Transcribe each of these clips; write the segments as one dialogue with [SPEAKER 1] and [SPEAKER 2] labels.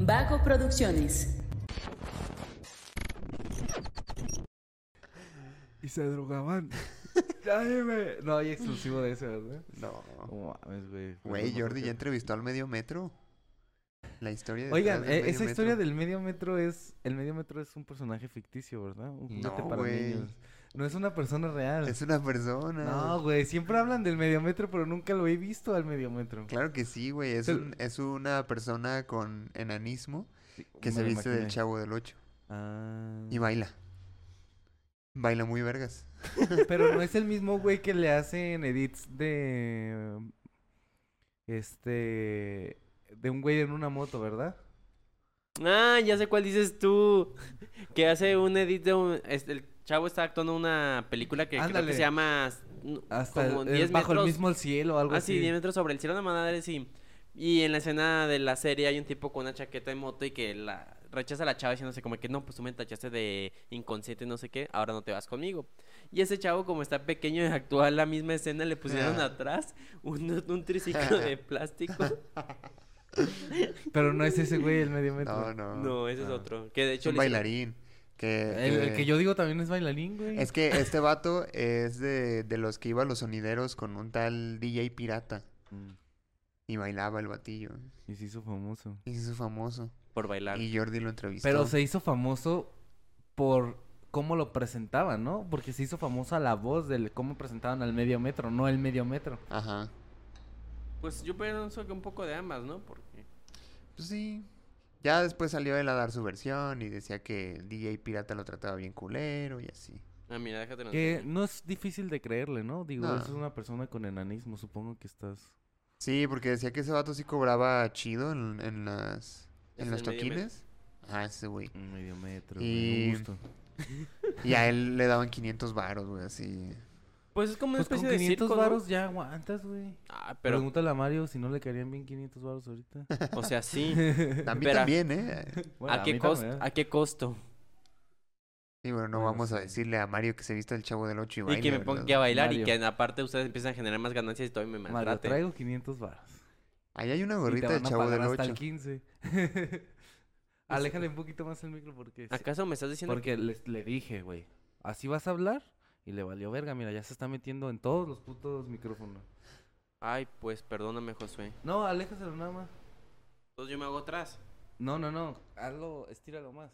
[SPEAKER 1] Vago Producciones.
[SPEAKER 2] Y se drogaban. Ya dime. No hay exclusivo de ese, ¿verdad?
[SPEAKER 3] No.
[SPEAKER 2] No mames, güey.
[SPEAKER 3] Güey, Jordi ya entrevistó al medio metro. La historia de
[SPEAKER 2] Oigan, eh, esa historia del medio metro es. El medio metro es un personaje ficticio, ¿verdad? Un
[SPEAKER 3] No,
[SPEAKER 2] juguete para
[SPEAKER 3] güey.
[SPEAKER 2] niños. No es una persona real.
[SPEAKER 3] Es una persona.
[SPEAKER 2] No, güey. Siempre hablan del medio metro, pero nunca lo he visto al medio metro.
[SPEAKER 3] Claro que sí, güey. Es,
[SPEAKER 2] Pero-
[SPEAKER 3] un- es una persona con enanismo que
[SPEAKER 2] Me
[SPEAKER 3] se
[SPEAKER 2] lo
[SPEAKER 3] viste del
[SPEAKER 2] imaginé.
[SPEAKER 3] chavo del 8
[SPEAKER 2] Ah.
[SPEAKER 3] y baila. Baila muy vergas.
[SPEAKER 2] Pero no es el mismo güey que le hacen edits de. Este. De un güey en una moto, ¿verdad?
[SPEAKER 4] Ah, ya sé cuál dices tú. Que hace un edit de un. este, el chavo está actuando una película que creo
[SPEAKER 2] Ándale.
[SPEAKER 4] que se llama. s- n-
[SPEAKER 2] Hasta el-
[SPEAKER 4] como
[SPEAKER 2] el-
[SPEAKER 4] 10
[SPEAKER 2] bajo el
[SPEAKER 4] metros.
[SPEAKER 2] mismo cielo o algo
[SPEAKER 4] Ah,
[SPEAKER 2] así.
[SPEAKER 4] sí, 10 metros sobre el cielo de madre, sí. Y en la escena de la serie hay un tipo con una chaqueta de moto y que la rechaza a la chava diciéndose como que no, pues tú me tachaste de inconsciente, no sé qué, ahora no te vas conmigo. Y ese chavo, como está pequeño y actúa la misma escena, le pusieron
[SPEAKER 3] Ah.
[SPEAKER 4] atrás un, un triciclo de plástico.
[SPEAKER 2] Pero no es ese güey el medio metro.
[SPEAKER 3] No, no.
[SPEAKER 4] No, ese
[SPEAKER 2] Ah.
[SPEAKER 4] es
[SPEAKER 3] no.
[SPEAKER 4] otro. Que de
[SPEAKER 3] Es
[SPEAKER 4] hecho.
[SPEAKER 3] un
[SPEAKER 4] le hicieron-
[SPEAKER 3] bailarín. Que,
[SPEAKER 2] El, el que
[SPEAKER 3] que-
[SPEAKER 2] yo digo también es bailarín, güey.
[SPEAKER 3] Es que este vato es de, de los que iba a los sonideros con un tal DJ pirata.
[SPEAKER 2] Mm,
[SPEAKER 3] Y bailaba el batillo.
[SPEAKER 2] Y se hizo famoso.
[SPEAKER 3] Y se hizo famoso.
[SPEAKER 4] Por bailar.
[SPEAKER 3] Y Jordi lo entrevistó.
[SPEAKER 2] Pero se hizo famoso por cómo lo presentaban, ¿no? Porque se hizo famosa la voz del cómo presentaban al medio metro, no el medio metro.
[SPEAKER 3] Ajá.
[SPEAKER 4] Pues yo pienso que un poco de ambas, ¿no? Porque.
[SPEAKER 3] Pues sí. Ya después salió él a dar su versión y decía que el DJ Pirata lo trataba bien culero y así.
[SPEAKER 4] Ah, mira, déjate la-
[SPEAKER 2] Que no es difícil de creerle, ¿no? Digo,
[SPEAKER 3] No.
[SPEAKER 2] es una persona con enanismo, supongo que estás.
[SPEAKER 3] Sí, porque decía que ese vato sí cobraba chido en, en las
[SPEAKER 4] Es
[SPEAKER 3] en los
[SPEAKER 4] el medio metro.
[SPEAKER 3] toquines. Ajá, ese güey.
[SPEAKER 2] Un medio metro,
[SPEAKER 3] Y-
[SPEAKER 2] güey, un gusto.
[SPEAKER 3] Y a él le daban 500 varos, güey, así.
[SPEAKER 4] Pues es como una
[SPEAKER 2] Pues con
[SPEAKER 4] especie de
[SPEAKER 2] 500
[SPEAKER 4] circo, ¿no?
[SPEAKER 2] varos ya aguantas, güey.
[SPEAKER 4] Ah, pero.
[SPEAKER 2] Pregúntale a Mario si no le caerían bien 500 varos ahorita.
[SPEAKER 4] O sea, sí.
[SPEAKER 3] A mí
[SPEAKER 4] Pero-
[SPEAKER 3] también, ¿eh?
[SPEAKER 2] Bueno,
[SPEAKER 4] ¿A, qué
[SPEAKER 2] mí
[SPEAKER 4] costo?
[SPEAKER 2] también.
[SPEAKER 4] ¿A qué costo?
[SPEAKER 3] Sí, bueno, no
[SPEAKER 2] Bueno,
[SPEAKER 3] vamos a
[SPEAKER 2] sí.
[SPEAKER 3] decirle a Mario que se vista el chavo del 8 y baile.
[SPEAKER 4] y que me
[SPEAKER 3] ¿verdad?
[SPEAKER 4] ponga a bailar y
[SPEAKER 2] Mario.
[SPEAKER 4] que aparte ustedes empiezan a generar más ganancias y todavía me
[SPEAKER 2] Mario,
[SPEAKER 4] maltraten.
[SPEAKER 2] traigo 500 varos.
[SPEAKER 3] Ahí hay una
[SPEAKER 2] Y te
[SPEAKER 3] gorrita del
[SPEAKER 2] van a
[SPEAKER 3] chavo
[SPEAKER 2] pagar
[SPEAKER 3] del
[SPEAKER 2] hasta
[SPEAKER 3] 8.
[SPEAKER 2] el 15. Aléjale un poquito más el micro porque... sí-
[SPEAKER 4] ¿Acaso me estás diciendo
[SPEAKER 2] Porque les- le dije, güey, así vas a hablar y le valió verga. Mira, ya se está metiendo en todos los putos micrófonos.
[SPEAKER 4] que- Ay, pues perdóname, Josué.
[SPEAKER 2] No, aléjaselo nada más.
[SPEAKER 4] Entonces yo me hago atrás.
[SPEAKER 2] No, no, no. Hazlo, estíralo más.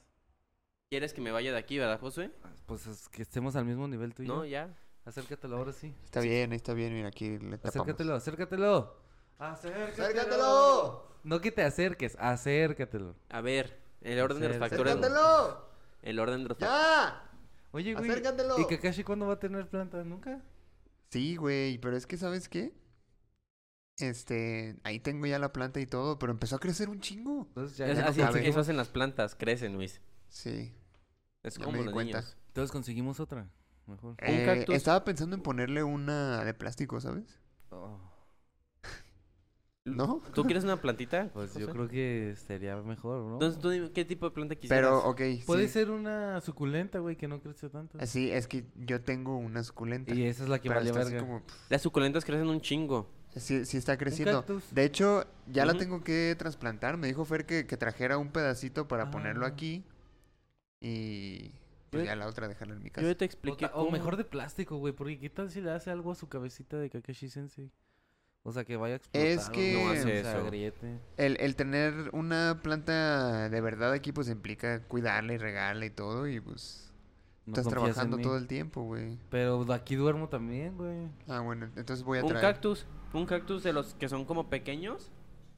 [SPEAKER 4] ¿Quieres que me vaya de aquí, verdad, Josué?
[SPEAKER 2] Ah, Pues es que estemos al mismo nivel tú y
[SPEAKER 4] No,
[SPEAKER 2] yo.
[SPEAKER 4] ya.
[SPEAKER 2] Acércatelo ahora sí.
[SPEAKER 3] Está bien, está bien, mira, aquí le tapamos.
[SPEAKER 2] Acércatelo, acércatelo. Acércatelo.
[SPEAKER 3] ¡Acércatelo!
[SPEAKER 2] No que te acerques, acércatelo.
[SPEAKER 4] A ver, el orden de los factores.
[SPEAKER 3] ¡Acércatelo!
[SPEAKER 4] El orden de los factores.
[SPEAKER 3] ¡Ya!
[SPEAKER 2] Oye, güey.
[SPEAKER 3] Acércatelo.
[SPEAKER 2] ¿Y Kakashi cuándo va a tener planta? ¿Nunca?
[SPEAKER 3] Sí, güey, pero es que, ¿sabes qué? Este, ahí tengo ya la planta y todo, pero empezó a crecer un chingo.
[SPEAKER 2] Entonces ya,
[SPEAKER 4] Es-
[SPEAKER 2] ya no
[SPEAKER 4] Así es
[SPEAKER 3] cabe.
[SPEAKER 2] conseguimos-
[SPEAKER 4] que eso hacen las plantas, crecen, Luis.
[SPEAKER 3] Sí.
[SPEAKER 4] Es
[SPEAKER 3] Ya me
[SPEAKER 4] como
[SPEAKER 3] di
[SPEAKER 4] los
[SPEAKER 3] cuenta.
[SPEAKER 4] niños.
[SPEAKER 2] Entonces conseguimos otra. Mejor.
[SPEAKER 3] Eh,
[SPEAKER 4] cactus.
[SPEAKER 3] estaba pensando en ponerle una de plástico, ¿sabes?
[SPEAKER 2] Oh,
[SPEAKER 3] ¿No?
[SPEAKER 4] ¿Tú quieres una plantita?
[SPEAKER 2] pues yo
[SPEAKER 4] Josué?
[SPEAKER 2] creo que sería mejor, ¿no?
[SPEAKER 4] Entonces, ¿tú dime, qué tipo de planta quisieras?
[SPEAKER 3] Pero, ok,
[SPEAKER 2] Puede
[SPEAKER 3] sí.
[SPEAKER 2] ser una suculenta, güey, que no creció tanto.
[SPEAKER 3] Sí, es que yo tengo una suculenta.
[SPEAKER 2] Y esa es la que
[SPEAKER 3] pero
[SPEAKER 2] valió
[SPEAKER 3] está así
[SPEAKER 2] verga.
[SPEAKER 3] como, pff,
[SPEAKER 4] Las suculentas crecen un chingo.
[SPEAKER 3] sí, sí está creciendo.
[SPEAKER 2] cactus.
[SPEAKER 3] De hecho, ya la
[SPEAKER 4] Ujú.
[SPEAKER 3] tengo que trasplantar. Me dijo Fer que, que trajera un pedacito para ponerlo
[SPEAKER 2] Ah.
[SPEAKER 3] aquí. Y pues
[SPEAKER 4] Yo-
[SPEAKER 3] ya la otra dejarla en mi
[SPEAKER 4] Yo
[SPEAKER 3] casa.
[SPEAKER 4] ya
[SPEAKER 2] O,
[SPEAKER 4] te expliqué.
[SPEAKER 2] ta- o
[SPEAKER 4] cómo.
[SPEAKER 2] mejor de plástico, güey, porque ¿qué tal si le hace algo a su cabecita de Kakashi Sensei? O sea, que vaya a explotar.
[SPEAKER 3] Es
[SPEAKER 2] o
[SPEAKER 3] que-
[SPEAKER 2] algo,
[SPEAKER 3] No
[SPEAKER 2] güey,
[SPEAKER 4] hace
[SPEAKER 2] o sea,
[SPEAKER 4] eso.
[SPEAKER 2] griete.
[SPEAKER 3] El, el tener una planta de verdad aquí, pues implica cuidarla y regarla y todo. Y pues
[SPEAKER 2] No
[SPEAKER 3] estás
[SPEAKER 2] confías en
[SPEAKER 3] trabajando
[SPEAKER 2] mí.
[SPEAKER 3] todo el tiempo, güey.
[SPEAKER 2] Pero aquí duermo también, güey.
[SPEAKER 3] Ah, bueno, entonces voy a
[SPEAKER 4] Un
[SPEAKER 3] traer.
[SPEAKER 4] cactus. Un cactus de los que son como pequeños.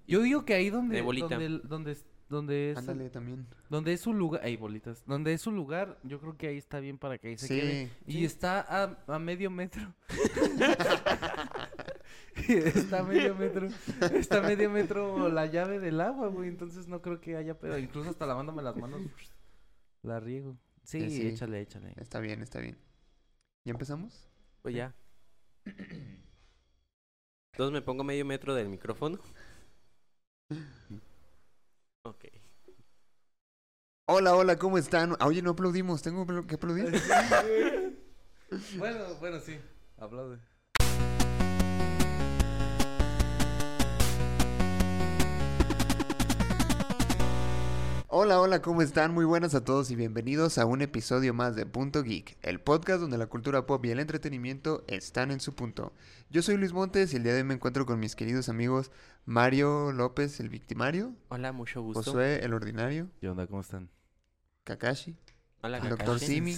[SPEAKER 2] Yo digo que ahí donde
[SPEAKER 4] De bolita.
[SPEAKER 2] donde el- donde es- donde es
[SPEAKER 3] Ándale también.
[SPEAKER 2] donde es su lugar, ahí bolitas. Donde es su lugar, yo creo que ahí está bien para que ahí se
[SPEAKER 3] Sí.
[SPEAKER 2] quede. Y
[SPEAKER 4] Sí.
[SPEAKER 2] está a, a medio metro. está a medio metro. Está a medio metro la llave del agua, güey. Entonces no creo que haya pedo. Incluso hasta lavándome las manos. La riego. Sí,
[SPEAKER 3] Eh, sí.
[SPEAKER 2] échale, échale.
[SPEAKER 3] Está bien, está bien. ¿Ya empezamos?
[SPEAKER 4] Pues ya. Entonces me pongo medio metro del micrófono. Ok.
[SPEAKER 3] Hola, hola, ¿cómo están? Ah, Oye, no aplaudimos. ¿Tengo apl- que aplaudir?
[SPEAKER 2] Bueno, bueno, sí. Aplaude.
[SPEAKER 3] Hola, hola, ¿cómo están? Muy buenas a todos y bienvenidos a un episodio más de Punto Geek, el podcast donde la cultura pop y el entretenimiento están en su punto. Yo soy Luis Montes y el día de hoy me encuentro con mis queridos amigos Mario López, el victimario,
[SPEAKER 4] Hola, mucho gusto.
[SPEAKER 3] Josué, el ordinario,
[SPEAKER 2] ¿Qué onda? ¿Cómo están?
[SPEAKER 3] Kakashi,
[SPEAKER 4] Hola,
[SPEAKER 3] el doctor
[SPEAKER 4] Kakashi.
[SPEAKER 3] Simi,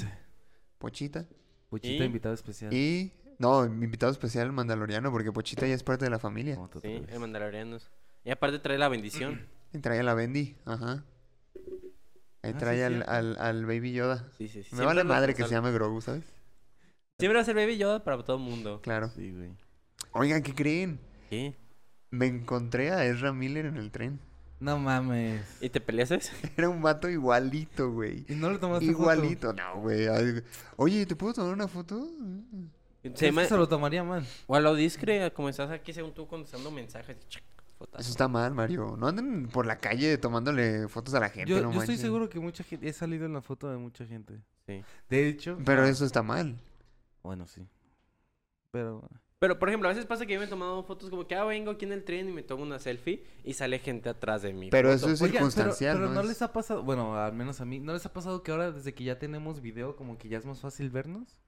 [SPEAKER 3] Pochita
[SPEAKER 2] Puchita
[SPEAKER 4] ¿Y?
[SPEAKER 2] invitado especial.
[SPEAKER 3] y... No, mi invitado especial, el mandaloriano, porque Pochita ya es parte de la familia.
[SPEAKER 2] ¿Cómo te
[SPEAKER 4] Sí,
[SPEAKER 2] atreves?
[SPEAKER 4] el mandalorianos. Y aparte trae la bendición.
[SPEAKER 3] Y trae a la Bendy, ajá.
[SPEAKER 2] Ah,
[SPEAKER 3] Ahí
[SPEAKER 2] sí,
[SPEAKER 3] trae al,
[SPEAKER 2] cierto.
[SPEAKER 3] al, al Baby Yoda.
[SPEAKER 4] Sí, sí, sí.
[SPEAKER 3] Me
[SPEAKER 4] Siempre
[SPEAKER 3] vale
[SPEAKER 4] va a
[SPEAKER 3] madre que
[SPEAKER 4] pasar-
[SPEAKER 3] se llame Grogu, ¿sabes?
[SPEAKER 4] Siempre va a ser Baby Yoda para todo el mundo.
[SPEAKER 3] Claro.
[SPEAKER 2] Sí, güey.
[SPEAKER 3] Oigan, ¿qué creen?
[SPEAKER 4] ¿Qué?
[SPEAKER 3] Me encontré a Ezra Miller en el tren.
[SPEAKER 2] No mames.
[SPEAKER 4] ¿Y te peleaste?
[SPEAKER 3] Era un vato igualito, güey.
[SPEAKER 2] ¿Y no le tomaste foto?
[SPEAKER 3] Igualito, no, güey. Ay, Oye, ¿te puedo tomar una foto?
[SPEAKER 4] Se
[SPEAKER 2] Es que
[SPEAKER 4] llama...
[SPEAKER 2] se lo tomaría mal.
[SPEAKER 4] O a lo discre, como estás aquí según tú contestando mensajes. chac, fotazo.
[SPEAKER 3] Eso está mal, Mario. No anden por la calle tomándole fotos a la gente,
[SPEAKER 2] Yo,
[SPEAKER 3] no
[SPEAKER 2] yo estoy
[SPEAKER 3] manchen.
[SPEAKER 2] seguro que mucha gente... He salido en la foto de mucha gente.
[SPEAKER 4] Sí.
[SPEAKER 2] De hecho... ah,
[SPEAKER 3] Pero eso está mal.
[SPEAKER 2] Bueno, sí. Pero...
[SPEAKER 4] Pero, por ejemplo, a veces pasa que yo me he tomado fotos como que, ah, vengo aquí en el tren y me tomo una selfie y sale gente atrás de mí.
[SPEAKER 3] Pero
[SPEAKER 4] Foto.
[SPEAKER 3] eso es
[SPEAKER 2] Oigan, pero-
[SPEAKER 3] circunstancial,
[SPEAKER 2] pero,
[SPEAKER 3] ¿no?
[SPEAKER 2] no
[SPEAKER 3] es-
[SPEAKER 2] les ha pasado... Bueno, al menos a mí. ¿No les ha pasado que ahora desde que ya tenemos video como que ya es más fácil vernos?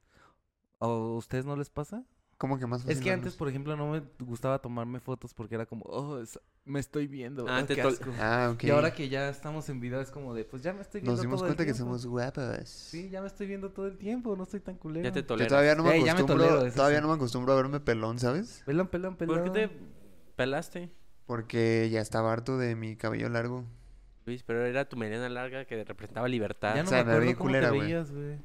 [SPEAKER 2] ¿O a ustedes no les pasa?
[SPEAKER 3] ¿Cómo que más
[SPEAKER 2] Es
[SPEAKER 3] fácil
[SPEAKER 2] que
[SPEAKER 3] vernos?
[SPEAKER 2] antes, por ejemplo, no me gustaba tomarme fotos porque era como... Oh, es- me estoy viendo.
[SPEAKER 4] Ah,
[SPEAKER 2] ah,
[SPEAKER 4] te
[SPEAKER 2] qué
[SPEAKER 4] tol-
[SPEAKER 2] asco".
[SPEAKER 3] Ah, ok.
[SPEAKER 2] Y ahora que ya estamos en video es como de... Pues ya me estoy viendo
[SPEAKER 3] Nos dimos
[SPEAKER 2] todo el
[SPEAKER 3] cuenta que
[SPEAKER 2] tiempo.
[SPEAKER 3] somos guapas.
[SPEAKER 2] Sí, ya me estoy viendo todo el tiempo. No estoy tan culero.
[SPEAKER 4] Ya te
[SPEAKER 3] Yo
[SPEAKER 4] toleras.
[SPEAKER 3] todavía no me
[SPEAKER 2] Ey, ya me
[SPEAKER 3] acostumbro,
[SPEAKER 2] tolero, eso
[SPEAKER 3] todavía
[SPEAKER 2] sí.
[SPEAKER 3] no me acostumbro a verme pelón, ¿sabes?
[SPEAKER 2] Pelón, pelón, pelón.
[SPEAKER 4] ¿Por qué te pelaste,
[SPEAKER 3] Porque ya estaba harto de mi cabello largo.
[SPEAKER 4] Luis? Pero era tu melena larga que representaba libertad.
[SPEAKER 2] Ya no
[SPEAKER 3] O sea,
[SPEAKER 2] me
[SPEAKER 3] me
[SPEAKER 2] acuerdo
[SPEAKER 3] vi
[SPEAKER 2] cómo
[SPEAKER 3] culera,
[SPEAKER 2] te
[SPEAKER 3] güey.
[SPEAKER 2] veías, güey.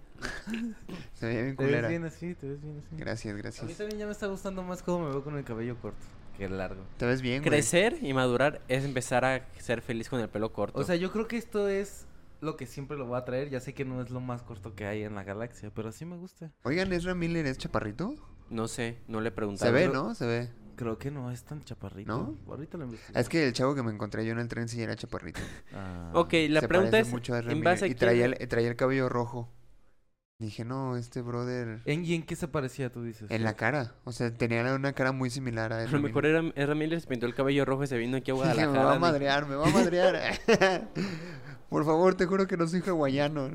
[SPEAKER 3] Se veía bien
[SPEAKER 2] Te ves
[SPEAKER 3] culera.
[SPEAKER 2] bien así, te ves bien así.
[SPEAKER 3] Gracias,
[SPEAKER 2] A mí
[SPEAKER 3] gracias.
[SPEAKER 2] también ya me está gustando más cómo me veo con el cabello corto que el largo.
[SPEAKER 3] Te ves bien, güey.
[SPEAKER 4] Crecer y madurar es empezar a ser feliz con el pelo corto.
[SPEAKER 2] O sea, yo creo que esto es lo que siempre lo va a traer. Ya sé que no es lo más corto que hay en la galaxia, pero así me gusta.
[SPEAKER 3] Oigan, ¿Ezra Miller es chaparrito?
[SPEAKER 4] no sé, no le preguntaba.
[SPEAKER 3] Se ve, ¿no? Se ve.
[SPEAKER 2] Creo que no es tan chaparrito.
[SPEAKER 3] ¿No?
[SPEAKER 2] Ahorita lo investigo.
[SPEAKER 3] Es que el chavo que me encontré yo en el tren sí era chaparrito.
[SPEAKER 2] Ah.
[SPEAKER 4] Ok, la
[SPEAKER 3] Se
[SPEAKER 4] pregunta
[SPEAKER 3] parece
[SPEAKER 4] es,
[SPEAKER 3] mucho a Ezra
[SPEAKER 4] en
[SPEAKER 3] Miller.
[SPEAKER 4] base a
[SPEAKER 3] Y
[SPEAKER 4] quién-
[SPEAKER 3] traía el, eh, traía el cabello rojo. Dije, no, este brother...
[SPEAKER 4] Eh,
[SPEAKER 2] ¿En, ¿Y en qué se parecía, tú dices?
[SPEAKER 3] En la cara. O sea, tenía una cara muy similar a
[SPEAKER 4] pues a
[SPEAKER 3] Ezra
[SPEAKER 4] lo mejor
[SPEAKER 3] Miller.
[SPEAKER 4] era, era Miller, se pintó el cabello rojo y se vino aquí a
[SPEAKER 3] Dije,
[SPEAKER 4] Guadalajara.
[SPEAKER 3] me va a
[SPEAKER 4] ni-
[SPEAKER 3] madrear, me va a madrear. Por favor, te juro que no soy hawaiano.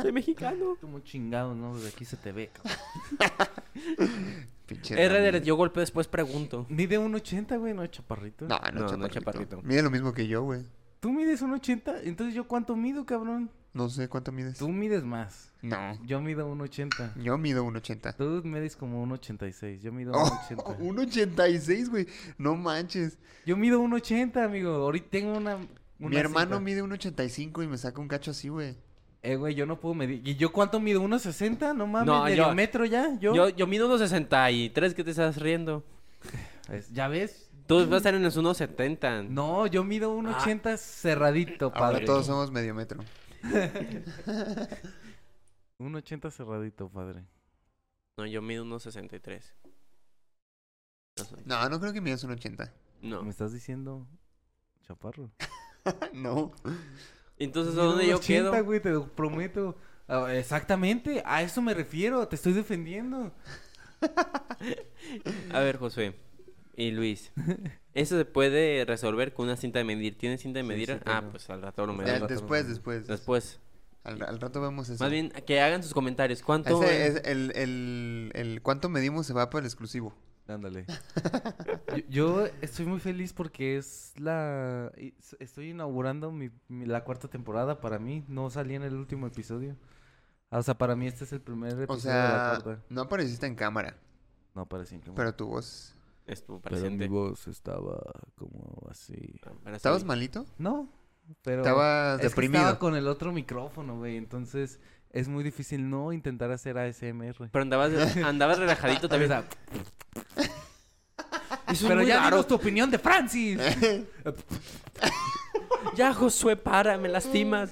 [SPEAKER 4] Soy mexicano.
[SPEAKER 2] Como chingado, ¿no? Desde aquí se te ve, cabrón.
[SPEAKER 3] Pinche
[SPEAKER 4] R
[SPEAKER 3] Ramírez.
[SPEAKER 4] de yo golpeo después pregunto.
[SPEAKER 2] Mide un 80, güey, no es chaparrito.
[SPEAKER 3] No, no,
[SPEAKER 4] No, no,
[SPEAKER 3] chaparrito.
[SPEAKER 4] chaparrito.
[SPEAKER 3] Mide lo mismo que yo, güey.
[SPEAKER 2] ¿Tú mides un 80? Entonces, ¿yo cuánto mido, cabrón?
[SPEAKER 3] No sé cuánto mides.
[SPEAKER 2] Tú mides más.
[SPEAKER 3] No.
[SPEAKER 2] Yo mido un 80.
[SPEAKER 3] Yo mido 1.80.
[SPEAKER 2] Tú mides como 1.86, yo mido
[SPEAKER 3] Oh,
[SPEAKER 2] 1.80.
[SPEAKER 3] 1.86, güey. No manches.
[SPEAKER 2] Yo mido 1.80, amigo. Ahorita tengo una.
[SPEAKER 3] Mi
[SPEAKER 2] una
[SPEAKER 3] hermano
[SPEAKER 2] cita.
[SPEAKER 3] mide 1.85 y me saca un cacho así, güey.
[SPEAKER 2] Eh, güey, yo no puedo medir. ¿Y yo cuánto mido? ¿1.60? No mames,
[SPEAKER 4] No,
[SPEAKER 2] medio
[SPEAKER 4] yo-
[SPEAKER 2] metro ya. Yo.
[SPEAKER 4] Yo, yo mido unos 63, ¿qué te estás riendo?
[SPEAKER 2] Es- ¿Ya ves?
[SPEAKER 4] Tú vas a estar en los unos 70.
[SPEAKER 2] No, yo mido
[SPEAKER 4] Ah.
[SPEAKER 2] 1.80 cerradito,
[SPEAKER 3] Ahora
[SPEAKER 2] padre.
[SPEAKER 3] todos somos medio metro.
[SPEAKER 2] 1.80 cerradito, padre.
[SPEAKER 4] No, yo mido unos 63. No soy-
[SPEAKER 3] No, no creo que midas 1.80.
[SPEAKER 2] ¿Me
[SPEAKER 4] No.
[SPEAKER 2] estás diciendo chaparro?
[SPEAKER 3] no.
[SPEAKER 4] Entonces, ¿a
[SPEAKER 2] Mido
[SPEAKER 4] dónde yo
[SPEAKER 2] 1.80,
[SPEAKER 4] quedo?
[SPEAKER 2] güey, te lo prometo. Ah, exactamente, a eso me refiero. Te estoy defendiendo.
[SPEAKER 4] A ver, José y Luis. Eso se puede resolver con una cinta de medir. ¿Tienes cinta de
[SPEAKER 2] Sí,
[SPEAKER 4] medir?
[SPEAKER 2] sí
[SPEAKER 4] ah,
[SPEAKER 2] tengo.
[SPEAKER 4] pues al rato lo me
[SPEAKER 3] Ya,
[SPEAKER 4] das.
[SPEAKER 2] rato
[SPEAKER 3] después,
[SPEAKER 2] lo-
[SPEAKER 3] después.
[SPEAKER 4] Después.
[SPEAKER 3] Al, al rato vemos eso.
[SPEAKER 4] Más bien, que hagan sus comentarios. ¿Cuánto?
[SPEAKER 3] Ese es el, el, el cuánto medimos se va para el exclusivo.
[SPEAKER 2] Ándale. yo, yo estoy muy feliz porque es la... y- s- Estoy inaugurando mi, mi- la cuarta temporada para mí. No salí en el último episodio. Ah, O sea, para mí este es el primer episodio
[SPEAKER 3] O
[SPEAKER 2] de la
[SPEAKER 3] sea,
[SPEAKER 2] cuarta.
[SPEAKER 3] no apareciste en cámara,
[SPEAKER 2] No apareció en cámara.
[SPEAKER 3] pero tu voz.
[SPEAKER 4] Estuvo
[SPEAKER 2] Pero
[SPEAKER 4] presente.
[SPEAKER 2] mi voz estaba como así.
[SPEAKER 4] Ah, para
[SPEAKER 3] ¿Estabas
[SPEAKER 4] salir.
[SPEAKER 3] malito?
[SPEAKER 2] No, pero...
[SPEAKER 3] ¿Estabas
[SPEAKER 2] es que
[SPEAKER 3] deprimido?
[SPEAKER 2] estaba con el otro micrófono, güey. Entonces es muy difícil no intentar hacer ASMR.
[SPEAKER 4] Pero andabas, andabas relajadito también.
[SPEAKER 2] O sea,
[SPEAKER 4] Eso es
[SPEAKER 2] pero
[SPEAKER 4] muy
[SPEAKER 2] ya
[SPEAKER 4] raro.
[SPEAKER 2] dinos tu opinión de Francis.
[SPEAKER 4] Ya, Josué, para, me lastimas.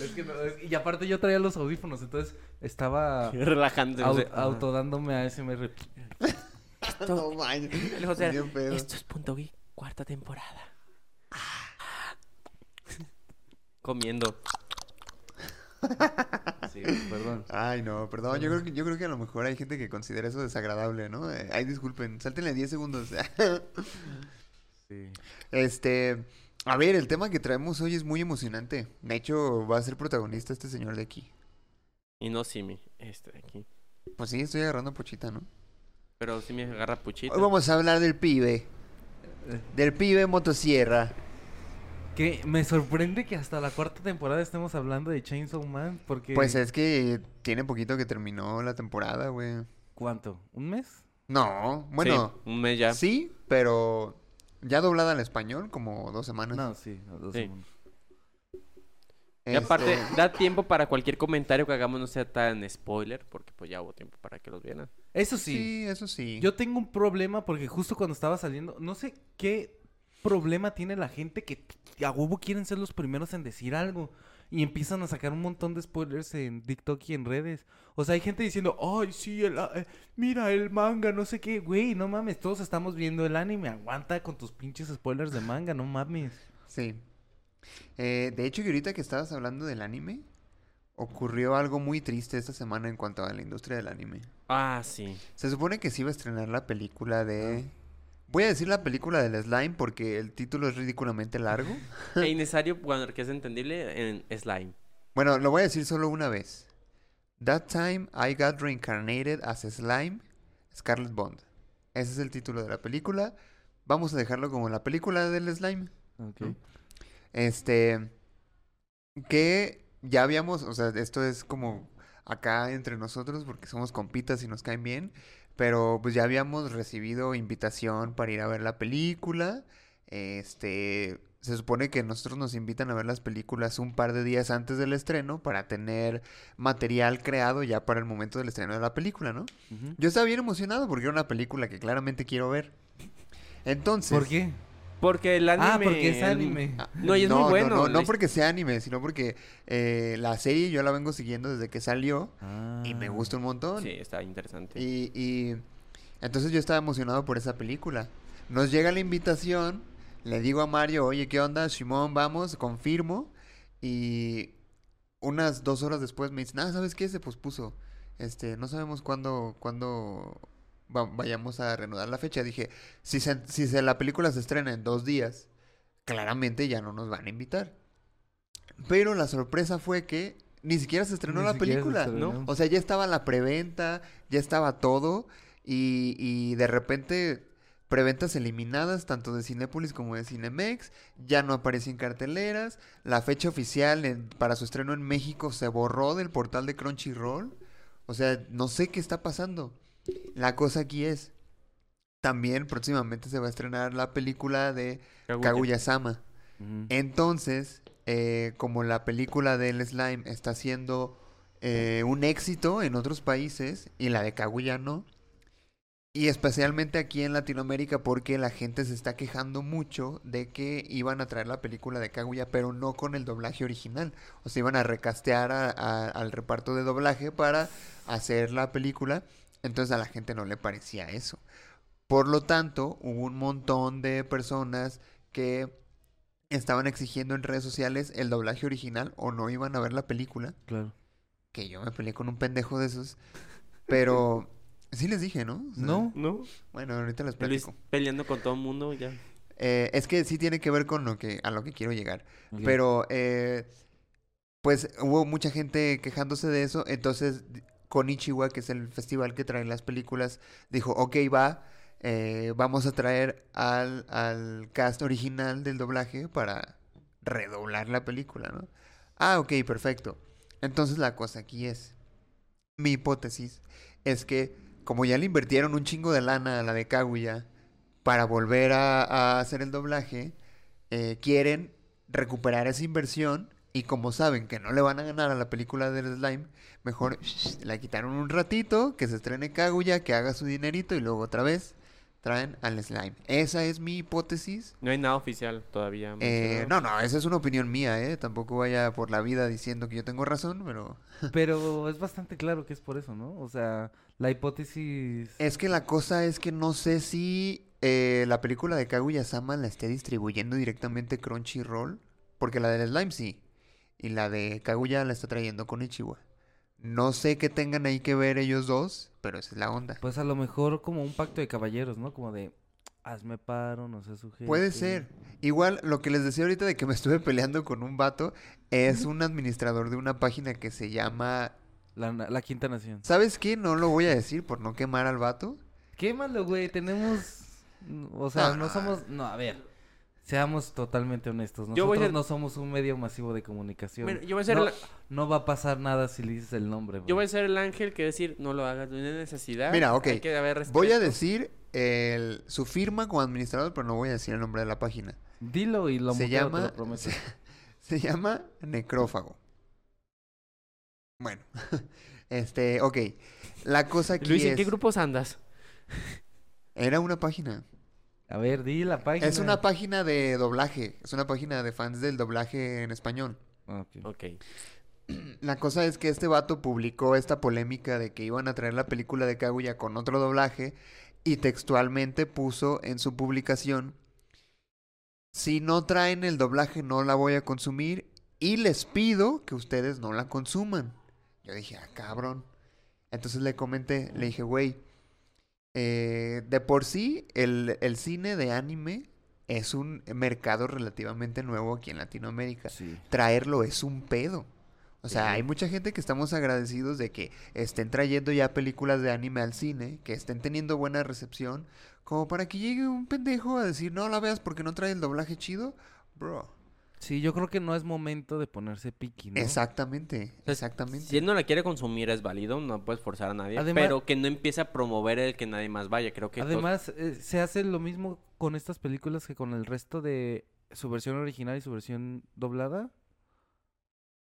[SPEAKER 2] Es que no, es- y aparte yo traía los audífonos, entonces estaba
[SPEAKER 4] Relajante.
[SPEAKER 2] au-
[SPEAKER 4] José.
[SPEAKER 2] autodándome a SMR.
[SPEAKER 3] No man.
[SPEAKER 4] El José,
[SPEAKER 3] Bien pedo.
[SPEAKER 4] esto es Punto Geek, cuarta temporada. Ah. Comiendo.
[SPEAKER 2] Sí, perdón.
[SPEAKER 3] Ay, no, perdón. Yo creo, que, yo creo que a lo mejor hay gente que considera eso desagradable, ¿no? Eh, ay, disculpen. Sáltenle 10 segundos.
[SPEAKER 2] Sí.
[SPEAKER 3] este. A ver, el tema que traemos hoy es muy emocionante. De hecho, va a ser protagonista este señor de aquí.
[SPEAKER 4] Y no Simi, este de aquí.
[SPEAKER 3] Pues sí, estoy agarrando a pochita, ¿no?
[SPEAKER 4] Pero Simi agarra puchito.
[SPEAKER 3] Hoy vamos a hablar del pibe.
[SPEAKER 2] Eh.
[SPEAKER 3] Del pibe motosierra.
[SPEAKER 2] Que me sorprende que hasta la cuarta temporada estemos hablando de Chainsaw Man porque...
[SPEAKER 3] Pues es que tiene poquito que terminó la temporada, güey.
[SPEAKER 2] ¿Cuánto? ¿Un mes?
[SPEAKER 3] No,
[SPEAKER 4] Sí,
[SPEAKER 3] bueno,
[SPEAKER 4] un mes ya.
[SPEAKER 3] sí, pero ya doblada al español, como dos semanas.
[SPEAKER 2] No, sí, a dos
[SPEAKER 4] Sí.
[SPEAKER 2] semanas.
[SPEAKER 4] Y
[SPEAKER 3] Este,
[SPEAKER 4] aparte, da tiempo para cualquier comentario que hagamos no sea tan spoiler, porque pues ya hubo tiempo para que los vieran.
[SPEAKER 2] Eso
[SPEAKER 3] sí. eso sí.
[SPEAKER 2] Yo tengo un problema porque justo cuando estaba saliendo, no sé qué problema tiene la gente que t- a huevo quieren ser los primeros en decir algo. Y empiezan a sacar un montón de spoilers en TikTok y en redes. O sea, hay gente diciendo, ay, sí, el, a- eh, mira el manga, no sé qué, güey, no mames, todos estamos viendo el anime, aguanta con tus pinches spoilers de manga, no mames.
[SPEAKER 3] Sí. Eh, de hecho, que ahorita que estabas hablando del anime, ocurrió algo muy triste esta semana en cuanto a la industria del anime.
[SPEAKER 4] Ah, sí.
[SPEAKER 3] Se supone que se iba a estrenar la película de... Voy a decir la película del slime porque el título es ridículamente largo.
[SPEAKER 4] E innecesario, cuando que es entendible, en Slime.
[SPEAKER 3] Bueno, lo voy a decir solo una vez. That time I got reincarnated as a slime, Scarlet Bond. Ese es el título de la película. Vamos a dejarlo como la película del slime.
[SPEAKER 2] Ok.
[SPEAKER 3] Este. Que ya habíamos. O sea, esto es como acá entre nosotros porque somos compitas y nos caen bien. Pero pues ya habíamos recibido invitación para ir a ver la película. Este. Se supone que nosotros nos invitan a ver las películas un par de días antes del estreno para tener material creado ya para el momento del estreno de la película, ¿no?
[SPEAKER 2] Ujú.
[SPEAKER 3] Yo estaba bien emocionado porque era una película que claramente quiero ver. Entonces.
[SPEAKER 2] ¿Por qué?
[SPEAKER 4] Porque el anime.
[SPEAKER 2] ah, porque es
[SPEAKER 4] el-
[SPEAKER 2] anime.
[SPEAKER 3] Ah,
[SPEAKER 4] No, y es muy bueno,
[SPEAKER 3] No, no,
[SPEAKER 4] la his-
[SPEAKER 3] porque sea anime, sino porque eh, la serie yo la vengo siguiendo desde que salió y me
[SPEAKER 2] Ah.
[SPEAKER 3] gusta un montón.
[SPEAKER 4] Sí, está interesante.
[SPEAKER 3] Y, y entonces yo estaba emocionado por esa película. Nos llega la invitación, le digo a Mario, oye, ¿qué onda? Simón, vamos, confirmo. Y unas dos horas después me dicen, ah, ¿sabes qué? Se pospuso. Este, no sabemos cuándo, cuándo va- vayamos a reanudar la fecha. Dije, si, se- si se- la película se estrena en dos días, claramente ya no nos van a invitar. Pero la sorpresa fue que ni siquiera se estrenó
[SPEAKER 2] Ni
[SPEAKER 3] la
[SPEAKER 2] siquiera se
[SPEAKER 3] película.
[SPEAKER 2] estrenó.
[SPEAKER 4] ¿no?
[SPEAKER 3] O sea, ya estaba la preventa, ya estaba todo. Y, y de repente, preventas eliminadas tanto de Cinépolis como de Cinemex. Ya no aparecen carteleras. La fecha oficial en- para su estreno en México se borró del portal de Crunchyroll. O sea, no sé qué está pasando. La cosa aquí es. También próximamente se va a estrenar la película de
[SPEAKER 4] Kaguya.
[SPEAKER 3] Kaguya-sama.
[SPEAKER 2] Ah, Ujú.
[SPEAKER 3] Entonces, eh, como la película del slime está siendo eh, un éxito en otros países y la de Kaguya no, y especialmente aquí en Latinoamérica porque la gente se está quejando mucho de que iban a traer la película de Kaguya pero no con el doblaje original, o sea, iban a recastear a- a- al reparto de doblaje para hacer la película, entonces a la gente no le parecía eso. Por lo tanto, hubo un montón de personas que estaban exigiendo en redes sociales el doblaje original o no iban a ver la película.
[SPEAKER 2] Claro.
[SPEAKER 3] Que yo me peleé con un pendejo de esos. Pero sí les dije, ¿no? O sea,
[SPEAKER 2] No.
[SPEAKER 4] ¿No?
[SPEAKER 3] Bueno, ahorita les
[SPEAKER 4] Luis
[SPEAKER 3] platico.
[SPEAKER 4] peleando con todo el mundo ya.
[SPEAKER 3] Eh, es que sí tiene que ver con lo que a lo que quiero llegar. Pero, eh, pues hubo mucha gente quejándose de eso. Entonces, Konichiwa, que es el festival que traen las películas, dijo: Ok, va, eh, vamos a traer al, al cast original del doblaje para redoblar la película, ¿no? Ah, ok, perfecto. Entonces, la cosa aquí es: Mi hipótesis es que, como ya le invirtieron un chingo de lana a la de Kaguya para volver a, a hacer el doblaje, eh, quieren recuperar esa inversión y como saben que no le van a ganar a la película del slime, mejor shh, la quitaron un ratito, que se estrene Kaguya, que haga su dinerito y luego otra vez traen al slime. Esa es mi hipótesis.
[SPEAKER 4] No hay nada oficial todavía.
[SPEAKER 3] Eh,
[SPEAKER 4] mencionado.
[SPEAKER 3] no, no, esa es una opinión mía, ¿eh? Tampoco vaya por la vida diciendo que yo tengo razón, pero...
[SPEAKER 2] Pero es bastante claro que es por eso, ¿no? O sea, la hipótesis...
[SPEAKER 3] Es que la cosa es que no sé si eh, la película de Kaguya-sama la esté distribuyendo directamente Crunchyroll, porque la del Slime sí, y la de Kaguya la está trayendo con Ichiwa. No sé qué tengan ahí que ver ellos dos, pero esa es la onda.
[SPEAKER 2] Pues a lo mejor como un pacto de caballeros, ¿no? Como de, hazme paro, no sé sujete.
[SPEAKER 3] Puede ser. Igual lo que les decía ahorita de que me estuve peleando con un vato es un administrador de una página que se llama...
[SPEAKER 2] La, na- la quinta nación.
[SPEAKER 3] ¿Sabes qué? No lo voy a decir por no quemar al vato.
[SPEAKER 2] Quémalo, güey. Tenemos. O sea,
[SPEAKER 3] No,
[SPEAKER 2] no,
[SPEAKER 3] no,
[SPEAKER 2] somos. No, a ver. Seamos totalmente honestos.
[SPEAKER 4] Yo
[SPEAKER 2] Nosotros
[SPEAKER 4] voy a ser-
[SPEAKER 2] no somos un medio masivo de comunicación.
[SPEAKER 4] Mira, yo voy a ser
[SPEAKER 2] no,
[SPEAKER 4] la-
[SPEAKER 2] no va a pasar nada si le dices el nombre.
[SPEAKER 4] Yo voy
[SPEAKER 2] güey.
[SPEAKER 4] a ser el ángel que decir, no lo hagas, no hay necesidad.
[SPEAKER 3] Mira, ok.
[SPEAKER 4] hay que haber
[SPEAKER 3] Voy a
[SPEAKER 4] respeto".
[SPEAKER 3] decir el- su firma como administrador, pero no voy a decir el nombre de la página.
[SPEAKER 2] Dilo y lo
[SPEAKER 3] se
[SPEAKER 2] muteo, te
[SPEAKER 3] llama...
[SPEAKER 2] lo prometo.
[SPEAKER 3] Se, se llama Necrófago. Bueno. Este, ok. La cosa aquí
[SPEAKER 4] Luis, ¿en
[SPEAKER 3] es-
[SPEAKER 4] qué grupos andas?
[SPEAKER 3] Era una página.
[SPEAKER 2] A ver, di la página.
[SPEAKER 3] Es una página de doblaje. Es una página de fans del doblaje en español.
[SPEAKER 2] Ok.
[SPEAKER 4] Ok.
[SPEAKER 3] La cosa es que este vato publicó esta polémica de que iban a traer la película de Kaguya con otro doblaje y textualmente puso en su publicación, si no traen el doblaje no la voy a consumir y les pido que ustedes no la consuman. Yo dije, ah, cabrón. Entonces le comenté, le dije, güey, eh, de por sí el, el cine de anime es un mercado relativamente nuevo aquí en Latinoamérica
[SPEAKER 2] Sí.
[SPEAKER 3] traerlo es un pedo. O sea,
[SPEAKER 4] Sí.
[SPEAKER 3] hay mucha gente que estamos agradecidos de que estén trayendo ya películas de anime al cine, que estén teniendo buena recepción, como para que llegue un pendejo a decir, no la veas porque no trae el doblaje chido, bro.
[SPEAKER 2] Sí, yo creo que no es momento de ponerse piqui, ¿no?
[SPEAKER 3] Exactamente,
[SPEAKER 4] sea,
[SPEAKER 3] exactamente.
[SPEAKER 4] Si él no la quiere consumir es válido, no puedes forzar a nadie.
[SPEAKER 2] Además-
[SPEAKER 4] pero que no empiece a promover el que nadie más vaya, creo que...
[SPEAKER 2] Además, eh, se hace lo mismo con estas películas que con el resto de su versión original y su versión doblada.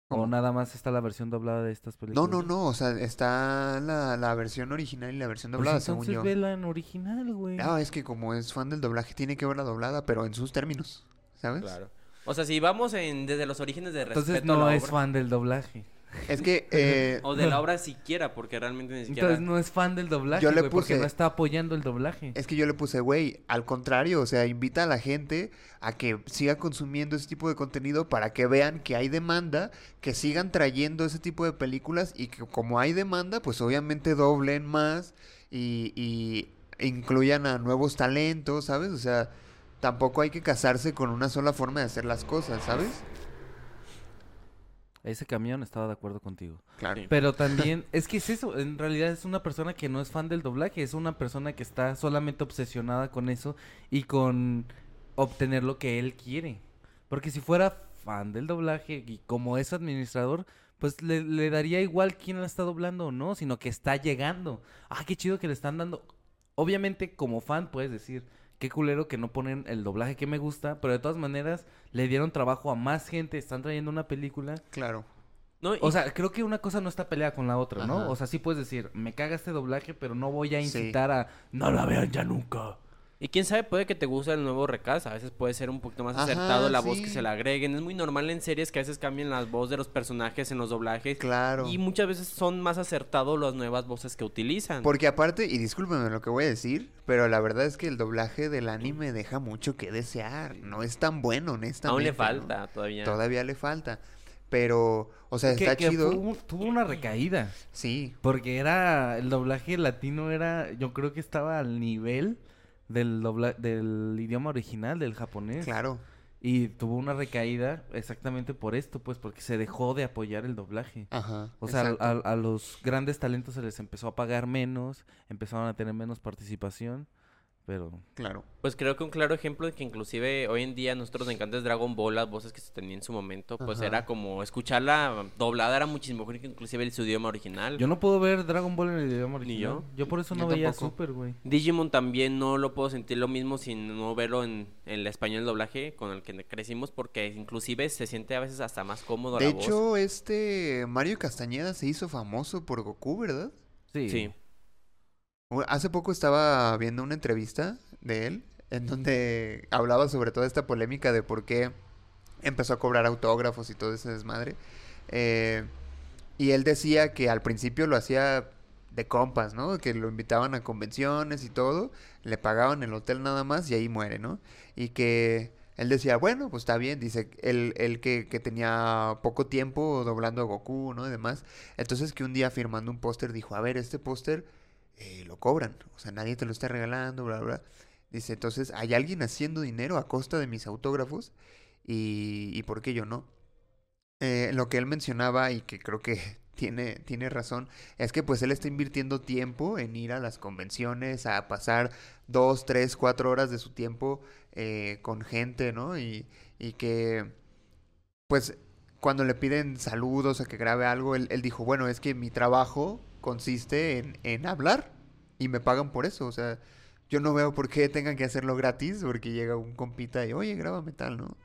[SPEAKER 3] ¿Cómo?
[SPEAKER 2] O nada más está la versión doblada de estas
[SPEAKER 3] No,
[SPEAKER 2] películas.
[SPEAKER 3] no, no, o sea, está la, la versión original y la versión
[SPEAKER 2] Pues
[SPEAKER 3] doblada, según
[SPEAKER 2] entonces
[SPEAKER 3] yo. Ah,
[SPEAKER 2] vela en original, güey.
[SPEAKER 3] No, es que como es fan del doblaje, tiene que ver la doblada, pero en sus términos, ¿sabes?
[SPEAKER 4] Claro. O sea, si vamos en, desde los orígenes de respeto
[SPEAKER 2] Entonces
[SPEAKER 4] a
[SPEAKER 2] no
[SPEAKER 4] la
[SPEAKER 2] es
[SPEAKER 4] obra,
[SPEAKER 2] fan del doblaje.
[SPEAKER 3] Es que eh,
[SPEAKER 4] O de la obra siquiera, porque realmente ni siquiera...
[SPEAKER 2] Entonces no es fan del doblaje,
[SPEAKER 3] Yo le
[SPEAKER 2] güey, porque
[SPEAKER 3] puse- Eh.
[SPEAKER 2] no está apoyando el doblaje.
[SPEAKER 3] Es que yo le puse, güey, al contrario, o sea, invita a la gente a que siga consumiendo ese tipo de contenido para que vean que hay demanda, que sigan trayendo ese tipo de películas y que como hay demanda, pues obviamente doblen más y, y incluyan a nuevos talentos, ¿sabes? O sea, tampoco hay que casarse con una sola forma de hacer las cosas, ¿sabes?
[SPEAKER 2] Ese camión estaba de acuerdo contigo.
[SPEAKER 3] Claro.
[SPEAKER 4] Sí.
[SPEAKER 2] Pero también, es que es eso, en realidad es una persona que no es fan del doblaje, es una persona que está solamente obsesionada con eso y con obtener lo que él quiere. Porque si fuera fan del doblaje y como es administrador, pues le, le daría igual quién la está doblando o no, sino que está llegando. Ah, qué chido que le están dando. Obviamente como fan puedes decir, qué culero que no ponen el doblaje que me gusta, pero de todas maneras le dieron trabajo a más gente, están trayendo una película
[SPEAKER 3] Claro.
[SPEAKER 4] No, y-
[SPEAKER 2] o sea, creo que una cosa no está peleada con la otra, ¿no?
[SPEAKER 3] Ajá.
[SPEAKER 2] O sea, sí puedes decir, me caga este doblaje, pero no voy a
[SPEAKER 3] Sí.
[SPEAKER 2] incitar a no la vean ya nunca.
[SPEAKER 4] Y quién sabe, puede que te guste el nuevo recast. A veces puede ser un poquito más
[SPEAKER 3] Ajá,
[SPEAKER 4] acertado la voz que
[SPEAKER 3] sí.
[SPEAKER 4] se le agreguen. Es muy normal en series que a veces cambien las voces de los personajes en los doblajes.
[SPEAKER 3] Claro.
[SPEAKER 4] Y muchas veces son más acertados las nuevas voces que utilizan.
[SPEAKER 3] Porque aparte, y discúlpeme lo que voy a decir, pero la verdad es que el doblaje del anime deja mucho que desear. No es tan bueno, honestamente.
[SPEAKER 4] Aún le
[SPEAKER 3] ¿no?
[SPEAKER 4] falta todavía.
[SPEAKER 3] Todavía le falta. Pero, o sea,
[SPEAKER 2] Que-
[SPEAKER 3] está
[SPEAKER 2] que
[SPEAKER 3] chido.
[SPEAKER 2] fue un- tuvo una recaída.
[SPEAKER 3] Sí.
[SPEAKER 2] Porque era. El doblaje latino era. Yo creo que estaba al nivel del, dobla- del idioma original, del japonés.
[SPEAKER 3] Claro.
[SPEAKER 2] Y tuvo una recaída exactamente por esto, pues, porque se dejó de apoyar el doblaje.
[SPEAKER 3] Ajá.
[SPEAKER 2] O sea,
[SPEAKER 3] exacto.
[SPEAKER 2] a, a los grandes talentos se les empezó a pagar menos, empezaron a tener menos participación, pero
[SPEAKER 3] claro.
[SPEAKER 4] Pues creo que un claro ejemplo de que inclusive hoy en día a nosotros nos encanta es Dragon Ball, las voces que se tenían en su momento, pues
[SPEAKER 3] Ajá.
[SPEAKER 4] era como escucharla doblada era muchísimo mejor que inclusive el su idioma original.
[SPEAKER 2] Yo no puedo ver Dragon Ball en el idioma
[SPEAKER 4] Ni
[SPEAKER 2] original.
[SPEAKER 4] yo.
[SPEAKER 2] Yo por eso
[SPEAKER 3] Yo
[SPEAKER 2] no veía
[SPEAKER 3] tampoco.
[SPEAKER 2] Super, güey.
[SPEAKER 4] Digimon también no lo puedo sentir lo mismo sin no verlo en, en el español doblaje con el que crecimos porque inclusive se siente a veces hasta más cómodo
[SPEAKER 3] De
[SPEAKER 4] la voz.
[SPEAKER 3] hecho, este Mario Castañeda se hizo famoso por Goku, ¿verdad?
[SPEAKER 2] Sí.
[SPEAKER 4] Sí.
[SPEAKER 3] U- Hace poco estaba viendo una entrevista de él en donde hablaba sobre toda esta polémica de por qué empezó a cobrar autógrafos y todo ese desmadre. Eh, y él decía que al principio lo hacía de compas, ¿no? Que lo invitaban a convenciones y todo, le pagaban el hotel nada más y ahí muere, ¿no? Y que él decía, bueno, pues está bien, dice, él, él que, que tenía poco tiempo doblando a Goku, ¿no? Y demás. Entonces que un día firmando un póster dijo, a ver, este póster eh, lo cobran, o sea, nadie te lo está regalando, bla, bla. Dice, entonces, ¿hay alguien haciendo dinero a costa de mis autógrafos? ¿Y, y por qué yo no? Eh, lo que él mencionaba y que creo que tiene, tiene razón, es que pues él está invirtiendo tiempo en ir a las convenciones, a pasar dos, tres, cuatro horas de su tiempo eh, con gente, ¿no? Y, y que pues cuando le piden saludos a que grabe algo, él, él dijo, bueno, es que mi trabajo consiste en, en hablar y me pagan por eso, o sea, yo no veo por qué tengan que hacerlo gratis porque llega un compita y, oye, grábame tal, ¿no?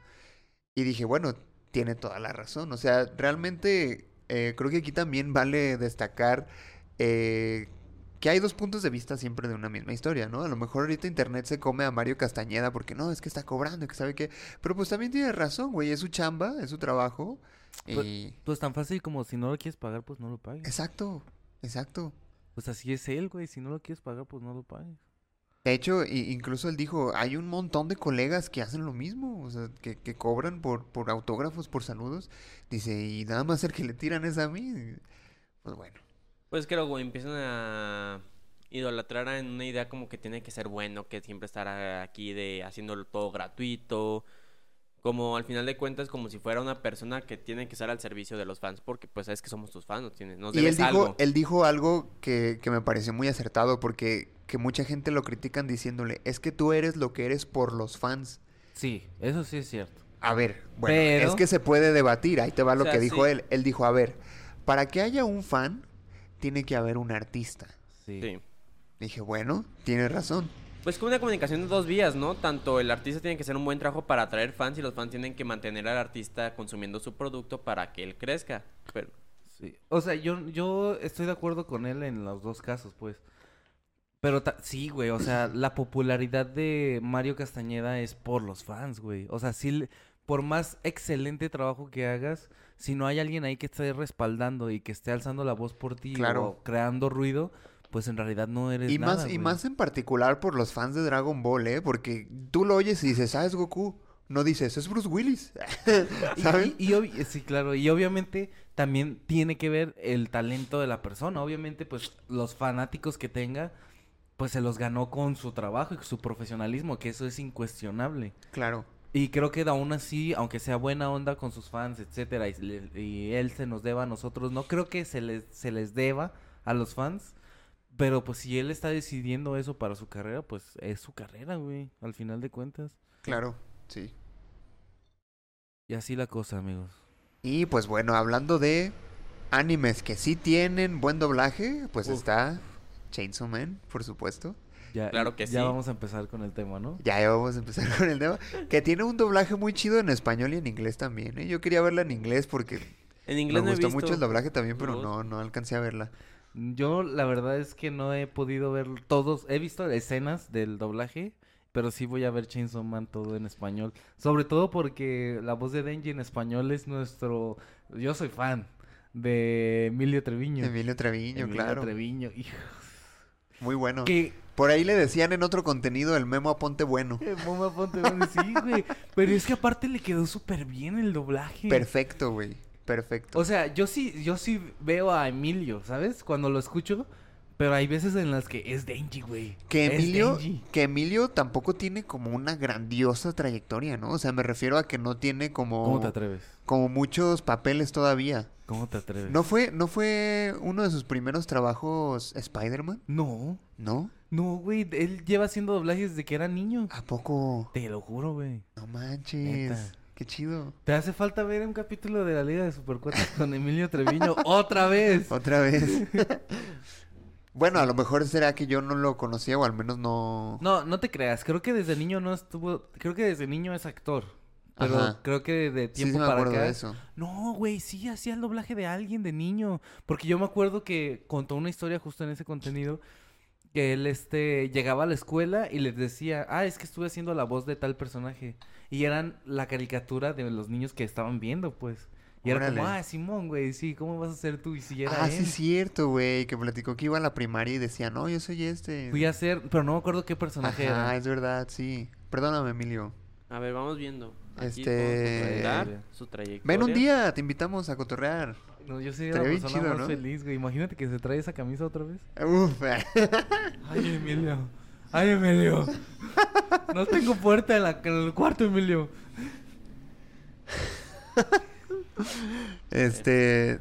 [SPEAKER 3] Y dije, bueno, tiene toda la razón, o sea, realmente eh, creo que aquí también vale destacar eh, que hay dos puntos de vista siempre de una misma historia, ¿no? A lo mejor ahorita Internet se come a Mario Castañeda porque no, es que está cobrando, que sabe qué. Pero pues también tiene razón, güey, es su chamba, es su trabajo.
[SPEAKER 2] Pues-
[SPEAKER 3] Y...
[SPEAKER 2] Pues tan fácil como si no lo quieres pagar, pues no lo pagues.
[SPEAKER 3] Exacto, exacto.
[SPEAKER 2] Pues así es él, güey. Si no lo quieres pagar, pues no lo pagues.
[SPEAKER 3] De hecho, i- incluso él dijo, hay un montón de colegas que hacen lo mismo, o sea, que, que cobran por, por autógrafos, por saludos. Dice, y nada más el que le tiran es a mí. Pues bueno.
[SPEAKER 4] Pues que luego empiezan a idolatrar en una idea como que tiene que ser bueno, que siempre estar a- aquí de haciéndolo todo gratuito, como al final de cuentas como si fuera una persona que tiene que estar al servicio de los fans, porque pues sabes que somos tus fans, nos, tienes, nos
[SPEAKER 3] Y él
[SPEAKER 4] debes
[SPEAKER 3] dijo, eh,
[SPEAKER 4] algo.
[SPEAKER 3] él dijo algo que, que me pareció muy acertado porque que mucha gente lo critican diciéndole, es que tú eres lo que eres por los fans.
[SPEAKER 2] Sí, eso sí es cierto.
[SPEAKER 3] A ver, bueno,
[SPEAKER 2] Pero-
[SPEAKER 3] es que se puede debatir, ahí te va
[SPEAKER 4] O
[SPEAKER 3] lo
[SPEAKER 4] sea,
[SPEAKER 3] que dijo
[SPEAKER 4] sí.
[SPEAKER 3] él. Él dijo, a ver, para que haya un fan, tiene que haber un artista.
[SPEAKER 2] Sí.
[SPEAKER 4] Sí.
[SPEAKER 3] Dije, bueno, tienes razón.
[SPEAKER 4] Pues como una comunicación de dos vías, ¿no? Tanto el artista tiene que hacer un buen trabajo para atraer fans y los fans tienen que mantener al artista consumiendo su producto para que él crezca. Pero
[SPEAKER 2] Sí. O sea, yo, yo estoy de acuerdo con él en los dos casos, pues. Pero ta- sí, güey, o sea, la popularidad de Mario Castañeda es por los fans, güey. O sea, sí, le- por más excelente trabajo que hagas, si no hay alguien ahí que esté respaldando y que esté alzando la voz por ti
[SPEAKER 3] Claro.
[SPEAKER 2] o creando ruido, pues en realidad no eres
[SPEAKER 3] Y
[SPEAKER 2] nada,
[SPEAKER 3] más, y
[SPEAKER 2] güey.
[SPEAKER 3] más en particular por los fans de Dragon Ball, ¿eh? Porque tú lo oyes y dices, ah, es Goku. No dices, es Bruce Willis.
[SPEAKER 2] Y-
[SPEAKER 3] ¿Saben?
[SPEAKER 2] Y, y obvi- sí, claro, y obviamente también tiene que ver el talento de la persona. Obviamente, pues los fanáticos que tenga, pues se los ganó con su trabajo y con su profesionalismo, que eso es incuestionable.
[SPEAKER 3] Claro.
[SPEAKER 2] Y creo que aún así, aunque sea buena onda con sus fans, etcétera, y, le- y él se nos deba a nosotros, no creo que se les, se les deba a los fans. Pero pues si él está decidiendo eso para su carrera, pues es su carrera, güey, al final de cuentas.
[SPEAKER 3] Claro, sí.
[SPEAKER 2] Y así la cosa, amigos.
[SPEAKER 3] Y pues bueno, hablando de animes que sí tienen buen doblaje, pues
[SPEAKER 4] Uf.
[SPEAKER 3] está Chainsaw Man, por supuesto.
[SPEAKER 2] Ya,
[SPEAKER 4] Claro que
[SPEAKER 2] ya
[SPEAKER 4] sí.
[SPEAKER 2] vamos a empezar con el tema, ¿no?
[SPEAKER 3] Ya ya vamos a empezar con el tema. Que tiene un doblaje muy chido en español y en inglés también. ¿eh? Yo quería verla en inglés porque
[SPEAKER 4] en inglés
[SPEAKER 3] me
[SPEAKER 4] no he
[SPEAKER 3] gustó
[SPEAKER 4] visto.
[SPEAKER 3] mucho el doblaje también, pero
[SPEAKER 4] Dos.
[SPEAKER 3] no, no alcancé a verla.
[SPEAKER 2] Yo la verdad es que no he podido ver todos, he visto escenas del doblaje, pero sí voy a ver Chainsaw Man todo en español, sobre todo porque la voz de Denji en español es nuestro, yo soy fan de Emilio Treviño.
[SPEAKER 3] Emilio Treviño,
[SPEAKER 2] Emilio
[SPEAKER 3] claro.
[SPEAKER 2] Treviño, hijo.
[SPEAKER 3] Muy bueno.
[SPEAKER 2] Que
[SPEAKER 3] Por ahí le decían en otro contenido el memo aponte bueno.
[SPEAKER 2] eh, Moma Ponte, bueno, sí, güey, pero es que aparte le quedó súper bien el doblaje.
[SPEAKER 3] Perfecto, güey. Perfecto.
[SPEAKER 2] O sea, yo sí, yo sí veo a Emilio, ¿sabes? Cuando lo escucho, pero hay veces en las que es Denji, güey.
[SPEAKER 3] Que
[SPEAKER 2] Es
[SPEAKER 3] Emilio,
[SPEAKER 2] Denji.
[SPEAKER 3] que Emilio tampoco tiene como una grandiosa trayectoria, ¿no? O sea, me refiero a que no tiene
[SPEAKER 2] ¿Cómo
[SPEAKER 3] como,
[SPEAKER 2] te atreves?
[SPEAKER 3] como muchos papeles todavía.
[SPEAKER 2] ¿Cómo te atreves?
[SPEAKER 3] ¿No fue, ¿No fue uno de sus primeros trabajos Spider-Man?
[SPEAKER 2] No,
[SPEAKER 3] ¿No?
[SPEAKER 2] no, güey. Él lleva haciendo doblajes desde que era niño.
[SPEAKER 3] ¿A poco?
[SPEAKER 2] Te lo juro, güey.
[SPEAKER 3] No manches.
[SPEAKER 2] Neta.
[SPEAKER 3] Qué chido.
[SPEAKER 2] Te hace falta ver un capítulo de la Liga de Supercuates con Emilio Treviño otra vez.
[SPEAKER 3] Otra vez. bueno, a lo mejor será que yo no lo conocía o al menos no...
[SPEAKER 2] No, no te creas. Creo que desde niño no estuvo. Creo que desde niño es actor. Pero
[SPEAKER 3] Ajá.
[SPEAKER 2] creo que de
[SPEAKER 3] Sí, sí
[SPEAKER 2] tiempo
[SPEAKER 3] me
[SPEAKER 2] para
[SPEAKER 3] acuerdo
[SPEAKER 2] acá.
[SPEAKER 3] de eso.
[SPEAKER 2] No, güey, sí hacía el doblaje de alguien de niño. Porque yo me acuerdo que contó una historia justo en ese contenido. Que él este, llegaba a la escuela y les decía, ah, es que estuve haciendo la voz de tal personaje. Y eran la caricatura de los niños que estaban viendo, pues. Y era como,
[SPEAKER 3] Órale.
[SPEAKER 2] ah, Simón, güey, sí, ¿cómo vas a ser tú? Y si era
[SPEAKER 3] Ah, sí,
[SPEAKER 2] él.
[SPEAKER 3] es cierto, güey. Que platicó que iba a la primaria y decía, no, yo soy este.
[SPEAKER 2] Fui a hacer, pero no me acuerdo qué personaje
[SPEAKER 3] Ajá,
[SPEAKER 2] era.
[SPEAKER 3] es verdad, sí. Perdóname, Emilio.
[SPEAKER 4] A ver, vamos viendo. Aquí
[SPEAKER 3] Este-
[SPEAKER 4] vamos a comentar
[SPEAKER 2] Eh,
[SPEAKER 4] su trayectoria.
[SPEAKER 3] Ven un día, te invitamos a cotorrear.
[SPEAKER 2] No, yo sería la
[SPEAKER 3] Estaría bien
[SPEAKER 2] persona
[SPEAKER 3] chido,
[SPEAKER 2] más
[SPEAKER 3] ¿no?
[SPEAKER 2] feliz, güey. Imagínate que se trae esa camisa otra vez.
[SPEAKER 3] Uf.
[SPEAKER 2] Ay, Emilio. Ay, Emilio. No tengo puerta en, la- en el cuarto, Emilio.
[SPEAKER 3] Este.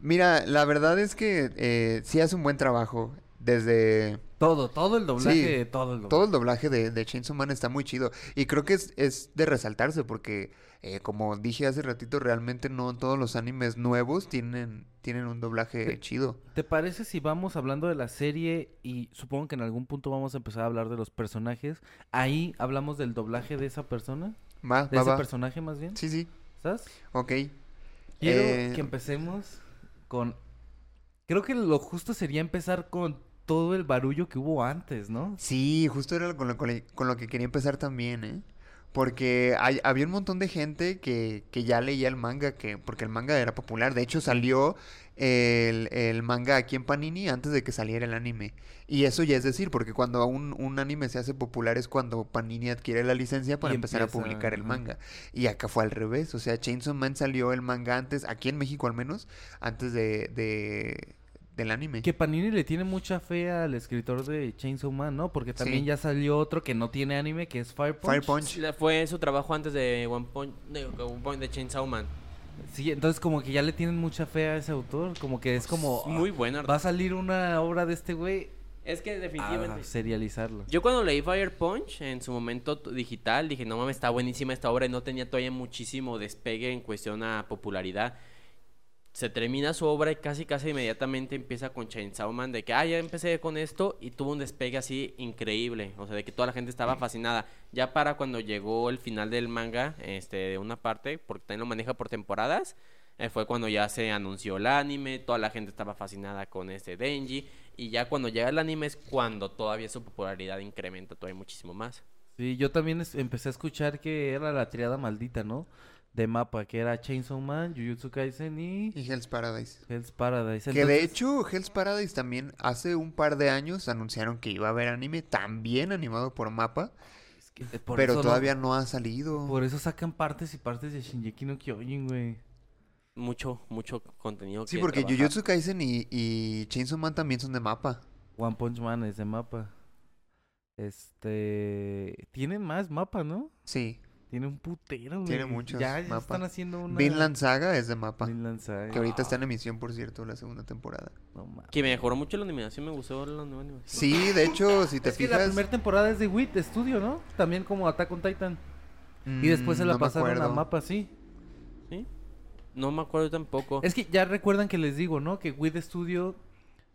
[SPEAKER 3] Mira, la verdad es que eh, sí hace un buen trabajo. Desde.
[SPEAKER 2] Todo, todo el doblaje, de todo el doblaje.
[SPEAKER 3] Todo el doblaje de, de Chainsaw Man está muy chido. Y creo que es, es de resaltarse porque, eh, como dije hace ratito, realmente no todos los animes nuevos tienen, tienen un doblaje chido.
[SPEAKER 2] ¿Te parece si vamos hablando de la serie y supongo que en algún punto vamos a empezar a hablar de los personajes? Ahí hablamos del doblaje de esa persona,
[SPEAKER 3] Va,
[SPEAKER 2] de
[SPEAKER 3] va,
[SPEAKER 2] ese
[SPEAKER 3] va.
[SPEAKER 2] personaje más bien,
[SPEAKER 3] Sí, sí.
[SPEAKER 2] ¿sabes?
[SPEAKER 3] Ok.
[SPEAKER 2] Quiero
[SPEAKER 3] Eh,
[SPEAKER 2] que empecemos con... Creo que lo justo sería empezar con todo el barullo que hubo antes, ¿no?
[SPEAKER 3] Sí, justo era con lo, con lo- con lo que quería empezar también, ¿eh? Porque hay- había un montón de gente que, que ya leía el manga, que, porque el manga era popular. De hecho, salió el, el manga aquí en Panini antes de que saliera el anime. Y eso ya es decir, porque cuando un, un anime se hace popular es cuando Panini adquiere la licencia para
[SPEAKER 2] Y
[SPEAKER 3] empezar
[SPEAKER 2] empieza,
[SPEAKER 3] a publicar el
[SPEAKER 2] ajá.
[SPEAKER 3] manga. Y acá fue al revés. O sea, Chainsaw Man salió el manga antes, aquí en México al menos, antes de, de- del anime.
[SPEAKER 2] Que Panini le tiene mucha fe al escritor de Chainsaw Man, ¿no? Porque también
[SPEAKER 3] Sí.
[SPEAKER 2] ya salió otro que no tiene anime, que es Fire Punch.
[SPEAKER 3] Fire Punch.
[SPEAKER 4] La- Fue su trabajo antes de One Punch, de, One Punch de Chainsaw Man.
[SPEAKER 2] Sí, entonces como que ya le tienen mucha fe a ese autor, como que es como... "Ah,
[SPEAKER 4] Pues, muy buena.
[SPEAKER 2] Va a salir una obra de este güey
[SPEAKER 4] Es
[SPEAKER 2] a
[SPEAKER 4] que
[SPEAKER 2] Ah,
[SPEAKER 4] definitivamente.
[SPEAKER 2] serializarlo.
[SPEAKER 4] Yo cuando leí Fire Punch en su momento t- digital dije, no mames, está buenísima esta obra y no tenía todavía muchísimo despegue en cuestión a popularidad. Se termina su obra y casi casi inmediatamente empieza con Chainsaw Man de que, ah, ya empecé con esto y tuvo un despegue así increíble, o sea, de que toda la gente estaba fascinada. Ya para cuando llegó el final del manga, este, de una parte, porque también lo maneja por temporadas, eh, fue cuando ya se anunció el anime, toda la gente estaba fascinada con este Denji. Y ya cuando llega el anime es cuando todavía su popularidad incrementa todavía muchísimo más.
[SPEAKER 2] Sí, yo también es- empecé a escuchar que era la triada maldita, ¿no? De mapa, que era Chainsaw Man, Jujutsu Kaisen y
[SPEAKER 3] Y Hell's Paradise.
[SPEAKER 2] Hell's Paradise.
[SPEAKER 3] Que de
[SPEAKER 2] Entonces,
[SPEAKER 3] hecho, Hell's Paradise también hace un par de años anunciaron que iba a haber anime, también animado por Mapa,
[SPEAKER 2] es que, eh, por
[SPEAKER 3] pero
[SPEAKER 2] eso no-
[SPEAKER 3] todavía no, ha salido.
[SPEAKER 2] por eso sacan partes y partes de Shinjeki no Kyojin, güey.
[SPEAKER 4] Mucho, mucho contenido.
[SPEAKER 3] Sí,
[SPEAKER 4] que
[SPEAKER 3] porque
[SPEAKER 4] trabajar.
[SPEAKER 3] Jujutsu Kaisen y, y Chainsaw Man también son de Mapa.
[SPEAKER 2] One Punch Man es de mapa. Este... Tienen más mapa, ¿no?
[SPEAKER 3] Sí.
[SPEAKER 2] Tiene un putero, güey.
[SPEAKER 3] Tiene muchos
[SPEAKER 2] Ya, ya
[SPEAKER 3] mapa.
[SPEAKER 2] están haciendo una...
[SPEAKER 3] Vinland Saga es de Mapa.
[SPEAKER 2] Vinland Saga.
[SPEAKER 3] Que ahorita está en emisión, por cierto, la segunda temporada.
[SPEAKER 2] No mames.
[SPEAKER 4] Que me mejoró mucho la animación, me gustó la nueva animación.
[SPEAKER 3] Sí, de hecho, si te
[SPEAKER 2] Es que la
[SPEAKER 3] fijas.
[SPEAKER 2] primera temporada es de Wit Studio, ¿no? También como Attack on Titan. Y después se
[SPEAKER 3] mm,
[SPEAKER 2] la
[SPEAKER 3] no me
[SPEAKER 2] pasaron a
[SPEAKER 3] acuerdo.
[SPEAKER 2] mapa, sí.
[SPEAKER 4] ¿Sí? No me acuerdo tampoco.
[SPEAKER 2] Es que ya recuerdan que les digo, ¿no? Que Wit Studio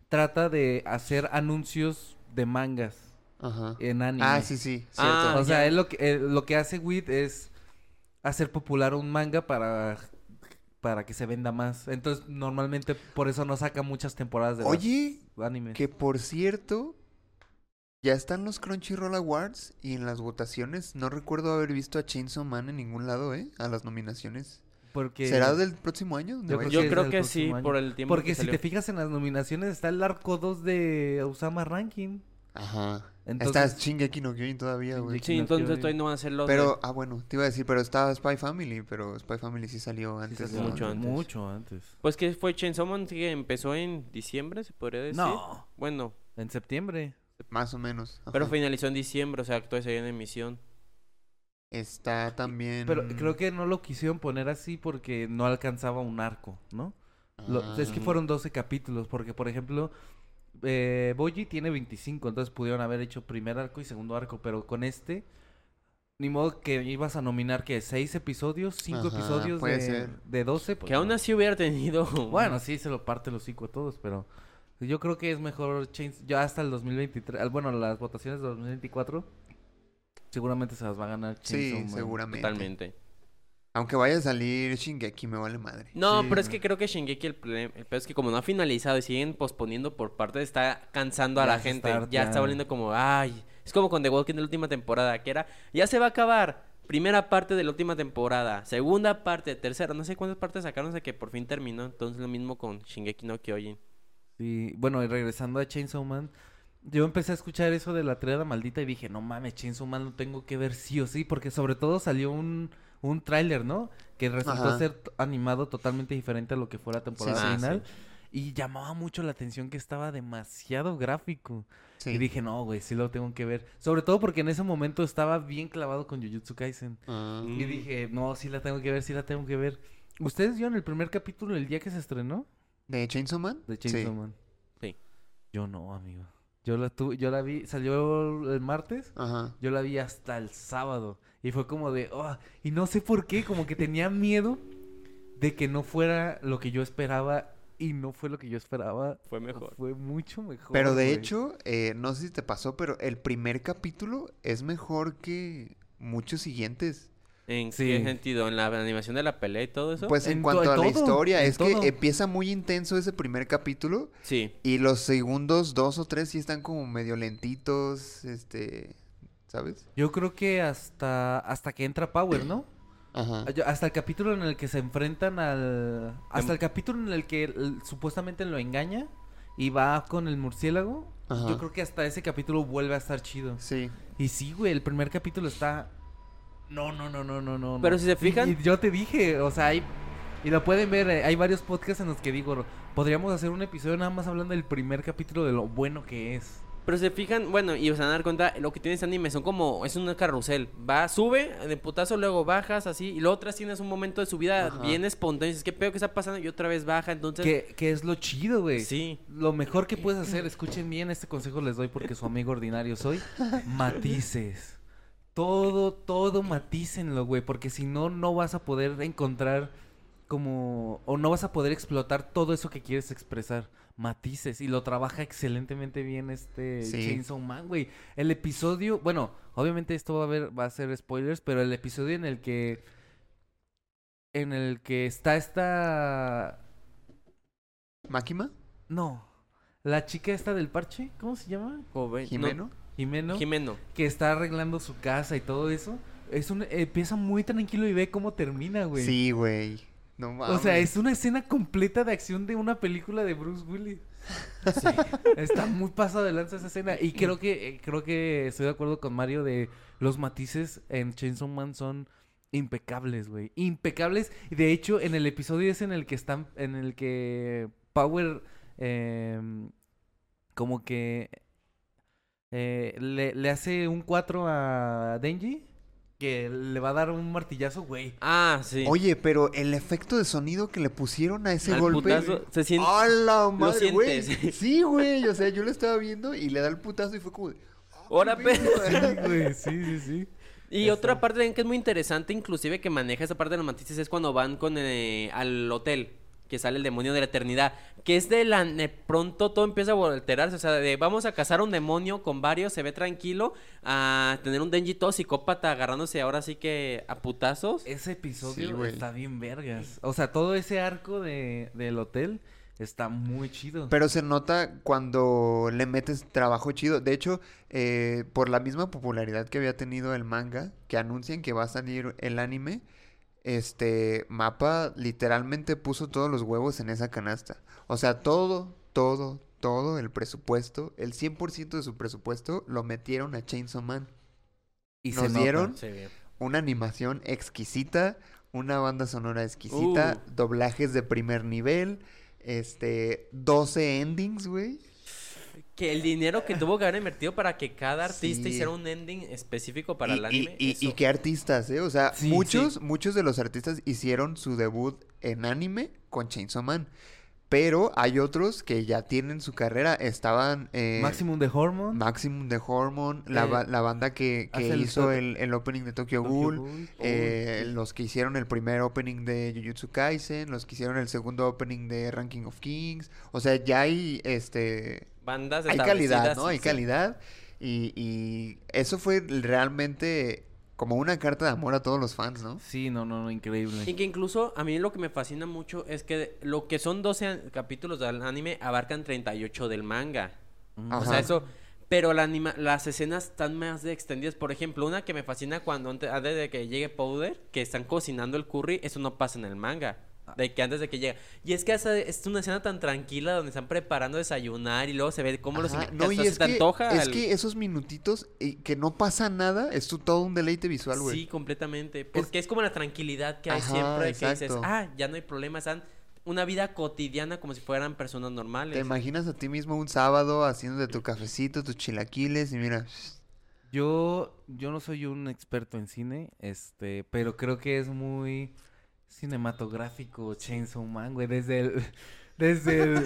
[SPEAKER 2] trata de hacer anuncios de mangas
[SPEAKER 3] Ajá.
[SPEAKER 2] en anime.
[SPEAKER 3] Ah, sí, sí. Cierto.
[SPEAKER 4] Ah,
[SPEAKER 2] o sea,
[SPEAKER 4] ya.
[SPEAKER 2] es lo que eh, lo que hace Wit es hacer popular un manga para para que se venda más. Entonces, normalmente por eso no saca muchas temporadas de los
[SPEAKER 3] Oye,
[SPEAKER 2] animes.
[SPEAKER 3] Que por cierto, ya están los Crunchyroll Awards y en las votaciones no recuerdo haber visto a Chainsaw Man en ningún lado, ¿eh? A las nominaciones.
[SPEAKER 2] Porque
[SPEAKER 3] ¿Será del próximo año? donde
[SPEAKER 2] Yo
[SPEAKER 3] vaya?
[SPEAKER 2] creo
[SPEAKER 4] Yo
[SPEAKER 2] que es
[SPEAKER 4] creo
[SPEAKER 2] del
[SPEAKER 4] que sí,
[SPEAKER 2] próximo año.
[SPEAKER 4] por el tiempo
[SPEAKER 2] porque
[SPEAKER 4] que
[SPEAKER 2] si te
[SPEAKER 4] salió.
[SPEAKER 2] fijas en las nominaciones está el arco 2 de Usama Ranking.
[SPEAKER 3] Ajá.
[SPEAKER 2] Entonces-
[SPEAKER 3] Estás Shingeki no Kyojin todavía, güey.
[SPEAKER 2] Shingeki
[SPEAKER 4] Sí,
[SPEAKER 2] no
[SPEAKER 4] entonces
[SPEAKER 2] quiero ir.
[SPEAKER 4] todavía no van a hacer los.
[SPEAKER 3] Pero, ah, bueno, te iba a decir, pero estaba Spy Family, pero Spy Family sí salió
[SPEAKER 2] Sí,
[SPEAKER 3] antes.
[SPEAKER 2] se
[SPEAKER 3] de-
[SPEAKER 2] hace
[SPEAKER 4] mucho antes.
[SPEAKER 2] Mucho antes.
[SPEAKER 4] Pues que fue Chainsaw Man que empezó en diciembre, se podría decir.
[SPEAKER 2] No,
[SPEAKER 4] Bueno,
[SPEAKER 2] en septiembre.
[SPEAKER 3] Más o menos. ajá.
[SPEAKER 4] pero finalizó en diciembre, o sea, todavía seguía en emisión.
[SPEAKER 3] Está también...
[SPEAKER 2] Pero creo que no lo quisieron poner así porque no alcanzaba un arco, ¿no? Lo- es que
[SPEAKER 3] Ah.
[SPEAKER 2] fueron 12 capítulos, porque por ejemplo, eh, Boji tiene 25, entonces pudieron haber hecho primer arco y segundo arco, pero con este, ni modo que ibas a nominar que 6 episodios, 5
[SPEAKER 3] Ajá,
[SPEAKER 2] episodios
[SPEAKER 3] puede
[SPEAKER 2] de,
[SPEAKER 3] ser.
[SPEAKER 2] de 12. pues,
[SPEAKER 4] Que aún
[SPEAKER 2] no.
[SPEAKER 4] así hubiera tenido.
[SPEAKER 2] Bueno, sí, se lo parte los cinco a todos, pero yo creo que es mejor Chains, ya hasta el 2023, al- bueno, las votaciones de 2024, seguramente se las va a ganar Chainsaw
[SPEAKER 3] Sí,
[SPEAKER 2] Man.
[SPEAKER 3] seguramente.
[SPEAKER 4] Totalmente.
[SPEAKER 3] Aunque vaya a salir Shingeki, me vale madre.
[SPEAKER 4] No,
[SPEAKER 2] Sí,
[SPEAKER 4] pero es
[SPEAKER 2] ¿no?
[SPEAKER 4] que creo que Shingeki el problema, el peor es que como no ha finalizado y siguen posponiendo por parte, está cansando a
[SPEAKER 2] Ya
[SPEAKER 4] la
[SPEAKER 2] se
[SPEAKER 4] gente.
[SPEAKER 2] está
[SPEAKER 4] ya
[SPEAKER 2] hartando.
[SPEAKER 4] está volviendo como, ay, es como con The Walking de la última temporada, que era, ya se va a acabar. Primera parte de la última temporada, segunda parte, tercera, no sé cuántas partes sacaron hasta que por fin terminó. Entonces lo mismo con Shingeki no Kyojin.
[SPEAKER 2] Sí, bueno, y regresando a Chainsaw Man, yo empecé a escuchar eso de la triada maldita y dije, no mames, Chainsaw Man lo tengo que ver sí o sí, porque sobre todo salió un, un tráiler, ¿no? Que resultó
[SPEAKER 3] Ajá.
[SPEAKER 2] ser t- animado totalmente diferente a lo que fue la temporada
[SPEAKER 4] sí.
[SPEAKER 2] final. Y llamaba mucho la atención que estaba demasiado gráfico.
[SPEAKER 3] Sí.
[SPEAKER 2] Y dije, no, güey, sí lo tengo que ver. Sobre todo porque en ese momento estaba bien clavado con Jujutsu Kaisen.
[SPEAKER 3] Ah,
[SPEAKER 2] Y
[SPEAKER 4] Mm.
[SPEAKER 2] dije, no, sí la tengo que ver, sí la tengo que ver. ¿Ustedes vieron el primer capítulo el día que se estrenó?
[SPEAKER 3] ¿De Chainsaw Man?
[SPEAKER 2] De Chainsaw
[SPEAKER 3] sí.
[SPEAKER 2] Man.
[SPEAKER 4] Sí.
[SPEAKER 2] Yo no, amigo. Yo la tuve, yo la vi, salió el martes.
[SPEAKER 3] Ajá.
[SPEAKER 2] Yo la vi hasta el sábado. Y fue como de, oh, y no sé por qué, como que tenía miedo de que no fuera lo que yo esperaba. Y no fue lo que yo esperaba.
[SPEAKER 4] Fue mejor.
[SPEAKER 2] Fue mucho mejor.
[SPEAKER 3] Pero de
[SPEAKER 2] güey.
[SPEAKER 3] hecho, eh, no sé si te pasó, pero el primer capítulo es mejor que muchos siguientes.
[SPEAKER 4] ¿En
[SPEAKER 2] Sí.
[SPEAKER 4] qué sentido? ¿En la animación de la pelea y todo eso?
[SPEAKER 3] Pues en,
[SPEAKER 2] En to-
[SPEAKER 3] cuanto a la
[SPEAKER 2] todo,
[SPEAKER 3] historia,
[SPEAKER 2] en
[SPEAKER 3] es que
[SPEAKER 2] todo.
[SPEAKER 3] empieza muy intenso ese primer capítulo
[SPEAKER 4] Sí.
[SPEAKER 3] y los segundos dos o tres sí están como medio lentitos, este, ¿sabes?
[SPEAKER 2] Yo creo que hasta, hasta que entra Power, ¿no?
[SPEAKER 3] Ajá.
[SPEAKER 2] Yo- Hasta el capítulo en el que se enfrentan al.
[SPEAKER 4] Em
[SPEAKER 2] Hasta el capítulo en el que el- supuestamente lo engaña y va con el murciélago.
[SPEAKER 3] Ajá.
[SPEAKER 2] Yo creo que hasta ese capítulo vuelve a estar chido.
[SPEAKER 3] Sí.
[SPEAKER 2] Y sí, güey, el primer capítulo está. No, no, no, no, no, no.
[SPEAKER 4] Pero
[SPEAKER 2] no.
[SPEAKER 4] si se
[SPEAKER 2] Y-
[SPEAKER 4] fijan-
[SPEAKER 2] Y, yo te dije, o sea, hay. Y lo pueden ver, eh, hay varios podcasts en los que digo, podríamos hacer un episodio nada más hablando del primer capítulo de lo bueno que es.
[SPEAKER 4] Pero se fijan, bueno, y os van a dar cuenta, lo que tiene este anime son como, es un carrusel. Va, sube, de putazo, luego bajas, así, y luego otras tienes un momento de subida
[SPEAKER 3] Ajá.
[SPEAKER 4] bien espontáneo. Es que pedo que está pasando, y otra vez baja, entonces.
[SPEAKER 2] Que, que es lo chido, güey.
[SPEAKER 4] Sí.
[SPEAKER 2] Lo mejor que puedes hacer, escuchen bien, este consejo les doy porque su amigo ordinario soy, matices. Todo, todo matícenlo, güey, porque si no, no vas a poder encontrar como, o no vas a poder explotar todo eso que quieres expresar. Matices, y lo trabaja excelentemente bien este
[SPEAKER 3] Sí.
[SPEAKER 2] Chainsaw Man, güey. El episodio, bueno, obviamente esto va a, ver, va a ser spoilers, pero el episodio en el que, en el que está esta...
[SPEAKER 3] ¿Máquima?
[SPEAKER 2] No. La chica esta del parche, ¿cómo se llama?
[SPEAKER 4] Joven, no,
[SPEAKER 3] ¿Jimeno?
[SPEAKER 2] Jimeno,
[SPEAKER 4] Jimeno.
[SPEAKER 2] que está arreglando su casa y todo eso. Es un, empieza muy tranquilo y ve cómo termina, güey.
[SPEAKER 3] Sí, güey. No mames.
[SPEAKER 2] O sea, es una escena completa de acción de una película de Bruce Willis. Está muy pasado de lanza esa escena. Y creo que, eh, creo que estoy de acuerdo con Mario de los matices en Chainsaw Man son impecables, güey. Impecables. Y De hecho, en el episodio es en el que están, en el que Power em, como que eh, le, le hace un 4 a Denji que le va a dar un martillazo, güey.
[SPEAKER 4] Ah, sí.
[SPEAKER 3] Oye, pero el efecto de sonido que le pusieron a ese
[SPEAKER 4] Al
[SPEAKER 3] golpe.
[SPEAKER 4] putazo, se siente.
[SPEAKER 3] ¡A la madre, güey!
[SPEAKER 4] sientes.
[SPEAKER 3] Sí, güey. O sea, yo lo estaba viendo y le da el putazo y fue como. de, "Ah, qué
[SPEAKER 4] Ahora,
[SPEAKER 3] pedo".
[SPEAKER 2] Sí, güey, sí, sí, sí.
[SPEAKER 4] Y
[SPEAKER 2] Ya
[SPEAKER 4] otra
[SPEAKER 2] está.
[SPEAKER 4] parte también que es muy interesante, inclusive que maneja esa parte de los matices, es cuando van con eh, al hotel, que sale el demonio de la eternidad, que es de la... de pronto todo empieza a alterarse, o sea, de vamos a cazar a un demonio con varios, se ve tranquilo, a tener un Denji todo psicópata agarrándose ahora sí que a putazos.
[SPEAKER 2] Ese
[SPEAKER 3] Sí,
[SPEAKER 2] episodio
[SPEAKER 3] güey.
[SPEAKER 2] está bien vergas. O sea, todo ese arco de, del hotel está muy chido.
[SPEAKER 3] Pero se nota cuando le metes trabajo chido. De hecho, eh, por la misma popularidad que había tenido el manga, que anuncian que va a salir el anime, este mapa literalmente puso todos los huevos en esa canasta. O sea, todo, todo, todo el presupuesto, el 100% de su presupuesto lo metieron a Chainsaw Man.
[SPEAKER 2] y
[SPEAKER 3] nos
[SPEAKER 2] nota.
[SPEAKER 3] dieron- eh, Una animación exquisita, una banda sonora exquisita,
[SPEAKER 4] Uh.
[SPEAKER 3] doblajes de primer nivel, este 12 endings, güey.
[SPEAKER 4] Que el dinero que tuvo que haber invertido para que cada artista
[SPEAKER 3] Sí.
[SPEAKER 4] hiciera un ending específico para
[SPEAKER 3] y,
[SPEAKER 4] el
[SPEAKER 3] y-
[SPEAKER 4] anime.
[SPEAKER 3] y- y
[SPEAKER 4] eso.
[SPEAKER 3] qué artistas, ¿eh? O sea,
[SPEAKER 2] Sí,
[SPEAKER 3] muchos, muchos de los artistas hicieron su debut en anime con Chainsaw Man. Pero hay otros que ya tienen su carrera. Estaban eh,
[SPEAKER 2] Maximum de Hormone.
[SPEAKER 3] Maximum de Hormone, la,
[SPEAKER 2] Eh,
[SPEAKER 3] ba- la banda que, que
[SPEAKER 2] hace el
[SPEAKER 3] hizo
[SPEAKER 2] to-
[SPEAKER 3] el, el opening de Tokyo,
[SPEAKER 2] Tokyo
[SPEAKER 3] Ghoul.
[SPEAKER 2] Ghoul.
[SPEAKER 3] eh, los que hicieron el primer opening de Jujutsu Kaisen, los que hicieron el segundo opening de Ranking of Kings, o sea, ya hay este
[SPEAKER 4] Bandas
[SPEAKER 3] hay calidad,
[SPEAKER 4] establecidas,
[SPEAKER 3] ¿no?
[SPEAKER 4] sí,
[SPEAKER 3] Hay
[SPEAKER 4] sí.
[SPEAKER 3] calidad. Y, y eso fue realmente como una carta de amor a todos los fans, ¿no?
[SPEAKER 2] Sí, no, no, no, increíble.
[SPEAKER 4] Y que incluso a mí lo que me fascina mucho es que lo que son 12 an- capítulos del anime abarcan 38 del manga.
[SPEAKER 2] Mm.
[SPEAKER 4] O
[SPEAKER 3] Ajá.
[SPEAKER 4] sea, eso. Pero la anima- las escenas están más de extendidas. Por ejemplo, una que me fascina cuando ante- antes de que llegue Powder, que están cocinando el curry, eso no pasa en el manga.
[SPEAKER 3] Ah.
[SPEAKER 4] De que antes de que llega. Y es que esa- es una escena tan tranquila donde están preparando desayunar y luego se ve cómo los
[SPEAKER 3] Ajá,
[SPEAKER 4] ingredientes,
[SPEAKER 3] no, y
[SPEAKER 4] o sea,
[SPEAKER 3] es
[SPEAKER 4] se te
[SPEAKER 3] que,
[SPEAKER 4] antoja
[SPEAKER 3] es
[SPEAKER 4] el-
[SPEAKER 3] que esos minutitos y que no pasa nada, es tu- todo un deleite visual, güey.
[SPEAKER 4] Sí, completamente. Porque es, como la tranquilidad que hay
[SPEAKER 3] Ajá,
[SPEAKER 4] siempre que dices,
[SPEAKER 3] exacto.
[SPEAKER 4] ah, ya no hay problema, están una vida cotidiana como si fueran personas normales.
[SPEAKER 3] ¿Te imaginas a ti mismo un sábado haciéndote tu cafecito, tus chilaquiles y mira,
[SPEAKER 2] Yo, yo no soy un experto en cine, este, pero creo que es muy cinematográfico Chainsaw Man, güey, desde el, desde el,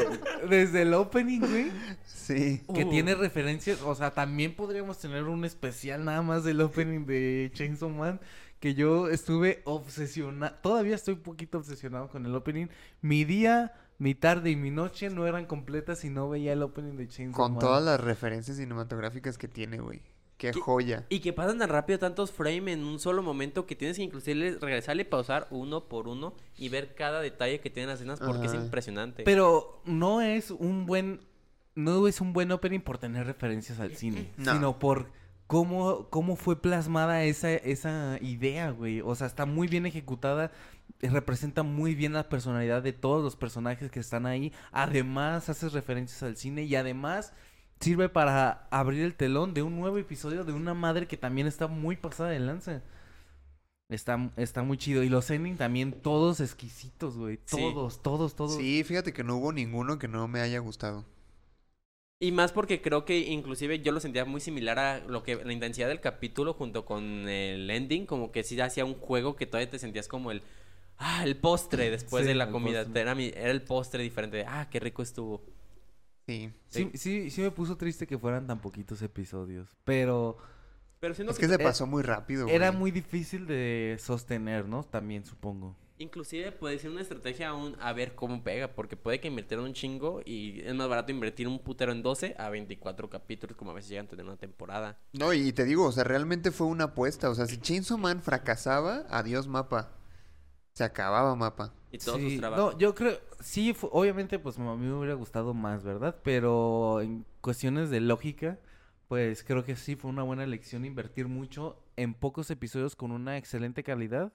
[SPEAKER 2] desde el opening, güey,
[SPEAKER 3] sí.
[SPEAKER 2] que
[SPEAKER 4] Uh.
[SPEAKER 2] tiene referencias, o sea, también podríamos tener un especial nada más del opening de Chainsaw Man, que yo estuve obsesionado, todavía estoy un poquito obsesionado con el opening, mi día, mi tarde y mi noche no eran completas si no veía el opening de Chainsaw Man.
[SPEAKER 3] Con todas las referencias cinematográficas que tiene, güey. Qué
[SPEAKER 4] ¿Qué-
[SPEAKER 3] joya.
[SPEAKER 4] Y que pasan tan rápido tantos frames en un solo momento que tienes que inclusive regresarle y pausar uno por uno y ver cada detalle que tienen las escenas porque es
[SPEAKER 3] Ajá.
[SPEAKER 4] impresionante.
[SPEAKER 2] Pero no es un buen no es un buen opening por tener referencias al cine,
[SPEAKER 3] No.
[SPEAKER 2] sino por cómo cómo fue plasmada esa esa idea, güey. O sea, está muy bien ejecutada, eh, representa muy bien la personalidad de todos los personajes que están ahí. Además, hace referencias al cine y además sirve para abrir el telón de un nuevo episodio de una madre que también está muy pasada de lanza. Está, está muy chido. Y los ending también, todos exquisitos, güey.
[SPEAKER 4] Sí.
[SPEAKER 2] Todos, todos, todos.
[SPEAKER 3] Sí, fíjate que no hubo ninguno que no me haya gustado.
[SPEAKER 4] Y más porque creo que inclusive yo lo sentía muy similar a lo que la intensidad del capítulo junto con el ending, como que sí hacía un juego que todavía te sentías como el ah, el postre después
[SPEAKER 2] Sí,
[SPEAKER 4] de la
[SPEAKER 2] el
[SPEAKER 4] comida,
[SPEAKER 2] postre.
[SPEAKER 4] era, mi- era el postre diferente, de, ah, qué rico estuvo.
[SPEAKER 3] Sí.
[SPEAKER 2] Sí, sí, sí me puso triste que fueran tan poquitos episodios, pero
[SPEAKER 4] Pero siento
[SPEAKER 3] Es
[SPEAKER 4] que
[SPEAKER 3] que se
[SPEAKER 2] eh,
[SPEAKER 3] pasó muy rápido, güey.
[SPEAKER 2] era muy difícil de sostener, ¿no? También supongo.
[SPEAKER 4] Inclusive puede ser una estrategia aún a ver cómo pega, porque puede que invirtieron un chingo y es más barato invertir un putero en 12 a 24 capítulos, como a veces llegan a tener una temporada.
[SPEAKER 3] No, y te digo, o sea, realmente fue una apuesta. O sea, si Chainsaw Man fracasaba, adiós mapa. Se acababa mapa.
[SPEAKER 4] Y todos
[SPEAKER 2] Sí,
[SPEAKER 4] sus trabajos.
[SPEAKER 2] No, yo creo, sí, fu- obviamente pues a mí me hubiera gustado más, ¿verdad? Pero en cuestiones de lógica, pues creo que sí fue una buena elección invertir mucho en pocos episodios con una excelente calidad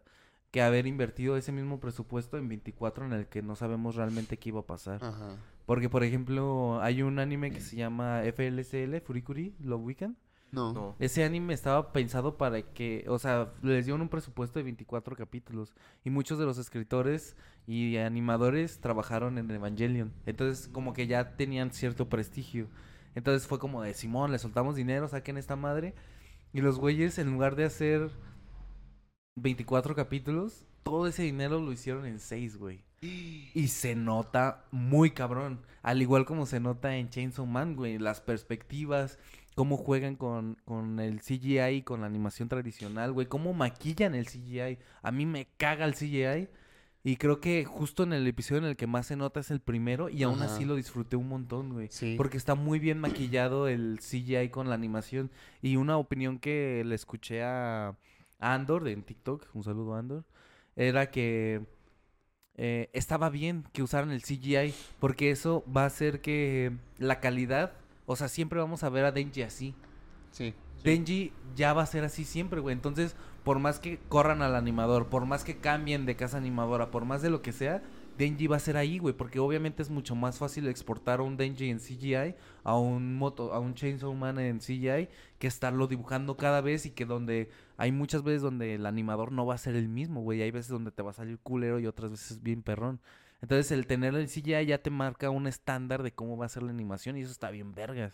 [SPEAKER 2] que haber invertido ese mismo presupuesto en 24 en el que no sabemos realmente qué iba a pasar.
[SPEAKER 3] Ajá.
[SPEAKER 2] Porque, por ejemplo, hay un anime que se llama FLCL, Furikuri, Love Weekend.
[SPEAKER 3] No.
[SPEAKER 4] No.
[SPEAKER 2] Ese anime estaba pensado para que, o sea, les dieron un presupuesto de 24 capítulos. Y muchos de los escritores y animadores trabajaron en Evangelion. Entonces, como que ya tenían cierto prestigio. Entonces fue como de, Simón, le soltamos dinero, saquen esta madre. Y los güeyes, en lugar de hacer 24 capítulos, todo ese dinero lo hicieron en 6, güey. Y se nota muy cabrón. Al igual como se nota en Chainsaw Man, güey. Las perspectivas, cómo juegan con, con el CGI y con la animación tradicional, güey. Cómo maquillan el CGI. A mí me caga el CGI. Y creo que justo en el episodio en el que más se nota es el primero. Y aún
[SPEAKER 3] Ajá.
[SPEAKER 2] así lo disfruté un montón, güey.
[SPEAKER 3] Sí.
[SPEAKER 2] Porque está muy bien maquillado el CGI con la animación. Y una opinión que le escuché a Andor de- en TikTok, un saludo a Andor, era que eh, estaba bien que usaran el CGI, porque eso va a hacer que la calidad, o sea, siempre vamos a ver a Denji así.
[SPEAKER 3] Sí.
[SPEAKER 2] Denji ya va a ser así siempre, güey. Entonces, por más que corran al animador, por más que cambien de casa animadora, por más de lo que sea, Denji va a ser ahí, güey. Porque obviamente es mucho más fácil exportar a un Denji en CGI, a un moto, a un Chainsaw Man en CGI, que estarlo dibujando cada vez y que donde hay muchas veces donde el animador no va a ser el mismo, güey. Hay veces donde te va a salir culero y otras veces bien perrón. Entonces, el tener el CGI ya te marca un estándar de cómo va a ser la animación y eso está bien vergas.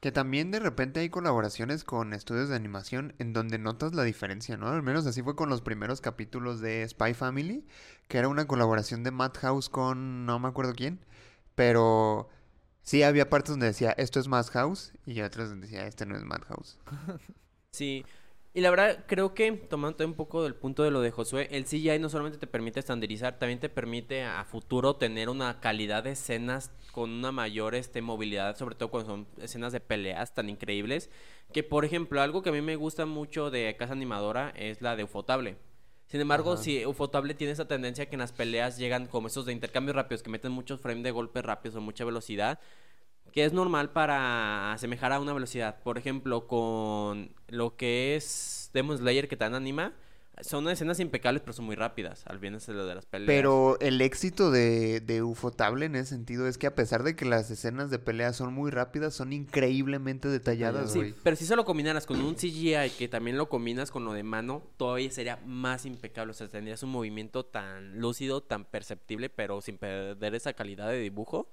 [SPEAKER 3] Que también de repente hay colaboraciones con estudios de animación en donde notas la diferencia, ¿no? Al menos así fue con los primeros capítulos de Spy Family, que era una colaboración de Madhouse con no me acuerdo quién, pero sí había partes donde decía esto es Madhouse y otras donde decía este no es Madhouse.
[SPEAKER 4] Sí. Y la verdad, creo que tomando un poco del punto de lo de Josué, el CGI no solamente te permite estandarizar, también te permite a futuro tener una calidad de escenas con una mayor este, movilidad, sobre todo cuando son escenas de peleas tan increíbles. Que, por ejemplo, algo que a mí me gusta mucho de Casa Animadora es la de Ufotable. Sin embargo,
[SPEAKER 3] Ajá.
[SPEAKER 4] si Ufotable tiene esa tendencia que en las peleas llegan como esos de intercambios rápidos, que meten muchos frames de golpes rápidos o mucha velocidad, que es normal para asemejar a una velocidad. Por ejemplo, con lo que es Demon Slayer que tan anima, Son escenas impecables, pero son muy rápidas. Al bien es lo de las peleas.
[SPEAKER 3] Pero el éxito de, de Ufotable en ese sentido es que a pesar de que las escenas de pelea son muy rápidas, son increíblemente detalladas,
[SPEAKER 4] Sí,
[SPEAKER 3] güey.
[SPEAKER 4] pero si eso lo combinaras con un CGI que también lo combinas con lo de mano, todavía sería más impecable. O sea, tendrías un movimiento tan lúcido, tan perceptible, pero sin perder esa calidad de dibujo.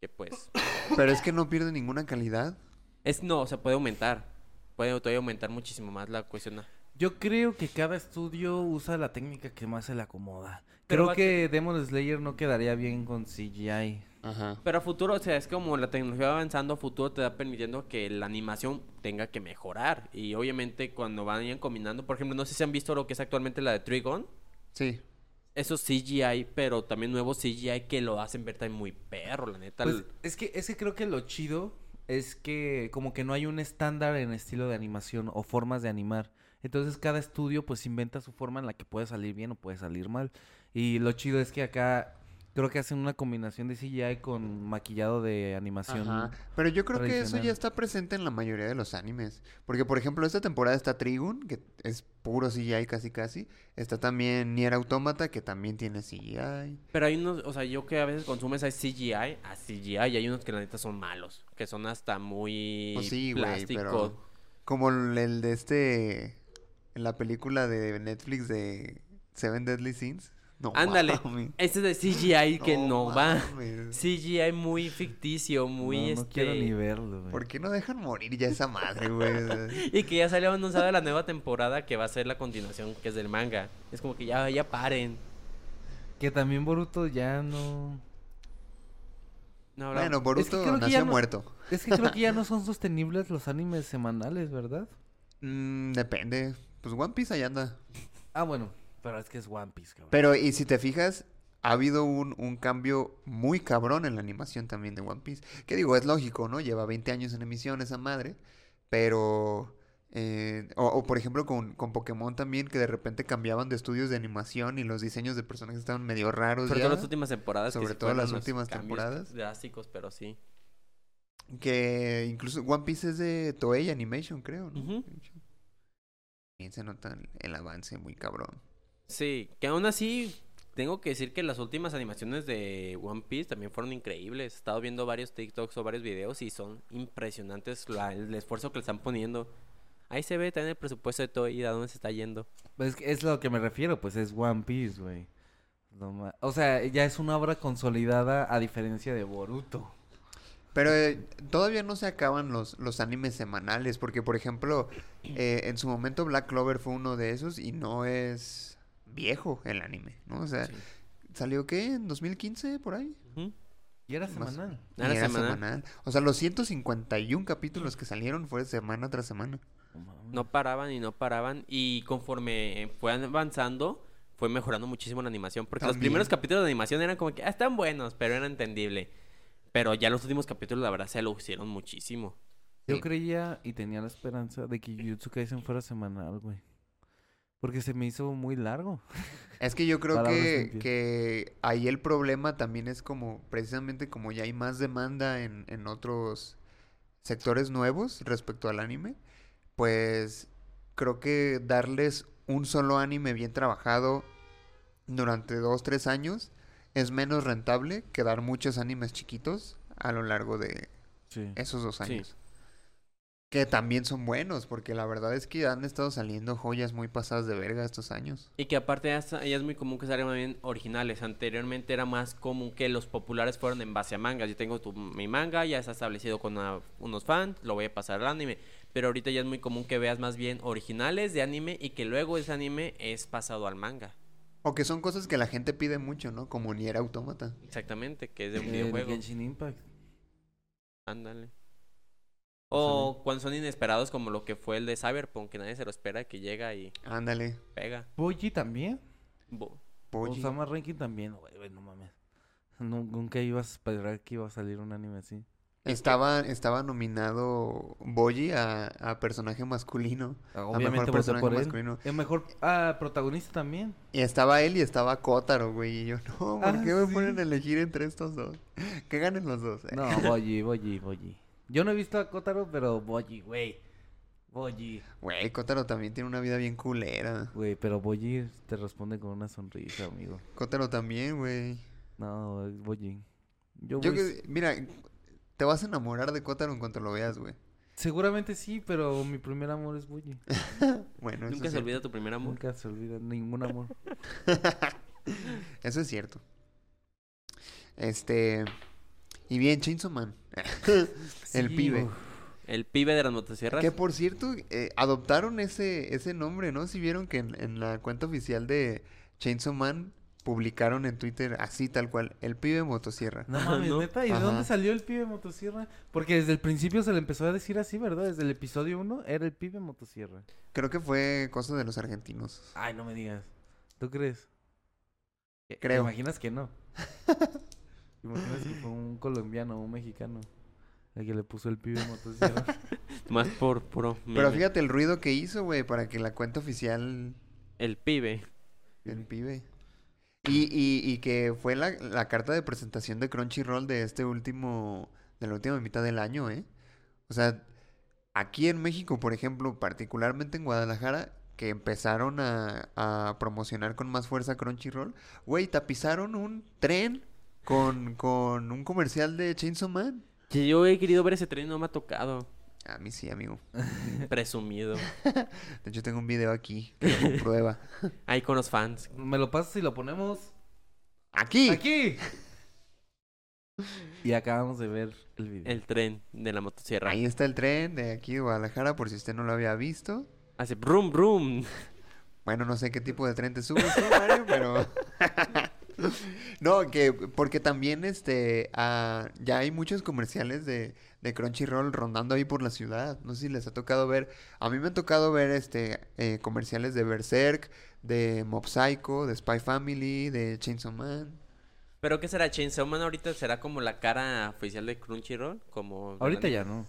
[SPEAKER 4] Que pues.
[SPEAKER 3] Pero es que no pierde ninguna calidad.
[SPEAKER 4] Es no, o sea, puede aumentar. Puede todavía aumentar muchísimo más la cuestión.
[SPEAKER 2] Yo creo que cada estudio usa la técnica que más se le acomoda.
[SPEAKER 4] Pero
[SPEAKER 2] Creo
[SPEAKER 4] va a
[SPEAKER 2] que Demon Slayer no quedaría bien con CGI.
[SPEAKER 3] Ajá.
[SPEAKER 4] Pero a futuro, o sea, es como la tecnología va avanzando, a futuro te va permitiendo que la animación tenga que mejorar. Y obviamente cuando vayan combinando, por ejemplo, no sé si han visto lo que es actualmente la de Trigon.
[SPEAKER 3] Sí.
[SPEAKER 4] Eso es CGI, pero también nuevos CGI que lo hacen ver también muy perro, la neta.
[SPEAKER 2] Pues, es que es que creo que lo chido es que como que no hay un estándar en estilo de animación o formas de animar. Entonces cada estudio pues inventa su forma en la que puede salir bien o puede salir mal. Y lo chido es que acá creo que hacen una combinación de CGI con maquillado de animación.
[SPEAKER 3] Ajá. Pero yo creo que eso
[SPEAKER 2] tradicional.
[SPEAKER 3] ya está presente en la mayoría de los animes. Porque, por ejemplo, esta temporada está Trigun, que es puro CGI casi casi. Está también Nier Automata, que también tiene CGI.
[SPEAKER 4] Pero hay unos, o sea, yo que a veces consumo esa CGI a CGI y hay unos que la neta son malos, que son hasta muy
[SPEAKER 3] Pues sí, güey,
[SPEAKER 4] plásticos.
[SPEAKER 3] pero... Como el el de este... En la película de Netflix de Seven Deadly Sins. No
[SPEAKER 4] Ándale,
[SPEAKER 3] mames.
[SPEAKER 4] este es de CGI que no, va.
[SPEAKER 3] mames.
[SPEAKER 4] CGI muy ficticio, muy
[SPEAKER 2] no,
[SPEAKER 4] este.
[SPEAKER 2] no quiero ni verlo. güey.
[SPEAKER 3] ¿Por qué no dejan morir ya esa madre, güey?
[SPEAKER 4] Y que ya salió anunciada la nueva temporada que va a ser la continuación, que es del manga. Es como que ya, ya paren.
[SPEAKER 2] Que también Boruto ya no...
[SPEAKER 4] No, habrá-
[SPEAKER 3] bueno,
[SPEAKER 2] Es
[SPEAKER 3] Boruto
[SPEAKER 2] que creo que ya
[SPEAKER 3] nació
[SPEAKER 2] no-
[SPEAKER 3] muerto.
[SPEAKER 2] Es que creo que ya no son sostenibles los animes semanales, ¿verdad?
[SPEAKER 3] Mm, depende. Pues One Piece ahí anda.
[SPEAKER 2] Ah, bueno, pero es que es One Piece, cabrón.
[SPEAKER 3] Pero, y si te fijas, ha habido un, un cambio muy cabrón en la animación también de One Piece. Que digo, es lógico, ¿no? Lleva 20 años en emisión esa madre. Pero. eh, o, o, por ejemplo con, con Pokémon también, que de repente cambiaban de estudios de animación y los diseños de personajes estaban medio raros.
[SPEAKER 4] sobre
[SPEAKER 3] pues ya,
[SPEAKER 4] todo las últimas temporadas. que
[SPEAKER 3] Sobre
[SPEAKER 4] sí
[SPEAKER 3] todo
[SPEAKER 4] fueron
[SPEAKER 3] las
[SPEAKER 4] unos
[SPEAKER 3] últimas
[SPEAKER 4] cambios
[SPEAKER 3] temporadas.
[SPEAKER 4] Drásticos, pero sí.
[SPEAKER 3] Que incluso One Piece es de Toei Animation, creo, ¿no?
[SPEAKER 4] Ujú.
[SPEAKER 3] También se nota el- el avance muy cabrón.
[SPEAKER 4] Sí, que aún así tengo que decir que las últimas animaciones de One Piece también fueron increíbles. He estado viendo varios TikToks o varios videos y son impresionantes la- el esfuerzo que le están poniendo. Ahí se ve también el presupuesto de Toei a dónde se está yendo.
[SPEAKER 2] Pues es que es lo que me refiero, pues es One Piece, güey. No ma- O sea, ya es una obra consolidada a diferencia de Boruto.
[SPEAKER 3] Pero eh, todavía no se acaban los, los animes semanales, porque por ejemplo, eh, en su momento Black Clover fue uno de esos y no es viejo el anime, ¿no? O sea,
[SPEAKER 4] Sí.
[SPEAKER 3] ¿salió qué? ¿En 2015 por ahí?
[SPEAKER 4] Ujú.
[SPEAKER 2] Y era
[SPEAKER 3] Más-
[SPEAKER 2] semanal.
[SPEAKER 3] Y
[SPEAKER 4] Era
[SPEAKER 3] era
[SPEAKER 4] semanal.
[SPEAKER 3] semanal. O sea, los 151 capítulos que salieron fue semana tras semana.
[SPEAKER 2] No mames.
[SPEAKER 4] No paraban y no paraban. Y conforme fue avanzando, fue mejorando muchísimo la animación. Porque los
[SPEAKER 3] También.
[SPEAKER 4] primeros capítulos de animación eran como que ah, están buenos, pero era entendible. Pero ya los últimos capítulos, la verdad, se lucieron muchísimo.
[SPEAKER 2] Yo
[SPEAKER 3] Sí.
[SPEAKER 2] creía y tenía la esperanza de que Jujutsu Kaisen fuera semanal, güey. Porque se me hizo muy largo.
[SPEAKER 3] Es que yo creo
[SPEAKER 2] Palabras
[SPEAKER 3] que,
[SPEAKER 2] limpias.
[SPEAKER 3] que ahí el problema también es como, precisamente como ya hay más demanda en, en otros sectores nuevos respecto al anime, pues creo que darles un solo anime bien trabajado durante dos, tres años es menos rentable que dar muchos animes chiquitos a lo largo de
[SPEAKER 2] Sí.
[SPEAKER 3] esos dos
[SPEAKER 4] Sí.
[SPEAKER 3] años. Que también son buenos, porque la verdad es que han estado saliendo joyas muy pasadas de verga estos años.
[SPEAKER 4] Y que aparte ya, está- ya es muy común que salgan bien originales. Anteriormente era más común que los populares fueran en base a mangas. Yo tengo tu- mi manga, ya está establecido con una- unos fans, lo voy a pasar al anime. Pero ahorita ya es muy común que veas más bien originales de anime y que luego ese anime es pasado al manga.
[SPEAKER 3] O que son cosas que la gente pide mucho, ¿no? Como Nier Automata.
[SPEAKER 4] Exactamente, que es de un
[SPEAKER 2] El
[SPEAKER 4] videojuego.
[SPEAKER 2] Genshin Impact.
[SPEAKER 4] Ándale.
[SPEAKER 3] Pues
[SPEAKER 4] O cuando son inesperados como lo que fue el de Cyberpunk, que nadie se lo espera, que llega y
[SPEAKER 3] Ándale.
[SPEAKER 4] pega.
[SPEAKER 2] Boji también.
[SPEAKER 4] Bo-
[SPEAKER 3] Boji.
[SPEAKER 2] Osama Ranking también, güey, güey, no mames. Nu- Nunca ibas a esperar que iba a salir un anime así.
[SPEAKER 3] Estaba, estaba nominado Boji a, a personaje masculino.
[SPEAKER 2] Obviamente voté
[SPEAKER 3] personaje
[SPEAKER 2] por él.
[SPEAKER 3] masculino.
[SPEAKER 2] El mejor ah, protagonista también.
[SPEAKER 3] Y estaba él y estaba Kotaro, güey. Y yo, no, ¿por
[SPEAKER 2] Ah,
[SPEAKER 3] qué me
[SPEAKER 2] sí.
[SPEAKER 3] ponen a elegir entre estos dos? Que ganen los dos. eh.
[SPEAKER 2] No, Boji, Boji, Boji. Yo no he visto a Kotaro, pero Boji, güey. Boyi.
[SPEAKER 3] Güey, Kotaro también tiene una vida bien culera.
[SPEAKER 2] Güey, pero Boyi te responde con una sonrisa, amigo.
[SPEAKER 3] Kotaro también, güey.
[SPEAKER 2] No, es Boyi. Yo,
[SPEAKER 3] Yo
[SPEAKER 2] voy-
[SPEAKER 3] que, mira, te vas a enamorar de Kotaro en cuanto lo veas, güey.
[SPEAKER 2] Seguramente sí, pero mi primer amor es Boyi.
[SPEAKER 3] Bueno, eso,
[SPEAKER 4] Nunca
[SPEAKER 3] es
[SPEAKER 4] se
[SPEAKER 3] cierto.
[SPEAKER 4] olvida tu primer amor.
[SPEAKER 2] Nunca se olvida ningún amor.
[SPEAKER 3] eso es cierto. Este. Y bien, Chainsaw Man. El
[SPEAKER 2] Sí,
[SPEAKER 3] pibe.
[SPEAKER 2] uf.
[SPEAKER 4] El pibe de las motosierras.
[SPEAKER 3] Que por cierto, eh, adoptaron ese, ese nombre, ¿no? Si vieron que en, en la cuenta oficial de Chainsaw Man publicaron en Twitter así tal cual, el pibe motosierra.
[SPEAKER 2] No
[SPEAKER 4] Ajá,
[SPEAKER 2] mames,
[SPEAKER 4] ¿no?
[SPEAKER 2] neta, ¿y de
[SPEAKER 3] Ajá.
[SPEAKER 2] dónde salió el pibe motosierra? Porque desde el principio se le empezó a decir así, ¿verdad? Desde el episodio 1 era el pibe motosierra.
[SPEAKER 3] Creo que fue cosa de los argentinos.
[SPEAKER 2] Ay, no me digas. ¿Tú crees? Eh, ¿te
[SPEAKER 3] Creo.
[SPEAKER 2] imaginas que no? ¿Te imaginas que fue un colombiano o un mexicano el que le puso el pibe motosierra?
[SPEAKER 4] Más por puro.
[SPEAKER 3] Pero
[SPEAKER 4] meme.
[SPEAKER 3] fíjate el ruido que hizo, güey, para que la cuenta oficial
[SPEAKER 4] El pibe.
[SPEAKER 3] El pibe. Y, y, y que fue la, la carta de presentación de Crunchyroll de este último, de la última mitad del año, ¿eh? O sea, aquí en México, por ejemplo, particularmente en Guadalajara, que empezaron a, a promocionar con más fuerza Crunchyroll, güey, tapizaron un tren con, con un comercial de Chainsaw Man.
[SPEAKER 4] Que yo he querido ver ese tren y no me ha tocado.
[SPEAKER 3] A mí sí, amigo.
[SPEAKER 4] Presumido.
[SPEAKER 3] De hecho, tengo un video aquí que lo comprueba.
[SPEAKER 4] Ahí con los fans.
[SPEAKER 2] ¿Me lo pasas y lo ponemos
[SPEAKER 3] ¡Aquí!
[SPEAKER 2] aquí? Y acabamos de ver el video.
[SPEAKER 4] El tren de la motosierra.
[SPEAKER 3] Ahí está el tren de aquí de Guadalajara, por si usted no lo había visto.
[SPEAKER 4] Hace brum brum.
[SPEAKER 3] Bueno, no sé qué tipo de tren te subes tú, Mario, pero... no, que porque también este ah, ya hay muchos comerciales de, de Crunchyroll rondando ahí por la ciudad. No sé si les ha tocado ver. A mí me ha tocado ver este eh, comerciales de Berserk, de Mob Psycho, de Spy Family, de Chainsaw Man.
[SPEAKER 4] Pero ¿qué será? Chainsaw Man ahorita será como la cara oficial de Crunchyroll. Como
[SPEAKER 2] Ahorita ya no.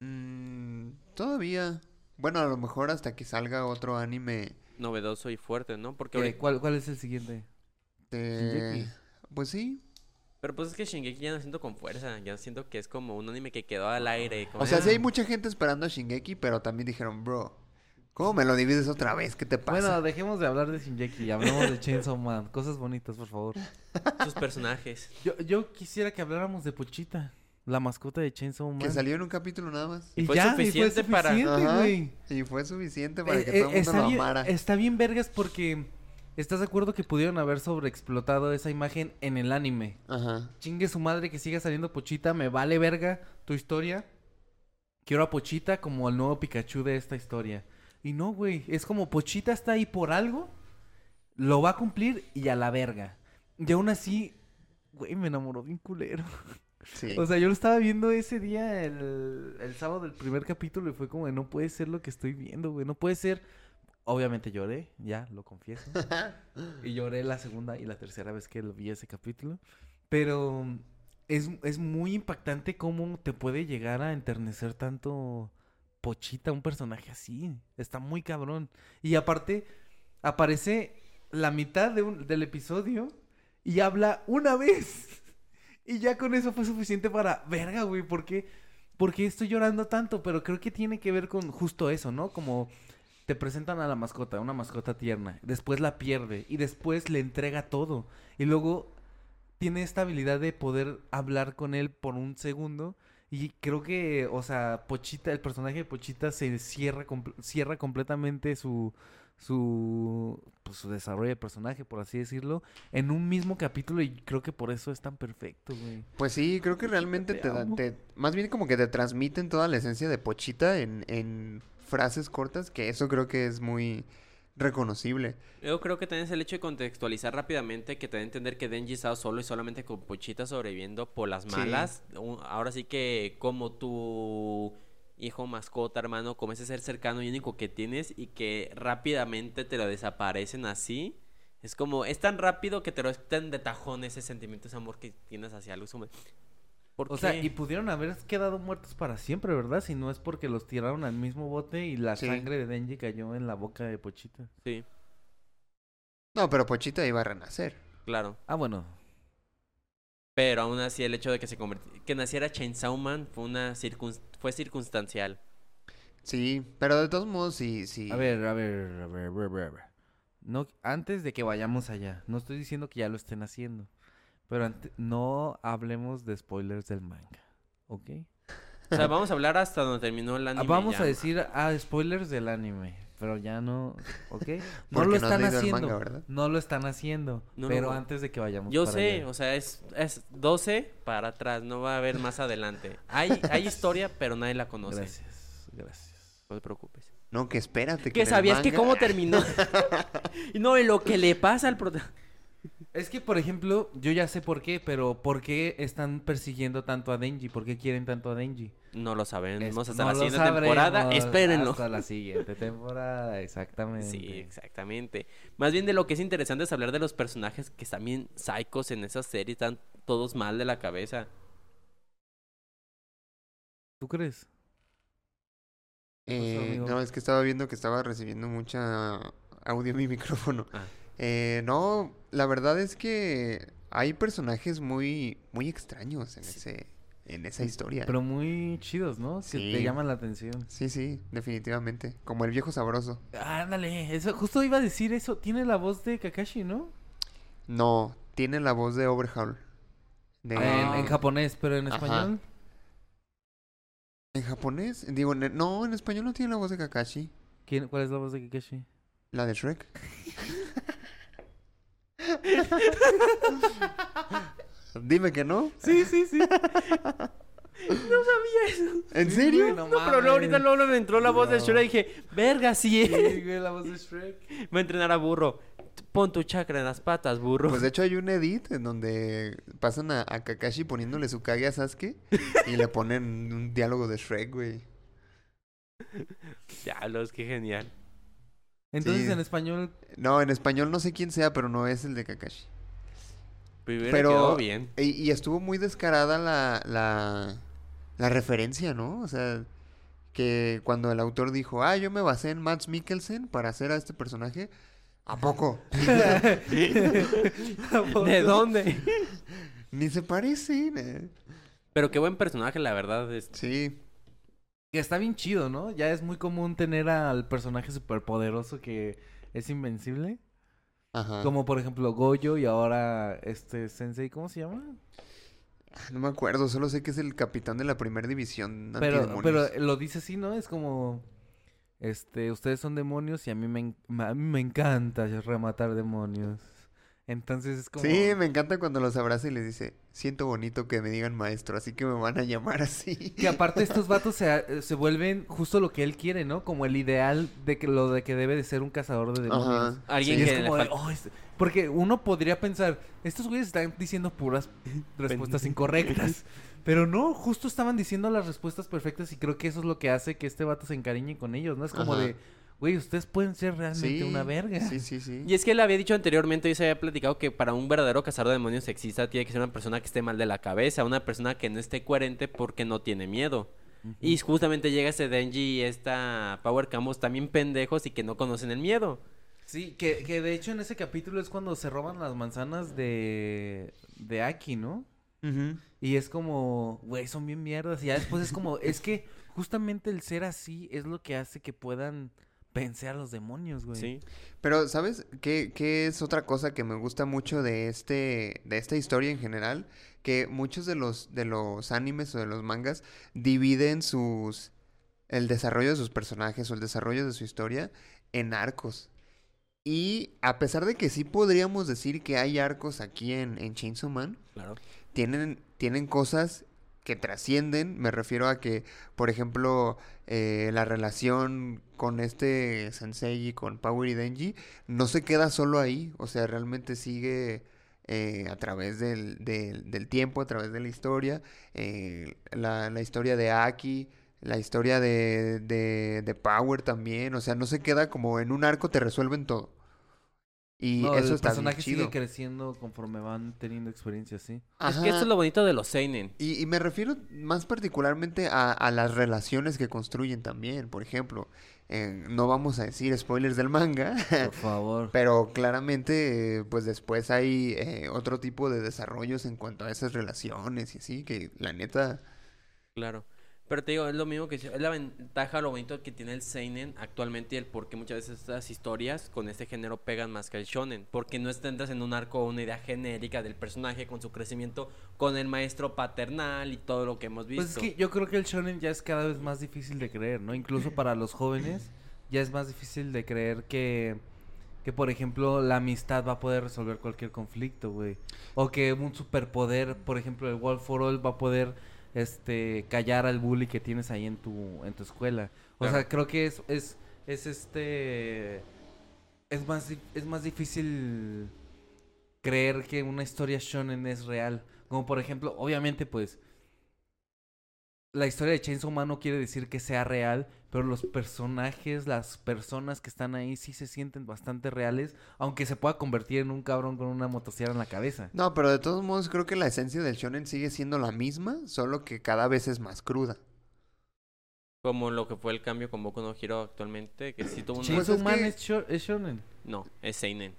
[SPEAKER 3] Mm, todavía. Bueno, a lo mejor hasta que salga otro anime
[SPEAKER 4] Novedoso y fuerte, ¿no? Porque
[SPEAKER 2] Eh,
[SPEAKER 4] ahorita-
[SPEAKER 2] ¿Cuál, ¿Cuál es el siguiente?
[SPEAKER 3] de...
[SPEAKER 2] Shingeki.
[SPEAKER 3] Pues sí.
[SPEAKER 4] Pero pues es que Shingeki ya no siento con fuerza. Ya siento que es como un anime que quedó al aire. como
[SPEAKER 3] O sea,
[SPEAKER 4] de,
[SPEAKER 3] sí hay
[SPEAKER 4] "Ah".
[SPEAKER 3] mucha gente esperando a Shingeki, pero también dijeron, bro, ¿cómo me lo divides otra vez? ¿Qué te pasa?
[SPEAKER 2] Bueno, dejemos de hablar de Shinjeki y hablemos de Chainsaw Man. Cosas bonitas, por favor.
[SPEAKER 4] sus personajes.
[SPEAKER 2] Yo, yo quisiera que habláramos de Pochita, la mascota de Chainsaw Man.
[SPEAKER 3] que salió en un capítulo nada más.
[SPEAKER 2] Y
[SPEAKER 4] Fue
[SPEAKER 2] ya, y
[SPEAKER 4] suficiente
[SPEAKER 2] fue
[SPEAKER 4] para-
[SPEAKER 2] suficiente,
[SPEAKER 3] Ajá,
[SPEAKER 2] güey.
[SPEAKER 3] Y fue suficiente para que
[SPEAKER 2] Eh, eh,
[SPEAKER 3] todo el mundo
[SPEAKER 2] está,
[SPEAKER 3] lo
[SPEAKER 2] bien,
[SPEAKER 3] amara.
[SPEAKER 2] está bien vergas porque estás de acuerdo que pudieron haber sobreexplotado esa imagen en el anime.
[SPEAKER 3] Ajá.
[SPEAKER 2] Chingue su madre que siga saliendo Pochita, me vale verga tu historia. Quiero a Pochita como el nuevo Pikachu de esta historia. Y no, güey, es como Pochita está ahí por algo, lo va a cumplir y a la verga. Y aún así, güey, me enamoró bien culero.
[SPEAKER 3] Sí.
[SPEAKER 2] O sea, yo lo estaba viendo ese día, el, el sábado del primer capítulo, y fue como, de, no puede ser lo que estoy viendo, güey, no puede ser. Obviamente lloré, ya, lo confieso. y lloré la segunda y la tercera vez que lo vi ese capítulo. Pero mm, es, es muy impactante cómo te puede llegar a enternecer tanto Pochita, un personaje así. Está muy cabrón. Y aparte, aparece la mitad de un- del episodio y habla una vez. Y ya con eso fue suficiente para, verga, güey, ¿por qué, por qué estoy llorando tanto? Pero creo que tiene que ver con justo eso, ¿no? Como te presentan a la mascota, una mascota tierna, después la pierde y después le entrega todo. Y luego tiene esta habilidad de poder hablar con él por un segundo. Y creo que, o sea, Pochita, el personaje de Pochita se cierra, comple- cierra completamente su, su, pues, su desarrollo de personaje, por así decirlo, en un mismo capítulo y creo que por eso es tan perfecto, güey.
[SPEAKER 3] Pues sí, creo que realmente
[SPEAKER 2] te
[SPEAKER 3] te, da-
[SPEAKER 2] amo.
[SPEAKER 3] te- Más bien como que te transmiten toda la esencia de Pochita en, en frases cortas, que eso creo que es muy reconocible.
[SPEAKER 4] Yo creo que también es el hecho de contextualizar rápidamente que te da a entender que Denji estaba solo y solamente con Pochita sobreviviendo por las
[SPEAKER 3] Sí.
[SPEAKER 4] malas. Un- Ahora sí que como tu hijo, mascota, hermano, como ese ser cercano y único que tienes y que rápidamente te lo desaparecen así. Es como, es tan rápido que te lo quitan de tajón ese sentimiento, ese amor que tienes hacia algo.
[SPEAKER 2] O sea, y pudieron haber quedado muertos para siempre, ¿verdad? Si no es porque los tiraron al mismo bote y la
[SPEAKER 3] Sí.
[SPEAKER 2] sangre de Denji cayó en la boca de Pochita.
[SPEAKER 4] Sí,
[SPEAKER 3] No, pero Pochita iba a renacer.
[SPEAKER 4] claro.
[SPEAKER 2] Ah, bueno.
[SPEAKER 4] Pero aún así el hecho de que se converti- que naciera Chainsaw Man fue una circun- fue circunstancial.
[SPEAKER 3] Sí, pero de todos modos, sí, sí.
[SPEAKER 2] A ver, a ver, a ver, a ver, a ver, a ver. No, antes de que vayamos allá, no estoy diciendo que ya lo estén haciendo, pero ante- no hablemos de spoilers del manga, ¿ok?
[SPEAKER 4] O sea, vamos a hablar hasta donde terminó el
[SPEAKER 2] Ah,
[SPEAKER 4] anime.
[SPEAKER 2] Vamos
[SPEAKER 4] ya.
[SPEAKER 2] a decir, ah, spoilers del anime, pero ya no, ¿ok? No
[SPEAKER 3] Porque
[SPEAKER 2] lo
[SPEAKER 3] no has
[SPEAKER 2] están
[SPEAKER 3] leído el
[SPEAKER 2] haciendo,
[SPEAKER 3] manga, ¿verdad?
[SPEAKER 2] no lo están haciendo,
[SPEAKER 4] No, no,
[SPEAKER 2] pero
[SPEAKER 4] no.
[SPEAKER 2] antes de que vayamos
[SPEAKER 4] Yo
[SPEAKER 2] para
[SPEAKER 4] sé,
[SPEAKER 2] allá.
[SPEAKER 4] o sea, es, es 12 para atrás, no va a haber más adelante. Hay, hay historia, pero nadie la conoce.
[SPEAKER 2] Gracias, gracias.
[SPEAKER 4] No te preocupes.
[SPEAKER 3] No, que espérate.
[SPEAKER 4] Que
[SPEAKER 3] en el
[SPEAKER 4] sabías que
[SPEAKER 3] manga-
[SPEAKER 4] cómo terminó. Y no, y lo que le pasa al prota-
[SPEAKER 2] Es que, por ejemplo, yo ya sé por qué, pero ¿por qué están persiguiendo tanto a Denji? ¿Por qué quieren tanto a Denji?
[SPEAKER 4] No lo sabemos
[SPEAKER 2] Es-
[SPEAKER 4] hasta
[SPEAKER 2] no
[SPEAKER 4] la
[SPEAKER 2] lo
[SPEAKER 4] siguiente temporada.
[SPEAKER 2] sabremos
[SPEAKER 4] Espérenlo.
[SPEAKER 2] Hasta la siguiente temporada, exactamente.
[SPEAKER 4] Sí, exactamente. Más bien de lo que es interesante es hablar de los personajes que están bien psicos en esa serie, están todos mal de la cabeza.
[SPEAKER 2] ¿Tú crees?
[SPEAKER 3] Eh,
[SPEAKER 2] amigo?
[SPEAKER 3] no, es que estaba viendo que estaba recibiendo mucha audio en mi micrófono.
[SPEAKER 4] Ah.
[SPEAKER 3] Eh, no, la verdad es que hay personajes muy, muy extraños en,
[SPEAKER 4] Sí.
[SPEAKER 3] ese, en esa historia.
[SPEAKER 2] Mm, Pero muy chidos, ¿no? Que te
[SPEAKER 3] Sí.
[SPEAKER 2] llaman la atención.
[SPEAKER 3] Sí, sí, definitivamente. Como el viejo sabroso.
[SPEAKER 2] Ándale, eso, justo iba a decir eso. Tiene la voz de Kakashi, ¿no?
[SPEAKER 3] No, tiene la voz de Overhaul. De-
[SPEAKER 2] En,
[SPEAKER 4] Ah.
[SPEAKER 2] en japonés, pero en
[SPEAKER 3] Ajá.
[SPEAKER 2] español.
[SPEAKER 3] ¿En japonés? Digo, ne- no, en español no tiene la voz de Kakashi.
[SPEAKER 2] ¿Quién, ¿Cuál es la voz de Kakashi?
[SPEAKER 3] La de Shrek. Dime que no.
[SPEAKER 2] Sí, sí, sí.
[SPEAKER 3] ¿En
[SPEAKER 2] Sí,
[SPEAKER 3] serio?
[SPEAKER 2] güey, no
[SPEAKER 4] No, pero luego ahorita
[SPEAKER 2] mames.
[SPEAKER 4] luego me entró la voz de
[SPEAKER 2] No.
[SPEAKER 4] Shura y dije, verga, sí,
[SPEAKER 2] Sí,
[SPEAKER 4] eh".
[SPEAKER 2] güey, la voz de Shrek.
[SPEAKER 4] Va a entrenar a burro. Pon tu chakra en las patas, burro.
[SPEAKER 3] Pues de hecho hay un edit en donde pasan a, a Kakashi poniéndole su cague a Sasuke y le ponen un diálogo de Shrek, güey.
[SPEAKER 4] Diablos, qué genial.
[SPEAKER 2] Entonces,
[SPEAKER 3] Sí.
[SPEAKER 2] en español,
[SPEAKER 3] No, en español no sé quién sea, pero no es el de Kakashi.
[SPEAKER 4] Primero
[SPEAKER 3] Pero-
[SPEAKER 4] quedó bien.
[SPEAKER 3] Y, y estuvo muy descarada la, la, la referencia, ¿no? O sea, que cuando el autor dijo, ah, yo me basé en Max Mikkelsen para hacer a este personaje, ¿a poco?
[SPEAKER 4] ¿De dónde?
[SPEAKER 3] Ni se parecen. eh.
[SPEAKER 4] Pero qué buen personaje, la verdad. este, es-
[SPEAKER 3] Sí,
[SPEAKER 2] que está bien chido, ¿no? Ya es muy común tener al personaje superpoderoso que es invencible.
[SPEAKER 3] ajá.
[SPEAKER 2] Como por ejemplo Goyo y ahora este Sensei, ¿cómo se llama?
[SPEAKER 3] Ah, No me acuerdo, solo sé que es el capitán de la primera división
[SPEAKER 2] Pero,
[SPEAKER 3] antidemonios.
[SPEAKER 2] pero lo dice así, ¿no? Es como, este, ustedes son demonios y a mí me, en- ma- a mí me encanta rematar demonios. Entonces es como...
[SPEAKER 3] Sí, me encanta cuando los abraza y les dice, siento bonito que me digan maestro, así que me van a llamar así.
[SPEAKER 2] Que aparte estos vatos se, ha- se vuelven justo lo que él quiere, ¿no? Como el ideal de que lo de que debe de ser un cazador de demonios.
[SPEAKER 3] Ajá.
[SPEAKER 4] Alguien
[SPEAKER 2] Y es
[SPEAKER 3] Sí,
[SPEAKER 4] que le
[SPEAKER 2] como de,
[SPEAKER 4] falta-
[SPEAKER 2] "Oh, este-". Porque uno podría pensar, estos güeyes están diciendo puras respuestas incorrectas. Pero no, justo estaban diciendo las respuestas perfectas y creo que eso es lo que hace que este vato se encariñe con ellos, ¿no? Es como
[SPEAKER 3] Ajá.
[SPEAKER 2] de, güey, ustedes pueden ser realmente
[SPEAKER 3] Sí,
[SPEAKER 2] una verga.
[SPEAKER 3] Sí, sí, sí.
[SPEAKER 4] Y es que él había dicho anteriormente, yo se había platicado que para un verdadero cazador de demonios sexista tiene que ser una persona que esté mal de la cabeza, una persona que no esté coherente porque no tiene miedo. Y justamente llega ese Denji y esta Power Campos también pendejos y que no conocen el miedo.
[SPEAKER 2] Sí, que, que de hecho en ese capítulo es cuando se roban las manzanas de, de Aki, ¿no?
[SPEAKER 3] Ujú.
[SPEAKER 2] Y es como, güey, son bien mierdas. Y ya después es como, es que justamente el ser así es lo que hace que puedan vencer a los demonios, güey.
[SPEAKER 4] Sí.
[SPEAKER 3] Pero, ¿sabes qué, qué es otra cosa que me gusta mucho de este, de esta historia en general? Que muchos de los, de los animes o de los mangas dividen sus, el desarrollo de sus personajes o el desarrollo de su historia en arcos. Y a pesar de que sí podríamos decir que hay arcos aquí en, en Chainsaw Man,
[SPEAKER 4] Claro.
[SPEAKER 3] tienen, tienen cosas que trascienden. Me refiero a que, por ejemplo, eh, la relación con este sensei y con Power y Denji no se queda solo ahí. O sea, realmente sigue eh, a través del, del- del tiempo, a través de la historia. eh, la, la historia de Aki. La historia de, de, de Power también, o sea, no se queda como en un arco te resuelven todo. Y
[SPEAKER 2] No,
[SPEAKER 3] eso
[SPEAKER 2] el
[SPEAKER 3] está bien
[SPEAKER 2] personaje
[SPEAKER 3] chido.
[SPEAKER 2] sigue creciendo conforme van teniendo experiencia, sí.
[SPEAKER 4] Es que esto
[SPEAKER 3] Ajá.
[SPEAKER 4] es lo bonito de los Seinen.
[SPEAKER 3] Y, y me refiero más particularmente a, a las relaciones que construyen también. Por ejemplo, eh, no vamos a decir spoilers del manga,
[SPEAKER 2] Por favor.
[SPEAKER 3] pero claramente, eh, pues después hay eh, otro tipo de desarrollos en cuanto a esas relaciones y así, que la neta.
[SPEAKER 4] Claro. Pero te digo, es lo mismo que... Es la ventaja, lo bonito que tiene el Seinen actualmente y el por qué muchas veces estas historias con este género pegan más que el Shonen. Porque no entras en un arco o una idea genérica del personaje con su crecimiento, con el maestro paternal y todo lo que hemos visto.
[SPEAKER 2] Pues es que yo creo que el shonen ya es cada vez más difícil de creer, ¿no? Incluso para los jóvenes ya es más difícil de creer que, que por ejemplo, la amistad va a poder resolver cualquier conflicto, güey. O que un superpoder, por ejemplo, el Wolf for All va a poder este callar al bully que tienes ahí en tu en tu escuela. O
[SPEAKER 4] Claro.
[SPEAKER 2] sea, creo que es es es este es más di- es más difícil creer que una historia shonen es real. Como por ejemplo, obviamente pues la historia de Chainsaw Man no quiere decir que sea real, pero los personajes, las personas que están ahí sí se sienten bastante reales, aunque se pueda convertir en un cabrón con una motosierra en la cabeza.
[SPEAKER 3] No, pero de todos modos creo que la esencia del shonen sigue siendo la misma, solo que cada vez es más cruda.
[SPEAKER 4] Como lo que fue el cambio con Boku no Hero actualmente, que sí tuvo una...
[SPEAKER 3] Pues
[SPEAKER 2] Chainsaw
[SPEAKER 3] es
[SPEAKER 2] Man
[SPEAKER 3] que-
[SPEAKER 2] es sho- es shonen.
[SPEAKER 4] No, es Seinen.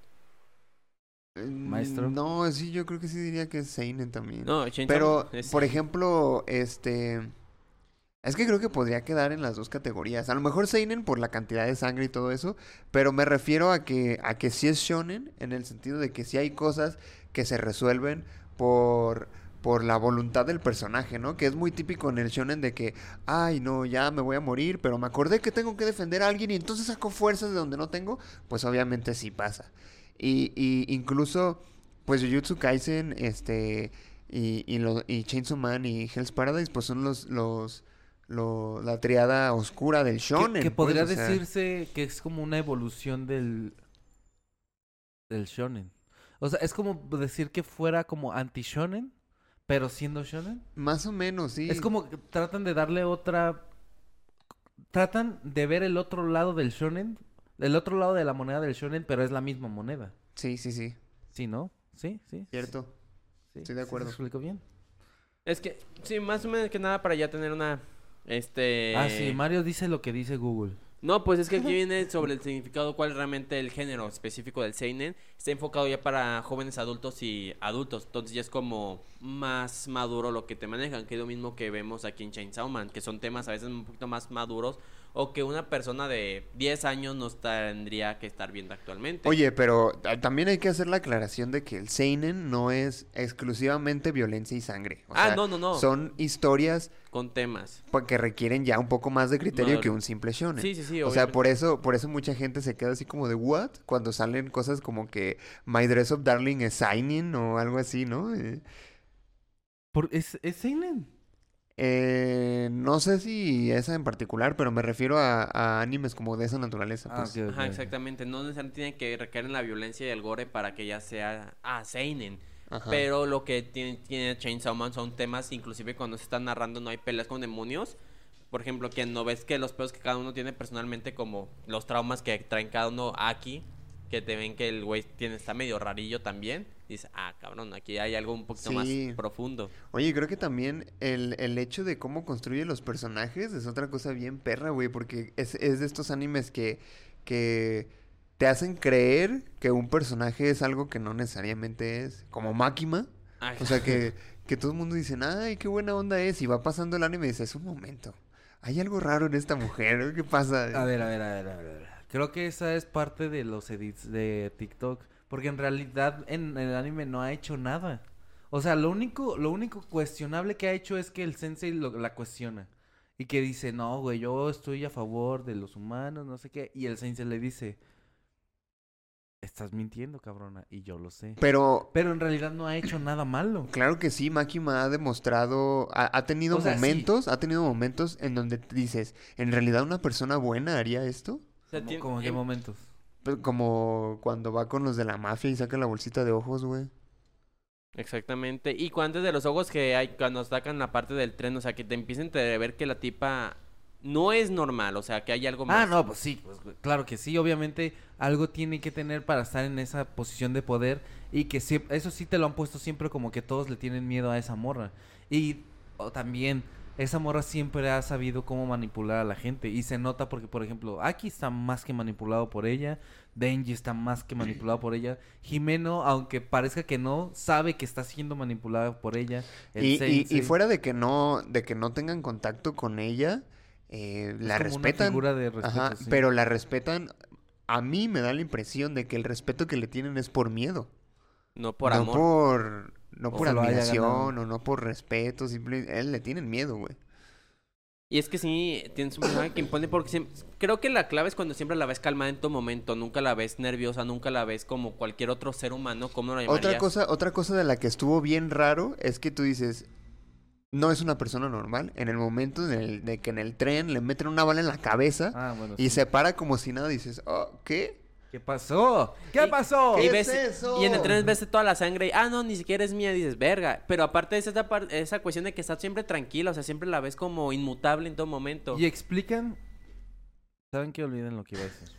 [SPEAKER 3] Eh,
[SPEAKER 2] Maestro.
[SPEAKER 3] No, sí, yo creo que sí diría que es seinen también.
[SPEAKER 4] No, Chainsaw
[SPEAKER 3] pero,
[SPEAKER 4] Man es
[SPEAKER 3] por
[SPEAKER 4] seinen.
[SPEAKER 3] ejemplo, este... Es que creo que podría quedar en las dos categorías. A lo mejor seinen por la cantidad de sangre y todo eso, pero me refiero a que, a que sí es shonen en el sentido de que sí hay cosas que se resuelven por, por la voluntad del personaje, ¿no? Que es muy típico en el shonen de que, ay, no, ya me voy a morir, pero me acordé que tengo que defender a alguien y entonces saco fuerzas de donde no tengo, pues obviamente sí pasa. Y, y incluso, pues Jujutsu Kaisen, este, y, y, lo- y Chainsaw Man y Hell's Paradise, pues son los, los, lo- la triada oscura del
[SPEAKER 2] Que-
[SPEAKER 3] shonen.
[SPEAKER 2] Que,
[SPEAKER 3] pues,
[SPEAKER 2] podría
[SPEAKER 3] o sea,
[SPEAKER 2] decirse que es como una evolución del del shonen. O sea, es como decir que fuera como anti shonen, pero siendo shonen.
[SPEAKER 3] Más o menos, sí.
[SPEAKER 2] Es como que tratan de darle otra tratan de ver el otro lado del shonen, el otro lado de la moneda del shonen, pero es la misma moneda.
[SPEAKER 3] Sí, sí, sí,
[SPEAKER 2] ¿Sí, no? Sí, sí.
[SPEAKER 3] cierto.
[SPEAKER 2] Sí,
[SPEAKER 3] estoy de
[SPEAKER 2] ¿sí te
[SPEAKER 3] acuerdo.
[SPEAKER 2] explico bien?
[SPEAKER 4] Es que, sí, más o menos que nada para ya tener una... Este...
[SPEAKER 2] Ah, sí, Mario dice lo que dice Google.
[SPEAKER 4] No, pues es que aquí viene sobre el significado, cuál realmente el género específico del Seinen. Está enfocado ya para jóvenes adultos y adultos. Entonces ya es como más maduro lo que te manejan, que es lo mismo que vemos aquí en Chainsaw Man, que son temas a veces un poquito más maduros o que una persona de 10 años no tendría que estar viendo actualmente.
[SPEAKER 3] Oye, pero ta- también hay que hacer la aclaración de que el Seinen no es exclusivamente violencia y sangre. O
[SPEAKER 4] ah,
[SPEAKER 3] sea,
[SPEAKER 4] no, no, no.
[SPEAKER 3] Son historias
[SPEAKER 4] Con temas.
[SPEAKER 3] pa- que requieren ya un poco más de criterio
[SPEAKER 4] Madre.
[SPEAKER 3] que un simple shonen.
[SPEAKER 4] Sí, sí, sí.
[SPEAKER 3] o sea,
[SPEAKER 4] obviamente.
[SPEAKER 3] por eso, por eso mucha gente se queda así como de what cuando salen cosas como que My Dress Up Darling is Seinen o algo así, ¿no? Eh,
[SPEAKER 2] Por- es es seinen.
[SPEAKER 3] eh, no sé si esa en particular, pero me refiero a, a animes como de esa naturaleza.
[SPEAKER 2] Ah,
[SPEAKER 3] Pues.
[SPEAKER 2] ok, ok,
[SPEAKER 4] Ajá,
[SPEAKER 2] ok.
[SPEAKER 4] exactamente. No necesariamente tiene que recaer en la violencia y el gore para que ya sea ah, Seinen.
[SPEAKER 3] Ajá.
[SPEAKER 4] Pero lo que tiene, tiene Chainsaw Man son temas, inclusive cuando se están narrando no hay peleas con demonios. Por ejemplo, que no ves que los pedos que cada uno tiene personalmente, como los traumas que traen cada uno aquí, que te ven que el güey tiene, está medio rarillo también. Dices, ah, cabrón, aquí hay algo un poquito
[SPEAKER 3] Sí.
[SPEAKER 4] más profundo.
[SPEAKER 3] Oye, creo que también el, el hecho de cómo construye los personajes es otra cosa bien perra, güey, porque es, es de estos animes que, que te hacen creer que un personaje es algo que no necesariamente es, como Máquima.
[SPEAKER 4] Ah,
[SPEAKER 3] O sea, que, que todo el mundo dice, ay, qué buena onda es, y va pasando el anime y dices, un momento, hay algo raro en esta mujer, ¿qué pasa?
[SPEAKER 2] A ver, a ver, a ver, a ver, a ver. Creo que esa es parte de los edits de TikTok. Porque en realidad en el anime no ha hecho nada. O sea, lo único, lo único cuestionable que ha hecho es que el sensei lo- la cuestiona. Y que dice, no, güey, yo estoy a favor de los humanos, no sé qué. Y el sensei le dice, estás mintiendo, cabrona. Y yo lo sé.
[SPEAKER 3] Pero
[SPEAKER 2] Pero en realidad no ha hecho nada malo.
[SPEAKER 3] Claro que sí, Máquima ha demostrado, ha, ha tenido
[SPEAKER 2] O sea, sí.
[SPEAKER 3] momentos, ha tenido momentos en donde te dices, ¿en realidad una persona buena haría esto?
[SPEAKER 4] O sea,
[SPEAKER 2] Como-
[SPEAKER 4] tiene-
[SPEAKER 2] como en qué
[SPEAKER 4] em-
[SPEAKER 2] momentos.
[SPEAKER 3] Pero pues, Como cuando va con los de la mafia y saca la bolsita de ojos, güey.
[SPEAKER 4] Exactamente. Y cu- antes de los ojos que hay cuando sacan la parte del tren, o sea, que te empiecen a ver que la tipa no es normal, o sea, que hay algo más.
[SPEAKER 2] Ah, no, pues sí, pues, güey, claro que sí, obviamente algo tiene que tener para estar en esa posición de poder y que sie- eso sí te lo han puesto siempre como que todos le tienen miedo a esa morra. Y o también esa morra siempre ha sabido cómo manipular a la gente. Y se nota porque, por ejemplo, Aki está más que manipulado por ella. Denji está más que manipulado por ella. Jimeno, aunque parezca que no, sabe que está siendo manipulada por ella. El
[SPEAKER 3] Y, y- y
[SPEAKER 2] sensei
[SPEAKER 3] fuera de que no, de que no tengan contacto con ella, eh, la
[SPEAKER 2] como una
[SPEAKER 3] respetan.
[SPEAKER 2] figura de respeto,
[SPEAKER 3] Ajá,
[SPEAKER 2] sí.
[SPEAKER 3] Pero la respetan. A mí me da la impresión de que el respeto que le tienen es por miedo.
[SPEAKER 4] No por
[SPEAKER 3] no
[SPEAKER 4] amor.
[SPEAKER 3] por no
[SPEAKER 2] O
[SPEAKER 3] por
[SPEAKER 2] se lo haya
[SPEAKER 3] admiración
[SPEAKER 2] ganado.
[SPEAKER 3] o no por respeto, simple, él le tienen miedo, güey.
[SPEAKER 4] Y es que sí, tienes un personaje que impone porque siem- creo que la clave es cuando siempre la ves calmada en tu momento, nunca la ves nerviosa, nunca la ves como cualquier otro ser humano, ¿cómo lo llamarías?
[SPEAKER 3] Otra cosa, otra cosa de la que estuvo bien raro es que tú dices no es una persona normal en el momento en el- de que en el tren le meten una bala en la cabeza
[SPEAKER 2] Ah, bueno,
[SPEAKER 3] y
[SPEAKER 2] sí.
[SPEAKER 3] se para como si nada, dices, "Oh, ¿qué?"
[SPEAKER 2] ¿Qué pasó? ¿Qué
[SPEAKER 4] Y-
[SPEAKER 2] pasó?
[SPEAKER 4] Y,
[SPEAKER 3] ¿Qué
[SPEAKER 4] ves,
[SPEAKER 3] es eso?
[SPEAKER 4] y en el tren ves toda la sangre y, ah, no, ni siquiera es mía, dices, verga. Pero aparte es esa, par- esa cuestión de que está siempre tranquila, o sea, siempre la ves como inmutable en todo momento.
[SPEAKER 2] Y e explican. ¿Saben que Olviden lo que iba a decir.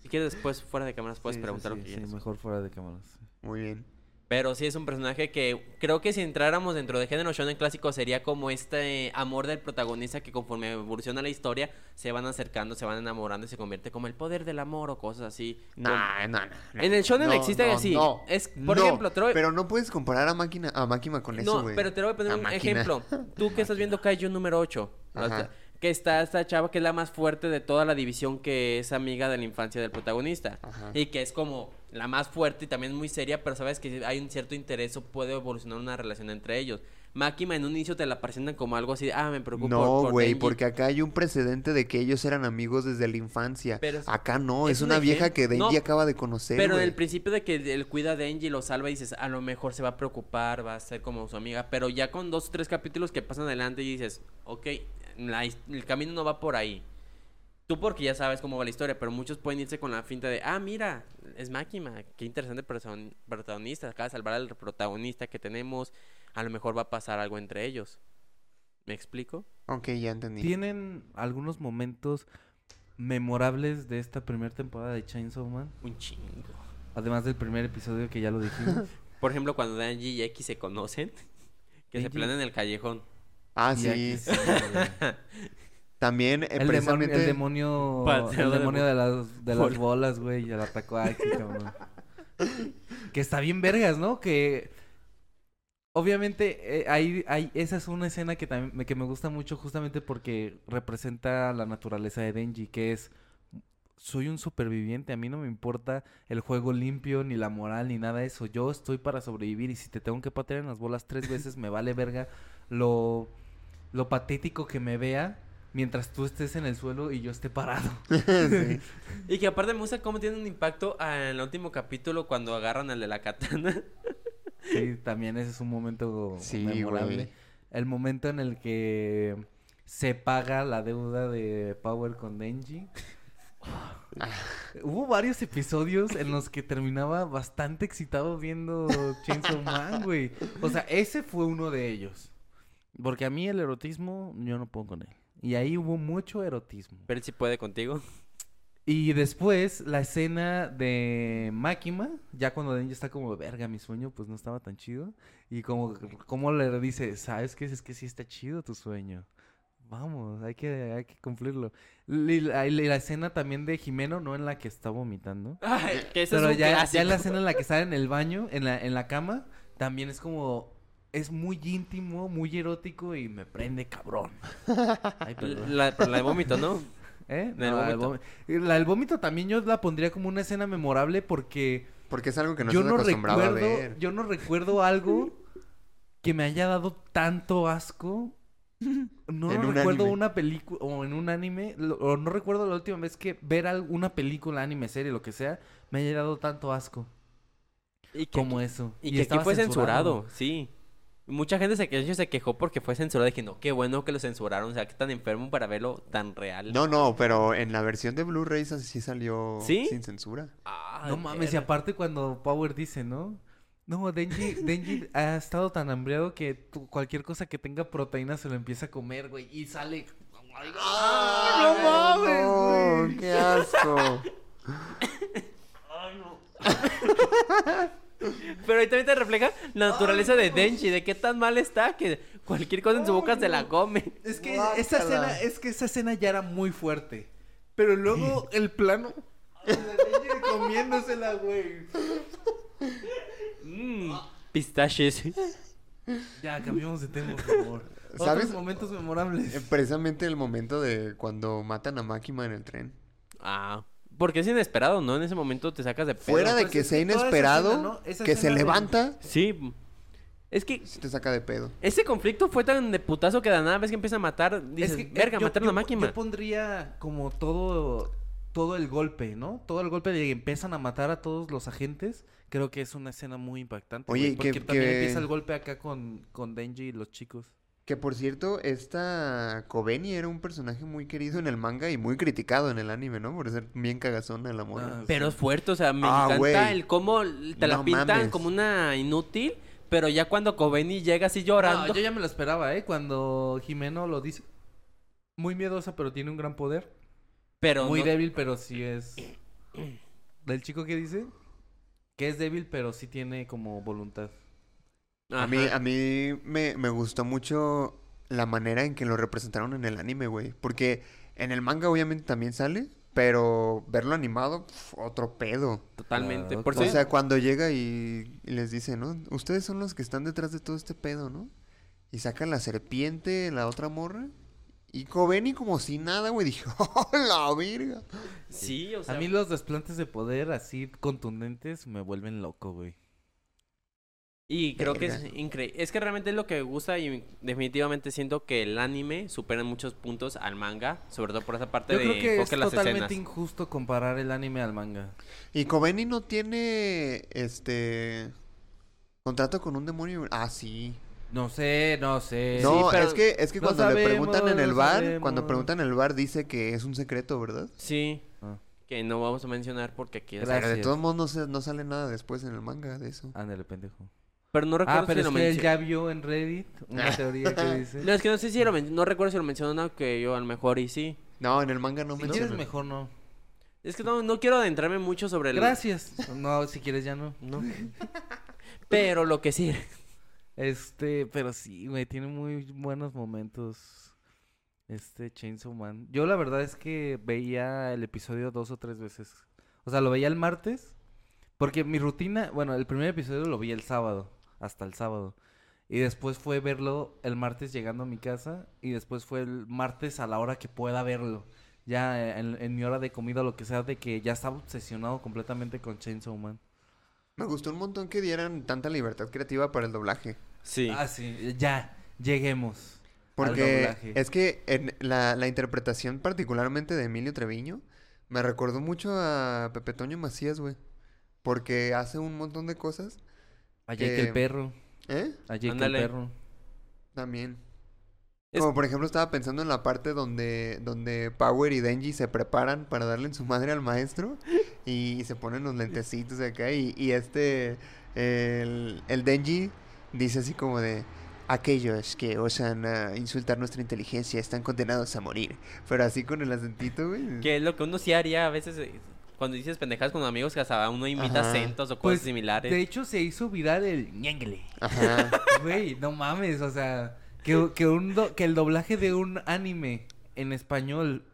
[SPEAKER 4] Si quieres después, fuera de cámaras, puedes
[SPEAKER 2] Sí, sí,
[SPEAKER 4] preguntar
[SPEAKER 2] sí,
[SPEAKER 4] lo que
[SPEAKER 2] sí,
[SPEAKER 4] quieras.
[SPEAKER 2] mejor fuera de cámaras.
[SPEAKER 3] Muy bien.
[SPEAKER 4] Pero sí es un personaje que creo que si entráramos dentro de género shonen clásico sería como este amor del protagonista que conforme evoluciona la historia se van acercando, se van enamorando y se convierte como el poder del amor o cosas así.
[SPEAKER 3] Nah, no, no, no.
[SPEAKER 4] En el shonen
[SPEAKER 3] No,
[SPEAKER 4] existe
[SPEAKER 3] no,
[SPEAKER 4] así.
[SPEAKER 3] no,
[SPEAKER 4] Es- por
[SPEAKER 3] no,
[SPEAKER 4] ejemplo, te voy-
[SPEAKER 3] pero no puedes comparar a máquina a máquina con eso,
[SPEAKER 4] no,
[SPEAKER 3] güey.
[SPEAKER 4] pero te voy a poner
[SPEAKER 3] La
[SPEAKER 4] un
[SPEAKER 3] Máquina.
[SPEAKER 4] ejemplo. Tú que estás viendo Kaiju número 8, ¿no?
[SPEAKER 3] Ajá.
[SPEAKER 4] que está esta chava que es la más fuerte de toda la división que es amiga de la infancia del protagonista
[SPEAKER 3] Ajá.
[SPEAKER 4] y que es como la más fuerte y también muy seria, pero sabes que hay un cierto interés o puede evolucionar una relación entre ellos. Máquina en un inicio te la presentan como algo así, de, ah, me preocupo
[SPEAKER 3] No,
[SPEAKER 4] por
[SPEAKER 3] güey,
[SPEAKER 4] Denji".
[SPEAKER 3] porque acá hay un precedente de que ellos eran amigos desde la infancia.
[SPEAKER 4] Pero es-
[SPEAKER 3] acá no,
[SPEAKER 4] es
[SPEAKER 3] es,
[SPEAKER 4] un
[SPEAKER 3] una vieja
[SPEAKER 4] ejemplo.
[SPEAKER 3] que Denji
[SPEAKER 4] No,
[SPEAKER 3] acaba de conocer.
[SPEAKER 4] Pero en
[SPEAKER 3] güey.
[SPEAKER 4] el principio de que él cuida de Angie y lo salva y dices, a lo mejor se va a preocupar, va a ser como su amiga. Pero ya con dos o tres capítulos que pasan adelante y dices, ok, la his- el camino no va por ahí. Tú porque ya sabes cómo va la historia, pero muchos pueden irse con la finta de, ah, mira, es Máquina, qué interesante person- protagonista, acaba de salvar al protagonista que tenemos, a lo mejor va a pasar algo entre ellos. ¿Me explico?
[SPEAKER 3] Ok, ya entendí.
[SPEAKER 2] ¿Tienen algunos momentos memorables de esta primera temporada de Chainsaw Man?
[SPEAKER 4] Un chingo.
[SPEAKER 2] Además del primer episodio que ya lo dijimos.
[SPEAKER 4] Por ejemplo, cuando Angie y X se conocen, que se
[SPEAKER 2] Denji.
[SPEAKER 4] planean en el callejón.
[SPEAKER 3] Ah,
[SPEAKER 2] Y
[SPEAKER 3] sí.
[SPEAKER 2] aquí sí, güey.
[SPEAKER 3] También, eh,
[SPEAKER 2] el, demon-
[SPEAKER 3] precisamente.
[SPEAKER 2] el demonio,
[SPEAKER 4] Paseo
[SPEAKER 2] el
[SPEAKER 4] de
[SPEAKER 2] demonio
[SPEAKER 4] bo-
[SPEAKER 2] de las, de las
[SPEAKER 4] por-
[SPEAKER 2] bolas, güey, ya lo atacó a Aki, cabrón. que está bien vergas, ¿no? Que obviamente eh, hay, hay- esa es una escena que, también, me- que me gusta mucho justamente porque representa la naturaleza de Denji, que es soy un superviviente, a mí no me importa el juego limpio, ni la moral, ni nada de eso. Yo estoy para sobrevivir y si te tengo que patear en las bolas tres veces, me vale verga lo, lo patético que me vea mientras tú estés en el suelo y yo esté parado.
[SPEAKER 3] sí.
[SPEAKER 4] Y que aparte me gusta cómo tiene un impacto ah, en el último capítulo cuando agarran al de la katana.
[SPEAKER 2] Sí, también ese es un momento
[SPEAKER 3] Sí,
[SPEAKER 2] memorable.
[SPEAKER 3] güey.
[SPEAKER 2] El momento en el que se paga la deuda de Power con Denji. Hubo varios episodios en los que terminaba bastante excitado viendo Chainsaw Man, güey. O sea, ese fue uno de ellos. Porque a mí el erotismo, yo no puedo con él. Y ahí hubo mucho erotismo.
[SPEAKER 4] Pero él sí puede contigo.
[SPEAKER 2] Y después la escena de Máquima, ya cuando Denji está como, verga, mi sueño pues no estaba tan chido. Y como, como le dice, ¿sabes qué? Es que sí está chido tu sueño. Vamos, hay que, hay que cumplirlo. Y la, y la escena también de Jimeno, no en la que está vomitando.
[SPEAKER 4] Ay, que ese
[SPEAKER 2] Pero
[SPEAKER 4] es un
[SPEAKER 2] ya,
[SPEAKER 4] clásico.
[SPEAKER 2] ya en la escena en la que está en el baño, en la, en la cama, también es como, es muy íntimo, muy erótico y me prende cabrón. Ay, perdón.
[SPEAKER 4] La, pero la de vómito, ¿no?
[SPEAKER 2] ¿Eh?
[SPEAKER 4] Del
[SPEAKER 2] No, la del
[SPEAKER 4] vómito.
[SPEAKER 2] vómi- la del vómito también yo la pondría como una escena memorable porque
[SPEAKER 3] Porque es algo que no
[SPEAKER 2] yo
[SPEAKER 3] estás
[SPEAKER 2] no
[SPEAKER 3] acostumbrado a
[SPEAKER 2] recuerdo,
[SPEAKER 3] ver.
[SPEAKER 2] yo no recuerdo algo que me haya dado tanto asco. No
[SPEAKER 3] En un
[SPEAKER 2] recuerdo
[SPEAKER 3] anime.
[SPEAKER 2] una película o en un anime, lo- o no recuerdo la última vez que ver alguna película, anime, serie, lo que sea, me haya dado tanto asco
[SPEAKER 4] Y que,
[SPEAKER 2] como
[SPEAKER 4] aquí,
[SPEAKER 2] eso.
[SPEAKER 4] y que aquí
[SPEAKER 2] estaba
[SPEAKER 4] fue censurado, sí. Mucha gente se, que- de hecho, se quejó porque fue censurado. Dije, no, qué bueno que lo censuraron. O sea, que tan enfermo para verlo tan real.
[SPEAKER 3] No, no, pero en la versión de Blu-ray esa sí salió
[SPEAKER 4] ¿Sí?
[SPEAKER 3] sin censura.
[SPEAKER 4] Ah,
[SPEAKER 2] No mames, y
[SPEAKER 4] verga.
[SPEAKER 2] aparte cuando Power dice, ¿no? No, Denji, Denji ha estado tan hambriado que tu- cualquier cosa que tenga proteína se lo empieza a comer, güey. Y sale. ¡Ah, no mames, güey!
[SPEAKER 3] ¡Qué asco!
[SPEAKER 4] Pero ahí también te refleja la naturaleza de Denji, de qué tan mal está que cualquier cosa en su boca se la come.
[SPEAKER 2] Es que
[SPEAKER 3] Guácala.
[SPEAKER 2] esa escena, es que esa escena ya era muy fuerte. Pero luego el plano. de Denji comiéndosela, güey.
[SPEAKER 4] Mm, pistaches.
[SPEAKER 2] Ya, cambiamos de tema, por favor.
[SPEAKER 3] ¿Sabes?
[SPEAKER 2] Otros momentos memorables.
[SPEAKER 3] Eh, Precisamente el momento de cuando matan a Máquima en el tren.
[SPEAKER 4] Ah, porque es inesperado, ¿no? En ese momento te sacas de pedo.
[SPEAKER 3] Fuera de
[SPEAKER 2] pues,
[SPEAKER 3] que
[SPEAKER 2] es
[SPEAKER 3] sea
[SPEAKER 2] que toda esa
[SPEAKER 3] inesperado,
[SPEAKER 2] escena, ¿no? Esa
[SPEAKER 3] que se
[SPEAKER 2] escena de-
[SPEAKER 3] levanta,
[SPEAKER 4] Sí. Es que
[SPEAKER 3] sí te saca de pedo.
[SPEAKER 4] ese conflicto fue tan de putazo que de la nada ves que empieza a matar, dices,
[SPEAKER 2] eh,
[SPEAKER 4] verga,
[SPEAKER 2] yo-
[SPEAKER 4] mataron a
[SPEAKER 2] yo-
[SPEAKER 4] máquina.
[SPEAKER 2] Yo pondría como todo todo el golpe, ¿no? Todo el golpe de que empiezan a matar a todos los agentes. Creo que es una escena muy impactante. güey,
[SPEAKER 3] Oye, y que-
[SPEAKER 2] porque también
[SPEAKER 3] que-
[SPEAKER 2] empieza el golpe acá con, con Denji y los chicos.
[SPEAKER 3] Que por cierto, esta Kobeni era un personaje muy querido en el manga y muy criticado en el anime, ¿no? Por ser bien cagazona la morra.
[SPEAKER 2] Ah,
[SPEAKER 4] Pero es fuerte, o sea, me
[SPEAKER 3] Ah,
[SPEAKER 4] encanta
[SPEAKER 3] güey.
[SPEAKER 4] el cómo te la
[SPEAKER 3] No
[SPEAKER 4] pintan
[SPEAKER 3] mames.
[SPEAKER 4] como una inútil, pero ya cuando Kobeni llega así llorando.
[SPEAKER 2] No, yo ya me lo esperaba, ¿eh? Cuando Jimeno lo dice. Muy miedosa, pero tiene un gran poder.
[SPEAKER 4] Pero
[SPEAKER 2] Muy
[SPEAKER 4] no-
[SPEAKER 2] débil, pero sí es. Del chico que dice. Que es débil, pero sí tiene como voluntad. Ah,
[SPEAKER 4] Ajá.
[SPEAKER 3] A mí, ah, a mí me, me gustó mucho la manera en que lo representaron en el anime, güey. Porque en el manga obviamente también sale, pero verlo animado, pf, otro pedo.
[SPEAKER 4] Totalmente.
[SPEAKER 2] Claro,
[SPEAKER 4] Por
[SPEAKER 2] claro.
[SPEAKER 3] ah, O
[SPEAKER 4] eso-
[SPEAKER 3] sea, cuando llega y, y les dice, ¿no? Ustedes son los que están detrás de todo este pedo, ¿no? Y sacan la serpiente, la otra morra. Y Kobeni como si nada, güey. Dije, ¡oh, la virga!
[SPEAKER 4] sí, o sea,
[SPEAKER 2] A mí los desplantes de poder así contundentes me vuelven loco, güey.
[SPEAKER 4] Y creo que es
[SPEAKER 3] Verga.
[SPEAKER 4] increíble. Es que realmente es lo que me gusta y definitivamente siento que el anime supera en muchos puntos al manga, sobre todo por esa parte
[SPEAKER 2] Yo
[SPEAKER 4] de
[SPEAKER 2] creo que es
[SPEAKER 4] enfoque en las
[SPEAKER 2] totalmente
[SPEAKER 4] escenas.
[SPEAKER 2] injusto comparar el anime al manga.
[SPEAKER 3] Y Kobeni no tiene, este... Contrato con un demonio. Ah, sí.
[SPEAKER 2] No sé, no sé.
[SPEAKER 3] no,
[SPEAKER 4] sí, pero
[SPEAKER 3] es que, es que
[SPEAKER 2] Eh, no
[SPEAKER 3] cuando le preguntan en
[SPEAKER 2] sabemos,
[SPEAKER 3] el
[SPEAKER 2] no
[SPEAKER 3] bar,
[SPEAKER 2] sabemos.
[SPEAKER 3] cuando preguntan en el bar dice que es un secreto, ¿verdad?
[SPEAKER 4] Sí.
[SPEAKER 2] Ah.
[SPEAKER 4] Que no vamos a mencionar porque aquí es-
[SPEAKER 2] Gra-
[SPEAKER 3] Pero de
[SPEAKER 2] Gracias.
[SPEAKER 3] todos modos no, se- no sale nada después en el manga de eso.
[SPEAKER 2] Ándale, pendejo.
[SPEAKER 4] Pero no recuerdo
[SPEAKER 2] Ah, pero
[SPEAKER 4] si
[SPEAKER 2] es
[SPEAKER 4] lo
[SPEAKER 2] que él
[SPEAKER 4] mencio-
[SPEAKER 2] ya vio en Reddit una teoría que dice.
[SPEAKER 4] No, es que no sé si lo men- no recuerdo si lo mencionó no, que yo a lo mejor y sí.
[SPEAKER 3] No, en el manga no
[SPEAKER 2] Si quieres,
[SPEAKER 3] mencionan.
[SPEAKER 2] mejor no.
[SPEAKER 4] Es que no, no quiero adentrarme mucho sobre el...
[SPEAKER 2] Gracias. No, si quieres, ya no.
[SPEAKER 4] No. Pero lo que sí.
[SPEAKER 2] Este, pero sí, güey, tiene muy buenos momentos. Este Chainsaw Man. Yo la verdad es que veía el episodio dos o tres veces. O sea, lo veía el martes. Porque mi rutina, bueno, el primer episodio lo vi el sábado, hasta el sábado. Y después fue verlo el martes llegando a mi casa. Y después fue el martes a la hora que pueda verlo. Ya en, en mi hora de comida, lo que sea, de que ya estaba obsesionado completamente con Chainsaw Man.
[SPEAKER 3] Me gustó un montón que dieran tanta libertad creativa para el doblaje.
[SPEAKER 4] Sí.
[SPEAKER 2] Ah, sí, ya, lleguemos. al
[SPEAKER 3] Porque
[SPEAKER 2] doblaje.
[SPEAKER 3] es que en la, la interpretación particularmente de Emilio Treviño me recordó mucho a Pepe Toño Macías, güey. Porque hace un montón de cosas.
[SPEAKER 2] A Jake el
[SPEAKER 3] Eh,
[SPEAKER 2] perro.
[SPEAKER 3] ¿Eh?
[SPEAKER 2] A Jake
[SPEAKER 4] ándale.
[SPEAKER 2] el perro.
[SPEAKER 3] También.
[SPEAKER 4] Es-
[SPEAKER 3] Como por ejemplo estaba pensando en la parte donde, donde Power y Denji se preparan para darle en su madre al maestro y se ponen los lentecitos acá y, y este, el, el Denji dice así como de, aquellos que osan ah, insultar nuestra inteligencia están condenados a morir, pero así con el acentito, güey.
[SPEAKER 4] Que es lo que uno sí haría a veces eh, cuando dices pendejadas con amigos que hasta uno imita
[SPEAKER 3] Ajá.
[SPEAKER 4] acentos o cosas
[SPEAKER 2] Pues,
[SPEAKER 4] similares.
[SPEAKER 2] De hecho, se hizo viral el ñengle.
[SPEAKER 3] Ajá.
[SPEAKER 2] Güey, no mames, o sea, que, que, un do- que el doblaje de un anime en español.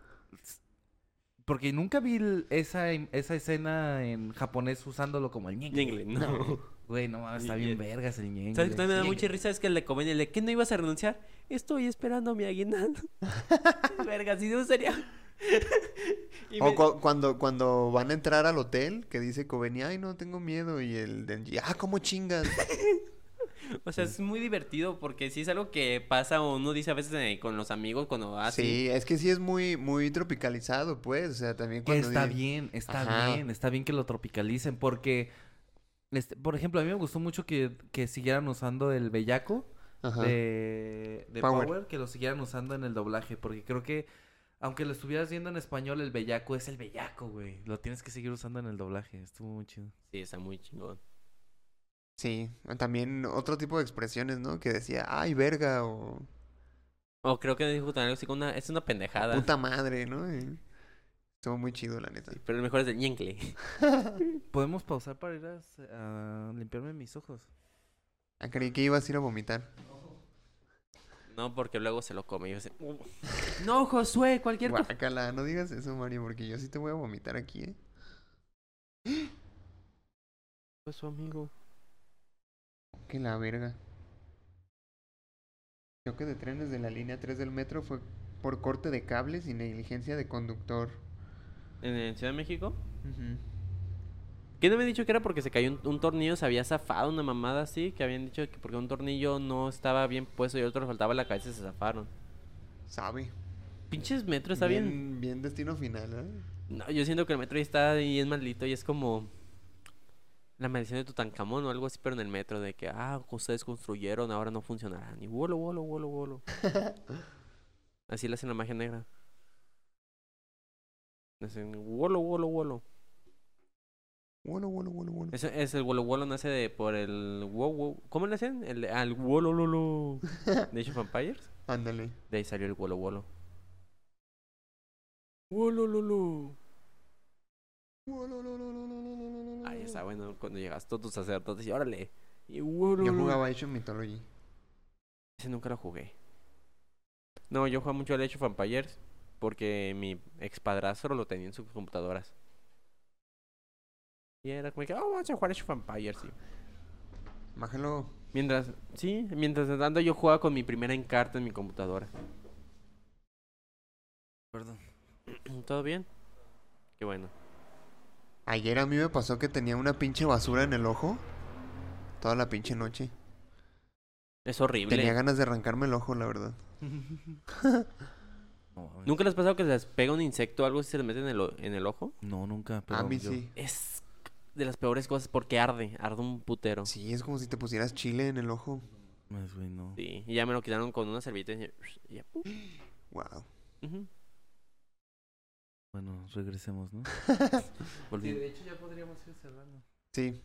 [SPEAKER 2] Porque nunca vi el- esa, esa escena en japonés usándolo como el ñengle.
[SPEAKER 4] Ñengle, no.
[SPEAKER 2] Güey, no mames, está
[SPEAKER 4] Ñengle.
[SPEAKER 2] bien vergas el ñengle.
[SPEAKER 4] ¿Sabes que también me da mucha risa? Es que le comen el de que no ibas a renunciar. Estoy esperando mi aguinaldo. Verga, si no sería. Y
[SPEAKER 3] O
[SPEAKER 4] me-
[SPEAKER 3] cu- cuando, cuando van a entrar al hotel que dice Kobeni, ay no, tengo miedo y el Denji, ah, ¿cómo chingas?
[SPEAKER 4] O sea, es muy divertido porque sí es algo que pasa o uno dice a veces eh, con los amigos cuando va así.
[SPEAKER 3] Sí, es que sí es muy, muy tropicalizado, pues. O sea, también
[SPEAKER 2] Que
[SPEAKER 3] cuando.
[SPEAKER 2] está
[SPEAKER 3] di-
[SPEAKER 2] bien, está
[SPEAKER 3] Ajá.
[SPEAKER 2] bien, está bien que lo tropicalicen porque, este, por ejemplo, a mí me gustó mucho que, que siguieran usando el bellaco
[SPEAKER 3] Ajá.
[SPEAKER 2] de, de
[SPEAKER 3] Power.
[SPEAKER 2] Power. que lo siguieran usando en el doblaje porque creo que aunque lo estuvieras viendo en español, el bellaco es el bellaco, güey. Lo tienes que seguir usando en el doblaje, estuvo muy chido.
[SPEAKER 4] Sí, está muy chingón.
[SPEAKER 3] Sí, también otro tipo de expresiones, ¿no? Que decía, ay, verga, o
[SPEAKER 4] O creo que dijo también algo así como una. Es una pendejada.
[SPEAKER 3] puta madre, ¿no? Y- Estuvo muy chido, la neta.
[SPEAKER 4] Pero lo mejor es el ñencle.
[SPEAKER 2] ¿Podemos pausar para ir a, s- a limpiarme mis ojos?
[SPEAKER 3] Ah, creí que ibas a ir a vomitar.
[SPEAKER 4] No, porque luego se lo come. y yo sé, No, Josué, cualquier cosa.
[SPEAKER 3] Guácala, no digas eso, Mario, porque yo sí te voy a vomitar aquí, ¿eh?
[SPEAKER 4] Fue su amigo.
[SPEAKER 3] Que la verga. Choque de trenes de la línea 3 del metro fue por corte de cables y negligencia de conductor.
[SPEAKER 4] ¿En, en Ciudad de México? ¿Quién me había dicho que era porque se cayó un, un tornillo? Se había zafado una mamada así. Que habían dicho que porque un tornillo no estaba bien puesto y otro le faltaba la cabeza y se zafaron.
[SPEAKER 3] Sabe.
[SPEAKER 4] Pinches metro, está bien.
[SPEAKER 3] Bien, bien destino final, ¿eh?
[SPEAKER 4] No, yo siento que el metro ahí está ahí es maldito y es como la maldición de Tutankamón o algo así, pero en el metro, de que, ah, ustedes construyeron, ahora no funcionarán. Y wolo, wolo, wolo, wolo. así le hacen la magia negra. Le Hacen wolo, wolo, wolo.
[SPEAKER 3] Bueno, bueno, bueno, bueno.
[SPEAKER 4] Eso es el wolo, wolo, nace de por el wow, wow. ¿Cómo le hacen? El, al wolo, lolo. De Age of Empires.
[SPEAKER 3] Ándale.
[SPEAKER 4] De ahí salió el wolo, wolo. Wolo, lolo. Ahí
[SPEAKER 3] Mm.
[SPEAKER 4] está bueno cuando llegas todos tus sacerdotes y órale. Y órale.
[SPEAKER 3] Yo jugaba Age of Mythology.
[SPEAKER 4] Ese nunca lo jugué. No, yo jugaba mucho al Age of Empires porque mi expadrastro lo tenía en sus computadoras. Y era como que, oh, vamos a jugar Age of Empires. sí.
[SPEAKER 3] Bájalo.
[SPEAKER 4] Mientras, sí, mientras tanto yo jugaba con mi primera encarta en mi computadora.
[SPEAKER 2] Perdón.
[SPEAKER 4] ¿Todo bien? Qué bueno.
[SPEAKER 3] Ayer a mí me pasó que tenía una pinche basura en el ojo. Toda la pinche noche.
[SPEAKER 4] Es horrible.
[SPEAKER 3] Tenía ganas de arrancarme el ojo, la verdad.
[SPEAKER 2] No, mames.
[SPEAKER 4] ¿Nunca les ha pasado que les pega un insecto o algo si se les mete en el, o- en el ojo?
[SPEAKER 2] No, nunca. Pero
[SPEAKER 3] a mí
[SPEAKER 2] yo-
[SPEAKER 3] sí.
[SPEAKER 4] Es de las peores cosas porque arde, arde un putero.
[SPEAKER 3] Sí, es como si te pusieras chile en el ojo.
[SPEAKER 2] Más, güey, no.
[SPEAKER 4] Sí, y ya me lo quitaron con una servilleta y y ya, ¡pum!
[SPEAKER 3] Wow.
[SPEAKER 4] Ujú.
[SPEAKER 2] Bueno, regresemos, ¿no?
[SPEAKER 4] Volví.
[SPEAKER 2] hecho ya podríamos ir cerrando.
[SPEAKER 3] Sí.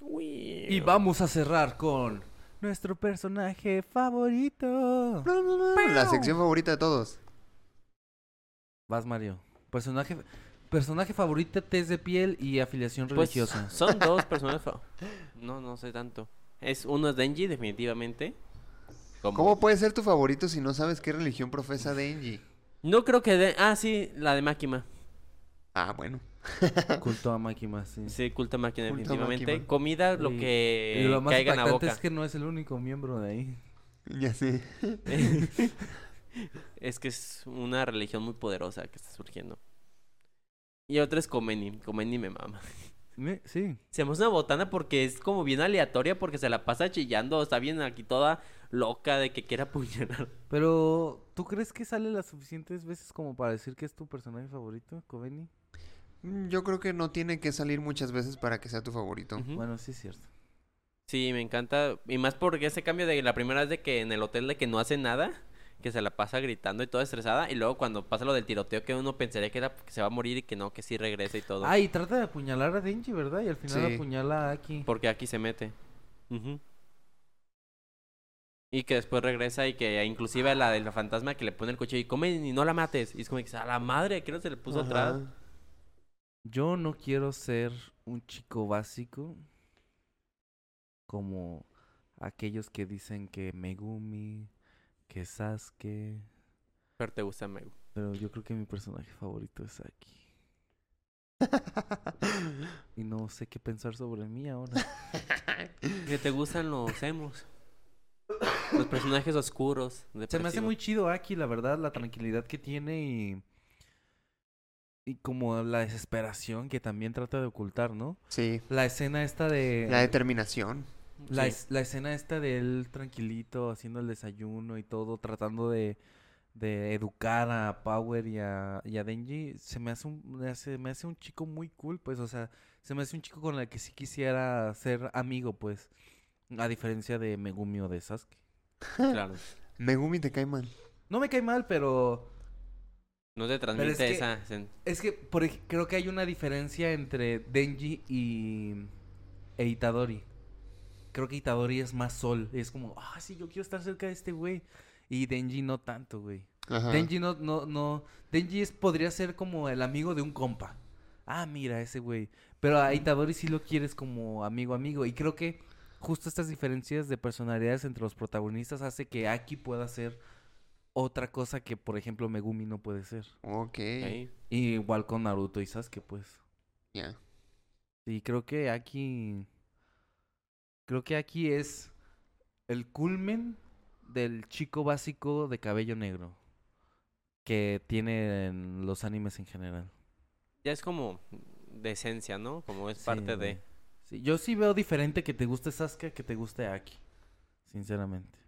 [SPEAKER 4] Uy.
[SPEAKER 2] Y vamos a cerrar con nuestro personaje favorito.
[SPEAKER 4] Pues,
[SPEAKER 3] La sección favorita de todos.
[SPEAKER 2] Vas, Mario. Personaje, personaje favorito, test de piel y afiliación
[SPEAKER 4] Pues,
[SPEAKER 2] religiosa.
[SPEAKER 4] son dos personajes. fa- No, no sé tanto. Es uno es Denji, definitivamente. Como-
[SPEAKER 3] ¿Cómo puede ser tu favorito si no sabes qué religión profesa Denji?
[SPEAKER 4] No creo que de... Ah, sí, la de Máquima.
[SPEAKER 3] Ah, bueno.
[SPEAKER 2] Culto a Makima, sí.
[SPEAKER 4] Sí, culta máquina,
[SPEAKER 3] Culto
[SPEAKER 4] definitivamente.
[SPEAKER 3] Máquima.
[SPEAKER 4] Comida, lo
[SPEAKER 2] Y-
[SPEAKER 4] que
[SPEAKER 2] y lo más
[SPEAKER 4] caiga en la
[SPEAKER 2] impactante
[SPEAKER 4] boca.
[SPEAKER 2] es que no es el único miembro de ahí.
[SPEAKER 3] Ya sé.
[SPEAKER 4] es que es una religión muy poderosa que está surgiendo. Y otra es Comeni. Comeni me mama.
[SPEAKER 2] Me- Sí.
[SPEAKER 4] Se llama una botana porque es como bien aleatoria porque se la pasa chillando, está bien aquí toda loca de que quiera apuñalar.
[SPEAKER 2] Pero, ¿tú crees que sale las suficientes veces como para decir que es tu personaje favorito, Coveni?
[SPEAKER 3] Mm, Yo creo que no tiene que salir muchas veces para que sea tu favorito.
[SPEAKER 4] Ujú.
[SPEAKER 2] Bueno, sí es cierto.
[SPEAKER 4] Sí, me encanta. Y más porque ese cambio de la primera vez de que en el hotel de que no hace nada, que se la pasa gritando y toda estresada, y luego cuando pasa lo del tiroteo que uno pensaría que era que se va a morir y que no, que sí regresa y todo.
[SPEAKER 2] Ah, y trata de apuñalar a Denji, ¿verdad? Y al final
[SPEAKER 3] Sí.
[SPEAKER 2] apuñala a Aki.
[SPEAKER 4] Porque aquí se mete. Ujú. Y que después regresa y que inclusive a la del fantasma que le pone el cuchillo y come y no la mates. Y es como que a la madre, ¿a no se le puso
[SPEAKER 3] Ajá.
[SPEAKER 4] atrás?
[SPEAKER 2] Yo no quiero ser un chico básico como aquellos que dicen que Megumi, que Sasuke,
[SPEAKER 4] Pero te gusta, me
[SPEAKER 2] pero yo creo que mi personaje favorito es Aki. Y no sé qué pensar sobre mí ahora.
[SPEAKER 4] Que te gustan los emos. Los personajes oscuros.
[SPEAKER 2] Se me hace
[SPEAKER 4] depresivos.
[SPEAKER 2] muy chido Aki, la verdad, la tranquilidad que tiene y y como la desesperación que también trata de ocultar, ¿no?
[SPEAKER 3] Sí.
[SPEAKER 2] La escena esta de
[SPEAKER 3] La determinación.
[SPEAKER 2] La,
[SPEAKER 4] Sí.
[SPEAKER 2] es- la escena esta de él tranquilito, haciendo el desayuno y todo, tratando de, de educar a Power y a, y a Denji, se me hace, un, me hace me hace un chico muy cool, pues, o sea, se me hace un chico con el que sí quisiera ser amigo, pues, a diferencia de Megumi o de Sasuke.
[SPEAKER 4] Claro.
[SPEAKER 3] Megumi te cae mal.
[SPEAKER 2] No me cae mal, pero
[SPEAKER 4] No te transmite
[SPEAKER 2] es que-
[SPEAKER 4] esa. sen-
[SPEAKER 2] es que por, ej- creo que hay una diferencia entre Denji y e Itadori. Creo que Itadori es más sol, es como, ah, sí, yo quiero estar cerca de este güey. Y Denji no tanto, güey.
[SPEAKER 3] Ajá.
[SPEAKER 2] Denji no, no, no. Denji es- podría ser como el amigo de un compa. Ah, mira, ese güey. Pero a Itadori sí lo quieres como amigo, amigo. Y creo que justo estas diferencias de personalidades entre los protagonistas hace que Aki pueda ser otra cosa que, por ejemplo, Megumi no puede ser.
[SPEAKER 3] Ok,
[SPEAKER 4] Ok.
[SPEAKER 2] Y igual con Naruto y Sasuke, pues.
[SPEAKER 3] ya.
[SPEAKER 2] Y creo que Aki. Creo que Aki es el culmen del chico básico de cabello negro que tienen los animes en general.
[SPEAKER 4] Ya es como de esencia, ¿no? Como es
[SPEAKER 2] Sí,
[SPEAKER 4] parte
[SPEAKER 2] güey.
[SPEAKER 4] de...
[SPEAKER 2] Sí, yo sí veo diferente que te guste Sasuke que te guste Aki. Sinceramente.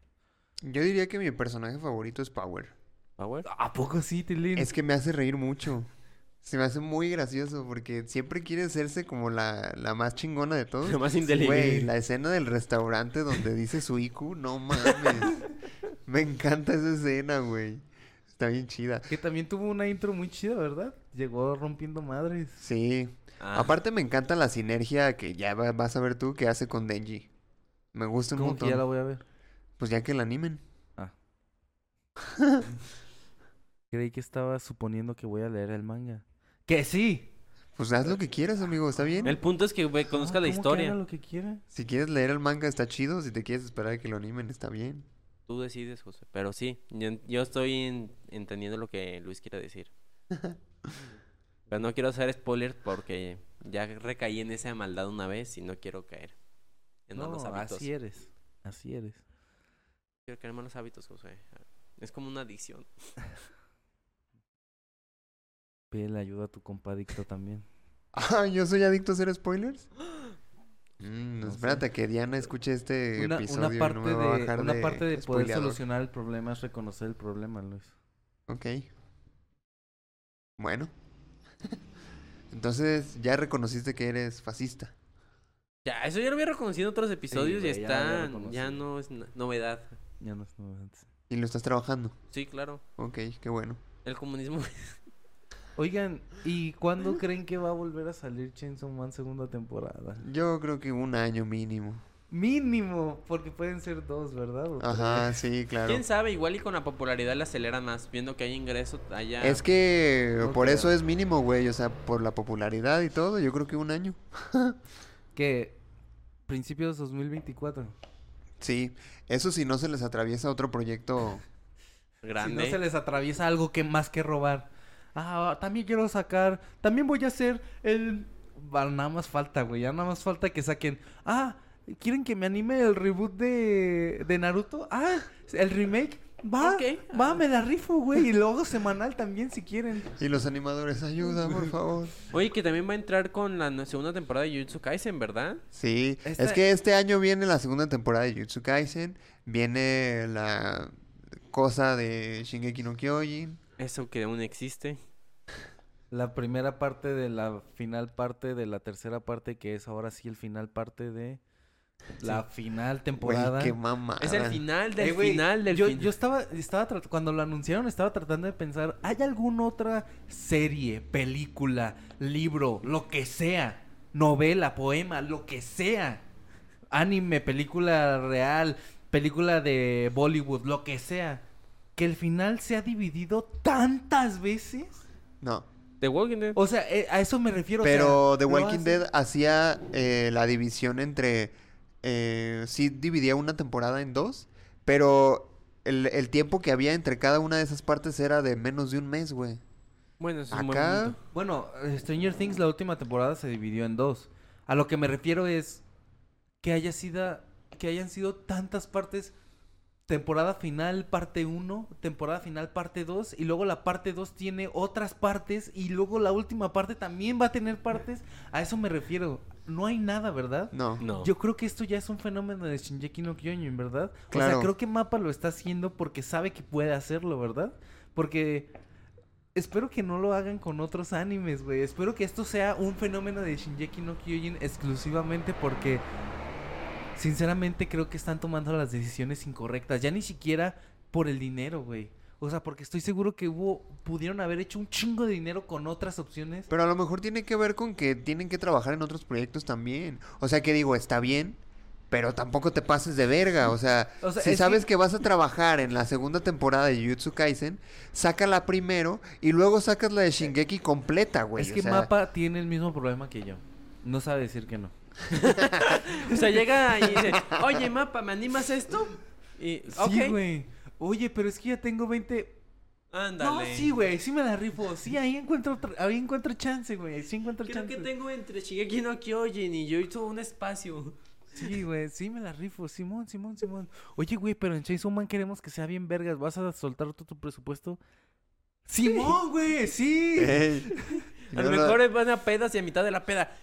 [SPEAKER 3] Yo diría que mi personaje favorito es Power.
[SPEAKER 4] Power.
[SPEAKER 2] ¿A poco sí, Tilín?
[SPEAKER 3] Es que me hace reír mucho. Se me hace muy gracioso porque siempre quiere hacerse como la, la más chingona de todos.
[SPEAKER 4] Lo más
[SPEAKER 3] Güey,
[SPEAKER 4] inteligente.
[SPEAKER 3] la escena del restaurante donde dice su IQ, no mames. me encanta esa escena, güey. Está bien chida.
[SPEAKER 2] Que también tuvo una intro muy chida, ¿verdad? Llegó rompiendo madres.
[SPEAKER 3] Sí.
[SPEAKER 4] Ah,
[SPEAKER 3] Aparte me encanta la sinergia que ya va- vas a ver tú que hace con Denji. Me gusta un
[SPEAKER 2] ¿Cómo que
[SPEAKER 3] montón.
[SPEAKER 2] ya la voy a ver?
[SPEAKER 3] Pues ya que la animen.
[SPEAKER 2] Creí que estaba suponiendo que voy a leer el manga. ¡Que sí!
[SPEAKER 3] Pues haz lo que quieras, amigo, está bien.
[SPEAKER 4] El punto es que güey, conozca
[SPEAKER 2] Ah,
[SPEAKER 4] la
[SPEAKER 2] ¿cómo que
[SPEAKER 4] historia.
[SPEAKER 2] haga lo que quiera?
[SPEAKER 3] Si quieres leer el manga está chido, si te quieres esperar a que lo animen está bien.
[SPEAKER 4] Tú decides, José. Pero sí, yo, yo estoy en- entendiendo lo que Luis quiere decir. Pero no quiero hacer spoiler porque ya recaí en esa maldad una vez y no quiero caer en malos hábitos.
[SPEAKER 2] así eres. Así eres.
[SPEAKER 4] Quiero caer en malos hábitos, José. Es como una adicción.
[SPEAKER 2] Pídele ayuda a tu compadicto también.
[SPEAKER 3] Ah, yo soy adicto a hacer spoilers. Mm,
[SPEAKER 2] No sé.
[SPEAKER 3] espérate a que Diana escuche este
[SPEAKER 2] Una,
[SPEAKER 3] episodio
[SPEAKER 2] una
[SPEAKER 3] y
[SPEAKER 2] parte,
[SPEAKER 3] no me va a
[SPEAKER 2] de,
[SPEAKER 3] bajar
[SPEAKER 2] una
[SPEAKER 3] de
[SPEAKER 2] parte de poder
[SPEAKER 3] spoileador.
[SPEAKER 2] solucionar el problema es reconocer el problema, Luis.
[SPEAKER 3] Ok. Bueno. Entonces, ya reconociste que eres fascista.
[SPEAKER 4] Ya, eso ya lo había reconocido en otros episodios
[SPEAKER 2] güey,
[SPEAKER 4] y
[SPEAKER 2] ya lo había
[SPEAKER 4] está. Ya,
[SPEAKER 2] reconocido.
[SPEAKER 4] no es no- novedad.
[SPEAKER 2] Ya no es nuevo antes.
[SPEAKER 3] Y lo estás trabajando.
[SPEAKER 4] Sí, claro.
[SPEAKER 3] Ok, qué bueno.
[SPEAKER 4] El comunismo.
[SPEAKER 2] Oigan, ¿y cuándo creen que va a volver a salir Chainsaw Man segunda temporada?
[SPEAKER 3] Yo creo que un año mínimo.
[SPEAKER 2] Mínimo, porque pueden ser dos, ¿verdad? O
[SPEAKER 3] Ajá, sí, claro.
[SPEAKER 4] ¿Quién sabe? Igual y con la popularidad la aceleran más, viendo que hay ingreso allá.
[SPEAKER 3] Es que
[SPEAKER 2] No
[SPEAKER 3] por
[SPEAKER 2] creo.
[SPEAKER 3] eso es mínimo, güey. O sea, por la popularidad y todo, yo creo que un año.
[SPEAKER 2] tres. Que principios 2024.
[SPEAKER 3] Sí, eso si no se les atraviesa otro proyecto.
[SPEAKER 4] grande.
[SPEAKER 2] Si no se les atraviesa algo que más que robar. Ah, también quiero sacar. También voy a hacer el. Va, nada más falta, güey. Ya nada más falta que saquen. Ah, ¿quieren que me anime el reboot de, de Naruto? Ah, el remake. Va,
[SPEAKER 4] Ok.
[SPEAKER 2] va, me la rifo, güey. Y luego semanal también si quieren.
[SPEAKER 3] Y los animadores, ayuda, por favor.
[SPEAKER 4] Oye, que también va a entrar con la nue- segunda temporada de Jujutsu Kaisen, ¿verdad?
[SPEAKER 3] Sí, es
[SPEAKER 2] Esta-
[SPEAKER 3] que este año viene la segunda temporada de Jujutsu Kaisen, viene la cosa de Shingeki no Kyojin.
[SPEAKER 4] Eso que aún existe.
[SPEAKER 2] La primera parte de la final parte de la tercera parte, que es ahora sí el final parte de la final
[SPEAKER 3] Güey,
[SPEAKER 2] temporada.
[SPEAKER 3] qué mamá.
[SPEAKER 4] Es el final del
[SPEAKER 2] Eh, güey,
[SPEAKER 4] final del
[SPEAKER 2] yo,
[SPEAKER 4] final.
[SPEAKER 2] yo estaba, estaba trat- cuando lo anunciaron estaba tratando de pensar, ¿hay alguna otra serie, película, libro, lo que sea, novela, poema, lo que sea, anime, película real, película de Bollywood, lo que sea, que el final se ha dividido tantas veces?
[SPEAKER 3] No,
[SPEAKER 4] The Walking Dead.
[SPEAKER 2] O sea, eh, a eso me refiero. o
[SPEAKER 3] pero
[SPEAKER 2] sea,
[SPEAKER 3] The
[SPEAKER 2] lo
[SPEAKER 3] Walking
[SPEAKER 2] hacen-
[SPEAKER 3] Dead hacía eh, la división entre... Eh, sí dividía una temporada en dos, pero el, el tiempo que había entre cada una de esas partes era de menos de un mes, güey.
[SPEAKER 4] bueno, eso es un buen
[SPEAKER 3] Acá...
[SPEAKER 4] punto.
[SPEAKER 2] Bueno, Stranger Things la última temporada se dividió en dos. A lo que me refiero es que haya sido que hayan sido tantas partes temporada final parte 1, temporada final parte 2 y luego la parte 2 tiene otras partes y luego la última parte también va a tener partes. A eso me refiero. No hay nada, ¿verdad?
[SPEAKER 3] No.
[SPEAKER 4] No.
[SPEAKER 2] Yo creo que esto ya es un fenómeno de Shinjeki no Kyojin, ¿verdad? O
[SPEAKER 3] Claro.
[SPEAKER 2] sea, creo que Mapa lo está haciendo porque sabe que puede hacerlo, ¿verdad? Porque espero que no lo hagan con otros animes, güey. Espero que esto sea un fenómeno de Shinjeki no Kyojin exclusivamente porque sinceramente creo que están tomando las decisiones incorrectas, ya ni siquiera por el dinero, güey. O sea, porque estoy seguro que hubo pudieron haber hecho un chingo de dinero con otras opciones.
[SPEAKER 3] Pero a lo mejor tiene que ver con que tienen que trabajar en otros proyectos también. O sea que digo, está bien Pero tampoco te pases de verga, o sea,
[SPEAKER 2] O sea,
[SPEAKER 3] si
[SPEAKER 2] es
[SPEAKER 3] sabes que... vas a trabajar en la segunda temporada de Jujutsu Kaisen, sácala primero y luego sacas la de Shingeki completa, güey.
[SPEAKER 2] es
[SPEAKER 3] o
[SPEAKER 2] que
[SPEAKER 3] sea,
[SPEAKER 2] Mapa tiene el mismo problema que yo. No sabe decir que no.
[SPEAKER 4] O sea, llega y dice, oye, mapa, ¿me animas esto? Y, ok,
[SPEAKER 2] Sí, güey. Oye, pero es que ya tengo 20.
[SPEAKER 4] ándale.
[SPEAKER 2] No, sí, güey, sí me la rifo. Sí, ahí encuentro, tra- ahí encuentro chance, güey. Sí encuentro
[SPEAKER 4] Creo
[SPEAKER 2] chance.
[SPEAKER 4] que tengo entre Shigeki no Kyojin y Jujutsu un espacio.
[SPEAKER 2] Sí, güey, sí me la rifo. Simón, Simón, Simón. Oye, güey, pero en Chainsaw Man queremos que sea bien vergas. ¿Vas a soltar todo tu presupuesto? Eh, Simón, güey, sí.
[SPEAKER 3] ey, y
[SPEAKER 4] A lo
[SPEAKER 3] luego lo-
[SPEAKER 4] mejor van a pedas y a mitad de la peda.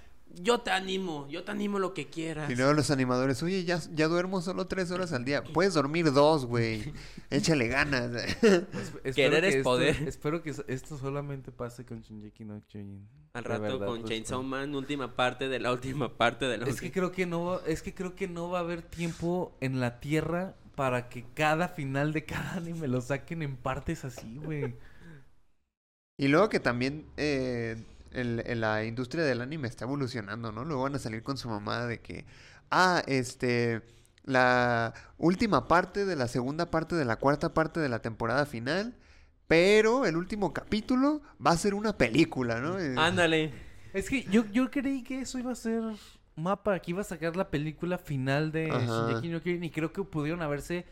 [SPEAKER 4] Yo te animo, yo te animo lo que quieras.
[SPEAKER 3] Y luego los animadores, oye, ya, ya duermo solo tres horas al día. Puedes dormir dos, güey. Échale ganas.
[SPEAKER 2] Espero
[SPEAKER 4] Querer
[SPEAKER 2] que
[SPEAKER 4] es
[SPEAKER 2] esto-
[SPEAKER 4] poder.
[SPEAKER 2] Espero que so- esto solamente pase con Shingeki no Kyojin.
[SPEAKER 4] Al
[SPEAKER 2] De
[SPEAKER 4] rato
[SPEAKER 2] verdad, pues,
[SPEAKER 4] con
[SPEAKER 2] los-
[SPEAKER 4] Chainsaw Man, última parte de la última parte de la
[SPEAKER 2] Es que
[SPEAKER 4] última.
[SPEAKER 2] creo que no, va- es que creo que no va a haber tiempo en la Tierra para que cada final de cada anime lo saquen en partes así, güey.
[SPEAKER 3] y luego que también eh, el- el- la industria del anime está evolucionando, ¿no? Luego van a salir con su mamá de que, ah, este, la última parte de la segunda parte de la cuarta parte de la temporada final, pero el último capítulo va a ser una película, ¿no? Eh,
[SPEAKER 4] Ándale.
[SPEAKER 2] Es que yo, yo creí que eso iba a ser mapa, que iba a sacar la película final de
[SPEAKER 3] Ajá.
[SPEAKER 2] Shingeki no Kyojin y creo que pudieron haberse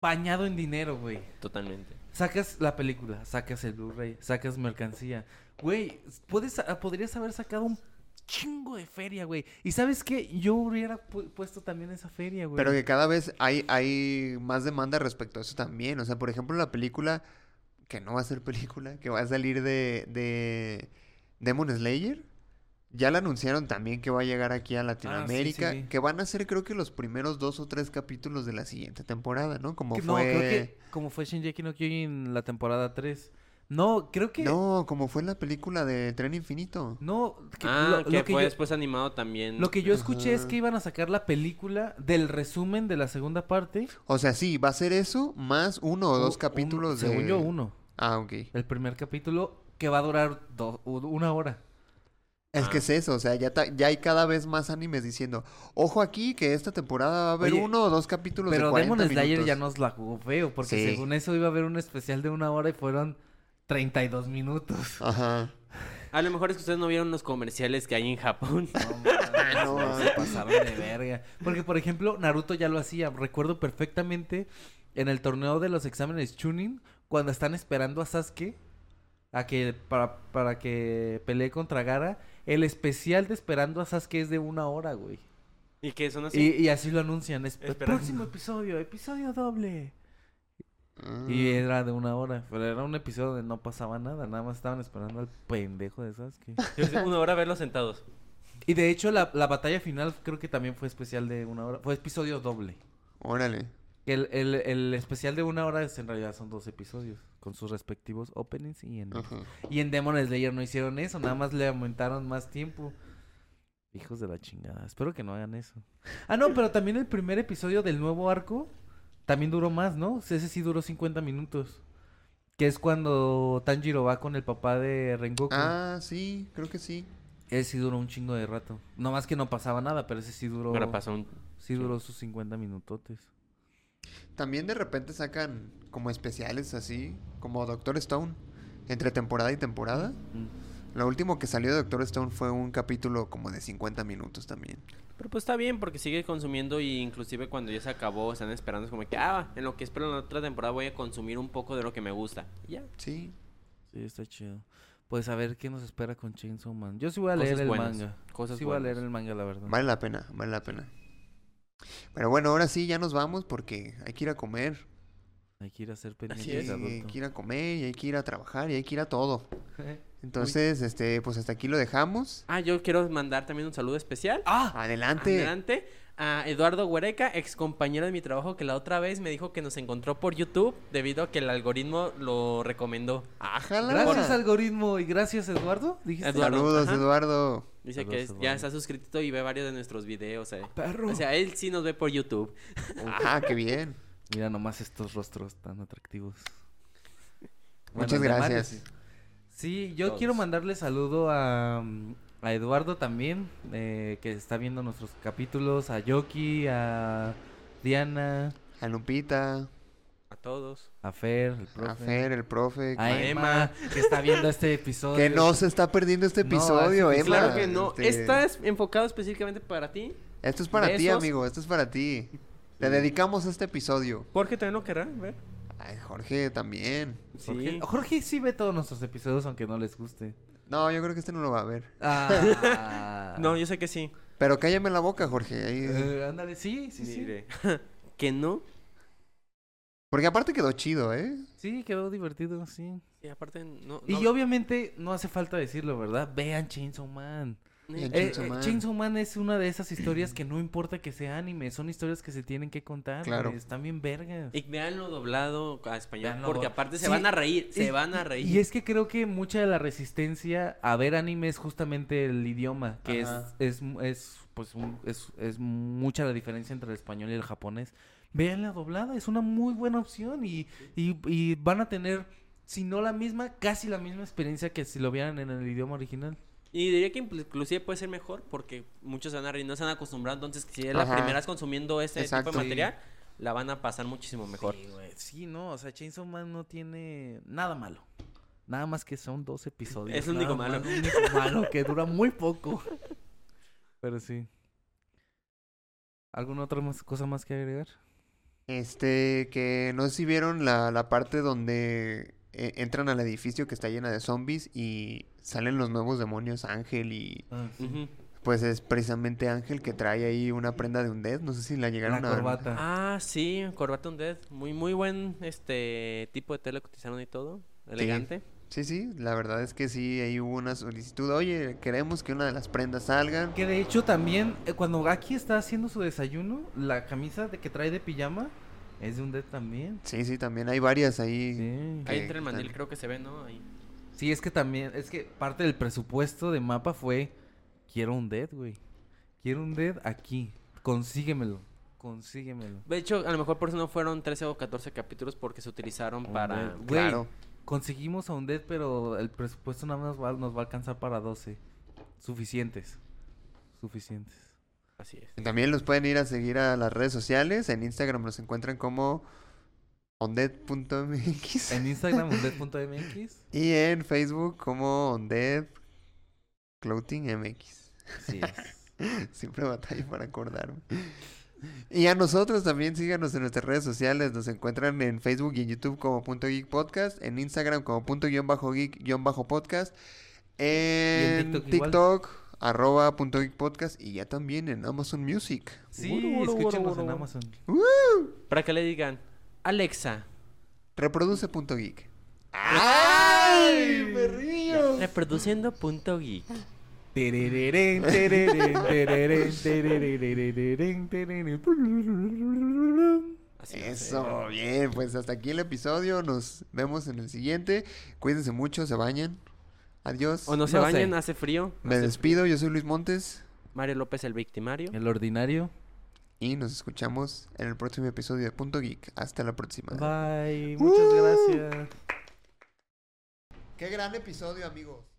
[SPEAKER 2] bañado en dinero, güey.
[SPEAKER 4] Totalmente.
[SPEAKER 2] Sacas la película, sacas el Blu-ray, sacas mercancía. Güey, puedes, ah, podrías haber sacado un chingo de feria, güey. Y sabes qué, yo hubiera pu- puesto también esa feria, güey.
[SPEAKER 3] Pero que cada vez hay, hay más demanda respecto a eso también. O sea, por ejemplo, la película, que no va a ser película, que va a salir de, de Demon Slayer, ya la anunciaron también que va a llegar aquí a Latinoamérica,
[SPEAKER 2] Ah, sí, sí.
[SPEAKER 3] que van a ser creo que los primeros dos o tres capítulos de la siguiente temporada, ¿no? Como
[SPEAKER 2] Que-
[SPEAKER 3] fue...
[SPEAKER 2] No, creo que como fue Shingeki no Kyojin la temporada 3. No, creo que... No,
[SPEAKER 3] No, como fue en la película de Tren Infinito.
[SPEAKER 2] que
[SPEAKER 4] ah,
[SPEAKER 2] lo-
[SPEAKER 4] que
[SPEAKER 2] lo que
[SPEAKER 4] fue
[SPEAKER 2] yo-
[SPEAKER 4] después animado también.
[SPEAKER 2] Lo que yo escuché es
[SPEAKER 3] Ajá.
[SPEAKER 2] que iban a sacar la película del resumen de la segunda parte.
[SPEAKER 3] O sea, sí, va a ser eso más uno o dos
[SPEAKER 2] Un-
[SPEAKER 3] capítulos de...
[SPEAKER 2] Según yo, uno.
[SPEAKER 3] Ah, ok.
[SPEAKER 2] El primer capítulo que va a durar do- u- una hora.
[SPEAKER 3] Es que
[SPEAKER 4] Ah.
[SPEAKER 3] es eso, o sea, ya, ta- ya hay cada vez más animes diciendo, ojo aquí que esta temporada va a haber
[SPEAKER 2] Oye,
[SPEAKER 3] uno o dos capítulos de
[SPEAKER 2] Pero
[SPEAKER 3] 40
[SPEAKER 2] Demon Slayer
[SPEAKER 3] minutos.
[SPEAKER 2] ya nos la jugó feo, porque
[SPEAKER 3] Sí.
[SPEAKER 2] según eso iba a haber un especial de una hora y fueron 32 minutos.
[SPEAKER 3] Ajá.
[SPEAKER 4] A lo mejor es que ustedes no vieron los comerciales que hay en Japón.
[SPEAKER 2] Ah, No, mames,
[SPEAKER 3] No,
[SPEAKER 2] güey,
[SPEAKER 3] mames.
[SPEAKER 2] se pasaron de verga. Porque, por ejemplo, Naruto ya lo hacía. Recuerdo perfectamente en el torneo de los exámenes Chunin, cuando están esperando a Sasuke a que, para, para que pelee contra Gara, el especial de esperando a Sasuke es de una hora, güey.
[SPEAKER 4] y que son así.
[SPEAKER 2] Y, y así lo anuncian. Es, el
[SPEAKER 4] ¿Ah, Esperando.
[SPEAKER 2] próximo episodio, episodio doble.
[SPEAKER 3] Mm. ah,
[SPEAKER 2] Y era de una hora. Pero era un episodio donde no pasaba nada. Nada más estaban esperando al pendejo de Sasuke.
[SPEAKER 4] Yo sé, Una hora verlos sentados.
[SPEAKER 2] Y de hecho, la, la batalla final creo que también fue especial de una hora. Fue episodio doble.
[SPEAKER 3] Órale.
[SPEAKER 2] El, el, el especial de una hora es, en realidad son dos episodios. Con sus respectivos openings y en
[SPEAKER 3] Ajá.
[SPEAKER 2] Y en Demon Slayer no hicieron eso. Nada más le aumentaron más tiempo. Hijos de la chingada. Espero que no hagan eso. Ah, no, pero también el primer episodio del nuevo arco también duró más, ¿no? Ese sí duró 50 minutos. Que es cuando Tanjiro va con el papá de Rengoku.
[SPEAKER 3] Ah, sí, creo que sí.
[SPEAKER 2] Ese sí duró un chingo de rato. No más que no pasaba nada, pero ese sí duró.
[SPEAKER 4] Ahora pasó un...
[SPEAKER 2] Sí duró sus 50 minutotes.
[SPEAKER 3] También de repente sacan como especiales así, como Doctor Stone, entre temporada y temporada.
[SPEAKER 2] Mm.
[SPEAKER 3] Lo último que salió de Doctor Stone fue un capítulo como de 50 minutos también.
[SPEAKER 4] Pero pues está bien porque sigue consumiendo y inclusive cuando ya se acabó están esperando es como que ah, en lo que espero la otra temporada voy a consumir un poco de lo que me gusta. Y ya.
[SPEAKER 3] Sí.
[SPEAKER 2] Sí, está chido. Pues a ver qué nos espera con Chainsaw Man. Yo sí voy a
[SPEAKER 4] Cosas
[SPEAKER 2] leer el
[SPEAKER 4] buenas,
[SPEAKER 2] manga.
[SPEAKER 4] cosas
[SPEAKER 2] sí voy a leer
[SPEAKER 4] buenas.
[SPEAKER 2] el manga, la verdad.
[SPEAKER 3] Vale la pena, vale la pena. Pero bueno, ahora sí, ya nos vamos porque hay que ir a comer.
[SPEAKER 2] Hay que ir a hacer
[SPEAKER 3] Sí,
[SPEAKER 2] pendientes de
[SPEAKER 3] hay
[SPEAKER 2] adulto.
[SPEAKER 3] que ir a comer y hay que ir a trabajar y hay que ir a todo.
[SPEAKER 2] Eh,
[SPEAKER 3] Entonces, este, pues hasta aquí lo dejamos.
[SPEAKER 4] Ah, yo quiero mandar también un saludo especial.
[SPEAKER 2] ¡Ah!
[SPEAKER 3] Adelante.
[SPEAKER 4] Adelante a Eduardo Huereca, ex compañero de mi trabajo que la otra vez me dijo que nos encontró por YouTube debido a que el algoritmo lo recomendó.
[SPEAKER 3] Ájala.
[SPEAKER 2] Gracias, algoritmo. Y gracias, Eduardo. Dijiste.
[SPEAKER 4] Eduardo.
[SPEAKER 3] Saludos,
[SPEAKER 4] Ajá.
[SPEAKER 3] Eduardo.
[SPEAKER 4] Dice
[SPEAKER 2] Saludos,
[SPEAKER 4] que es- ya
[SPEAKER 2] Eduardo.
[SPEAKER 4] está suscrito y ve varios de nuestros videos. eh.
[SPEAKER 2] Perro.
[SPEAKER 4] O sea, él sí nos ve por YouTube.
[SPEAKER 3] Ah, qué bien.
[SPEAKER 2] Mira nomás estos rostros tan atractivos.
[SPEAKER 3] Muchas
[SPEAKER 2] de Mario,
[SPEAKER 3] gracias.
[SPEAKER 2] sí. Sí, yo
[SPEAKER 4] Todos.
[SPEAKER 2] quiero mandarle saludo a, mm, a Eduardo también, eh, que está viendo nuestros capítulos, a Yoki, a Diana,
[SPEAKER 3] A Lupita,
[SPEAKER 4] A todos.
[SPEAKER 2] a Fer, el profe,
[SPEAKER 3] a Fer, el profe.
[SPEAKER 2] a
[SPEAKER 4] a
[SPEAKER 2] Emma,
[SPEAKER 4] Emma.
[SPEAKER 2] que está viendo este episodio.
[SPEAKER 3] Que no se está perdiendo este
[SPEAKER 2] No,
[SPEAKER 3] episodio,
[SPEAKER 2] así que
[SPEAKER 3] Emma.
[SPEAKER 4] Claro que no.
[SPEAKER 3] Este,
[SPEAKER 4] Está es- enfocado específicamente para ti.
[SPEAKER 3] Esto es para ti,
[SPEAKER 4] Besos.
[SPEAKER 3] amigo. Esto es para ti. Te dedicamos este episodio.
[SPEAKER 4] Jorge también lo querrá ver.
[SPEAKER 3] Ay, Jorge también.
[SPEAKER 2] Jorge,
[SPEAKER 4] Sí.
[SPEAKER 2] Jorge sí ve todos nuestros episodios, aunque no les guste.
[SPEAKER 3] No, yo creo que este no lo va a ver.
[SPEAKER 2] Ah.
[SPEAKER 4] No, yo sé que sí.
[SPEAKER 3] Pero cállame la boca, Jorge. ahí-
[SPEAKER 2] Eh, ándale, sí, sí, sí.
[SPEAKER 4] Mire. que no.
[SPEAKER 3] Porque aparte quedó chido, ¿eh?
[SPEAKER 2] Sí, quedó divertido, sí.
[SPEAKER 4] Y aparte, no.
[SPEAKER 2] Y
[SPEAKER 4] no-
[SPEAKER 2] obviamente no hace falta decirlo, ¿verdad? Vean Chainsaw Man.
[SPEAKER 3] En
[SPEAKER 2] Eh,
[SPEAKER 3] Chainsaw
[SPEAKER 2] eh,
[SPEAKER 3] Man.
[SPEAKER 2] Chainsaw Man es una de esas historias que no importa que sea anime, son historias que se tienen que contar.
[SPEAKER 3] Claro.
[SPEAKER 2] Claro. Están bien vergas.
[SPEAKER 4] Y veanlo doblado a español.
[SPEAKER 2] Véanlo
[SPEAKER 4] porque
[SPEAKER 2] doblado.
[SPEAKER 4] aparte se
[SPEAKER 2] Sí,
[SPEAKER 4] van a reír. Se
[SPEAKER 2] Y-
[SPEAKER 4] van a
[SPEAKER 2] y-
[SPEAKER 4] reír.
[SPEAKER 2] Y es que creo que mucha de la resistencia a ver anime es justamente el idioma, que es,
[SPEAKER 3] Ajá.
[SPEAKER 2] es, es, pues, un- es, es mucha la diferencia entre el español y el japonés. Vean la doblada, es una muy buena opción y, y, y van a tener, si no la misma, casi la misma experiencia que si lo vieran en el idioma original.
[SPEAKER 4] Y diría que inclu- inclusive puede ser mejor porque muchos se van a reír, no se han acostumbrado, entonces si es la
[SPEAKER 3] Ajá.
[SPEAKER 4] primera vez consumiendo este
[SPEAKER 3] Exacto.
[SPEAKER 4] tipo
[SPEAKER 3] Sí.
[SPEAKER 4] de material, la van a pasar muchísimo mejor.
[SPEAKER 2] Sí, güey, sí, no, o sea, Chainsaw Man no tiene nada malo. Nada más que son dos episodios.
[SPEAKER 4] Es lo único
[SPEAKER 2] nada más,
[SPEAKER 4] malo.
[SPEAKER 2] lo único malo que dura muy poco. Pero sí. ¿Alguna otra más, cosa más que agregar?
[SPEAKER 3] Este, que no sé si vieron la, la parte donde eh, entran al edificio que está llena de zombies y salen los nuevos demonios Ángel y
[SPEAKER 2] Ah,
[SPEAKER 4] Ujú.
[SPEAKER 3] pues es precisamente Ángel que trae ahí una prenda de un dead. No sé si la
[SPEAKER 2] La
[SPEAKER 3] llegaron a ver.
[SPEAKER 2] corbata.
[SPEAKER 4] Ah, sí, Corbata on Dead, muy muy buen este tipo de tela que utilizaron y todo, elegante.
[SPEAKER 3] Sí, sí, la verdad es que sí, ahí hubo una solicitud. Oye, queremos que una de las prendas salgan.
[SPEAKER 2] Ah, Que de hecho también, eh, cuando Gaki está haciendo su desayuno, la camisa de que trae de pijama es de un dead también.
[SPEAKER 3] Sí, sí, también hay varias ahí.
[SPEAKER 2] Sí.
[SPEAKER 4] Ahí
[SPEAKER 3] Ok,
[SPEAKER 4] entre el mandil
[SPEAKER 3] dale.
[SPEAKER 4] creo que se ve, ¿no? Ahí.
[SPEAKER 2] Sí, es que también, es que parte del presupuesto de mapa fue, quiero un dead, güey. Quiero un dead aquí. Consíguemelo. Consíguemelo.
[SPEAKER 4] De hecho, a lo mejor por eso no fueron 13 o 14 capítulos porque se utilizaron
[SPEAKER 2] Un
[SPEAKER 4] para
[SPEAKER 2] dead. Güey,
[SPEAKER 3] Claro.
[SPEAKER 2] Conseguimos a un dead, pero el presupuesto nada más va- nos va a alcanzar para 12. Suficientes. Suficientes.
[SPEAKER 4] así es.
[SPEAKER 3] También los pueden ir a seguir a las redes sociales. En Instagram los encuentran como ondead.mx.
[SPEAKER 2] En Instagram, undead.mx.
[SPEAKER 3] Y en Facebook como Undead Clothing MX.
[SPEAKER 2] Sí. es.
[SPEAKER 3] Siempre batalla para acordarme. Y a nosotros también síganos en nuestras redes sociales. Nos encuentran en Facebook y en YouTube como punto geek podcast, en Instagram como punto guión bajo geek guión bajo podcast, en
[SPEAKER 2] TikTok igual.
[SPEAKER 3] TikTok arroba punto geek podcast y ya también en Amazon Music.
[SPEAKER 2] Sí, escúchenos en Amazon.
[SPEAKER 4] Para que le digan, Alexa,
[SPEAKER 3] Reproduce punto geek. ¡Ay! perrillo!
[SPEAKER 4] reproduciendo punto geek.
[SPEAKER 2] Terererén, tererén, tererén, terererererén, tererén.
[SPEAKER 4] Así va a ser.
[SPEAKER 3] Eso, bien, pues hasta aquí el episodio. Nos vemos en el siguiente. Cuídense mucho, se bañan. Adiós.
[SPEAKER 4] O no se
[SPEAKER 2] Oh, No
[SPEAKER 4] bañen,
[SPEAKER 2] sé.
[SPEAKER 4] hace frío.
[SPEAKER 3] Me
[SPEAKER 4] hace
[SPEAKER 3] despido, yo soy Luis Montes
[SPEAKER 4] Mario López el victimario.
[SPEAKER 2] El ordinario.
[SPEAKER 3] y nos escuchamos en el próximo episodio de Punto Geek. Hasta la próxima.
[SPEAKER 2] Bye. Muchas
[SPEAKER 3] Uh.
[SPEAKER 2] gracias.
[SPEAKER 3] Qué gran episodio, amigos.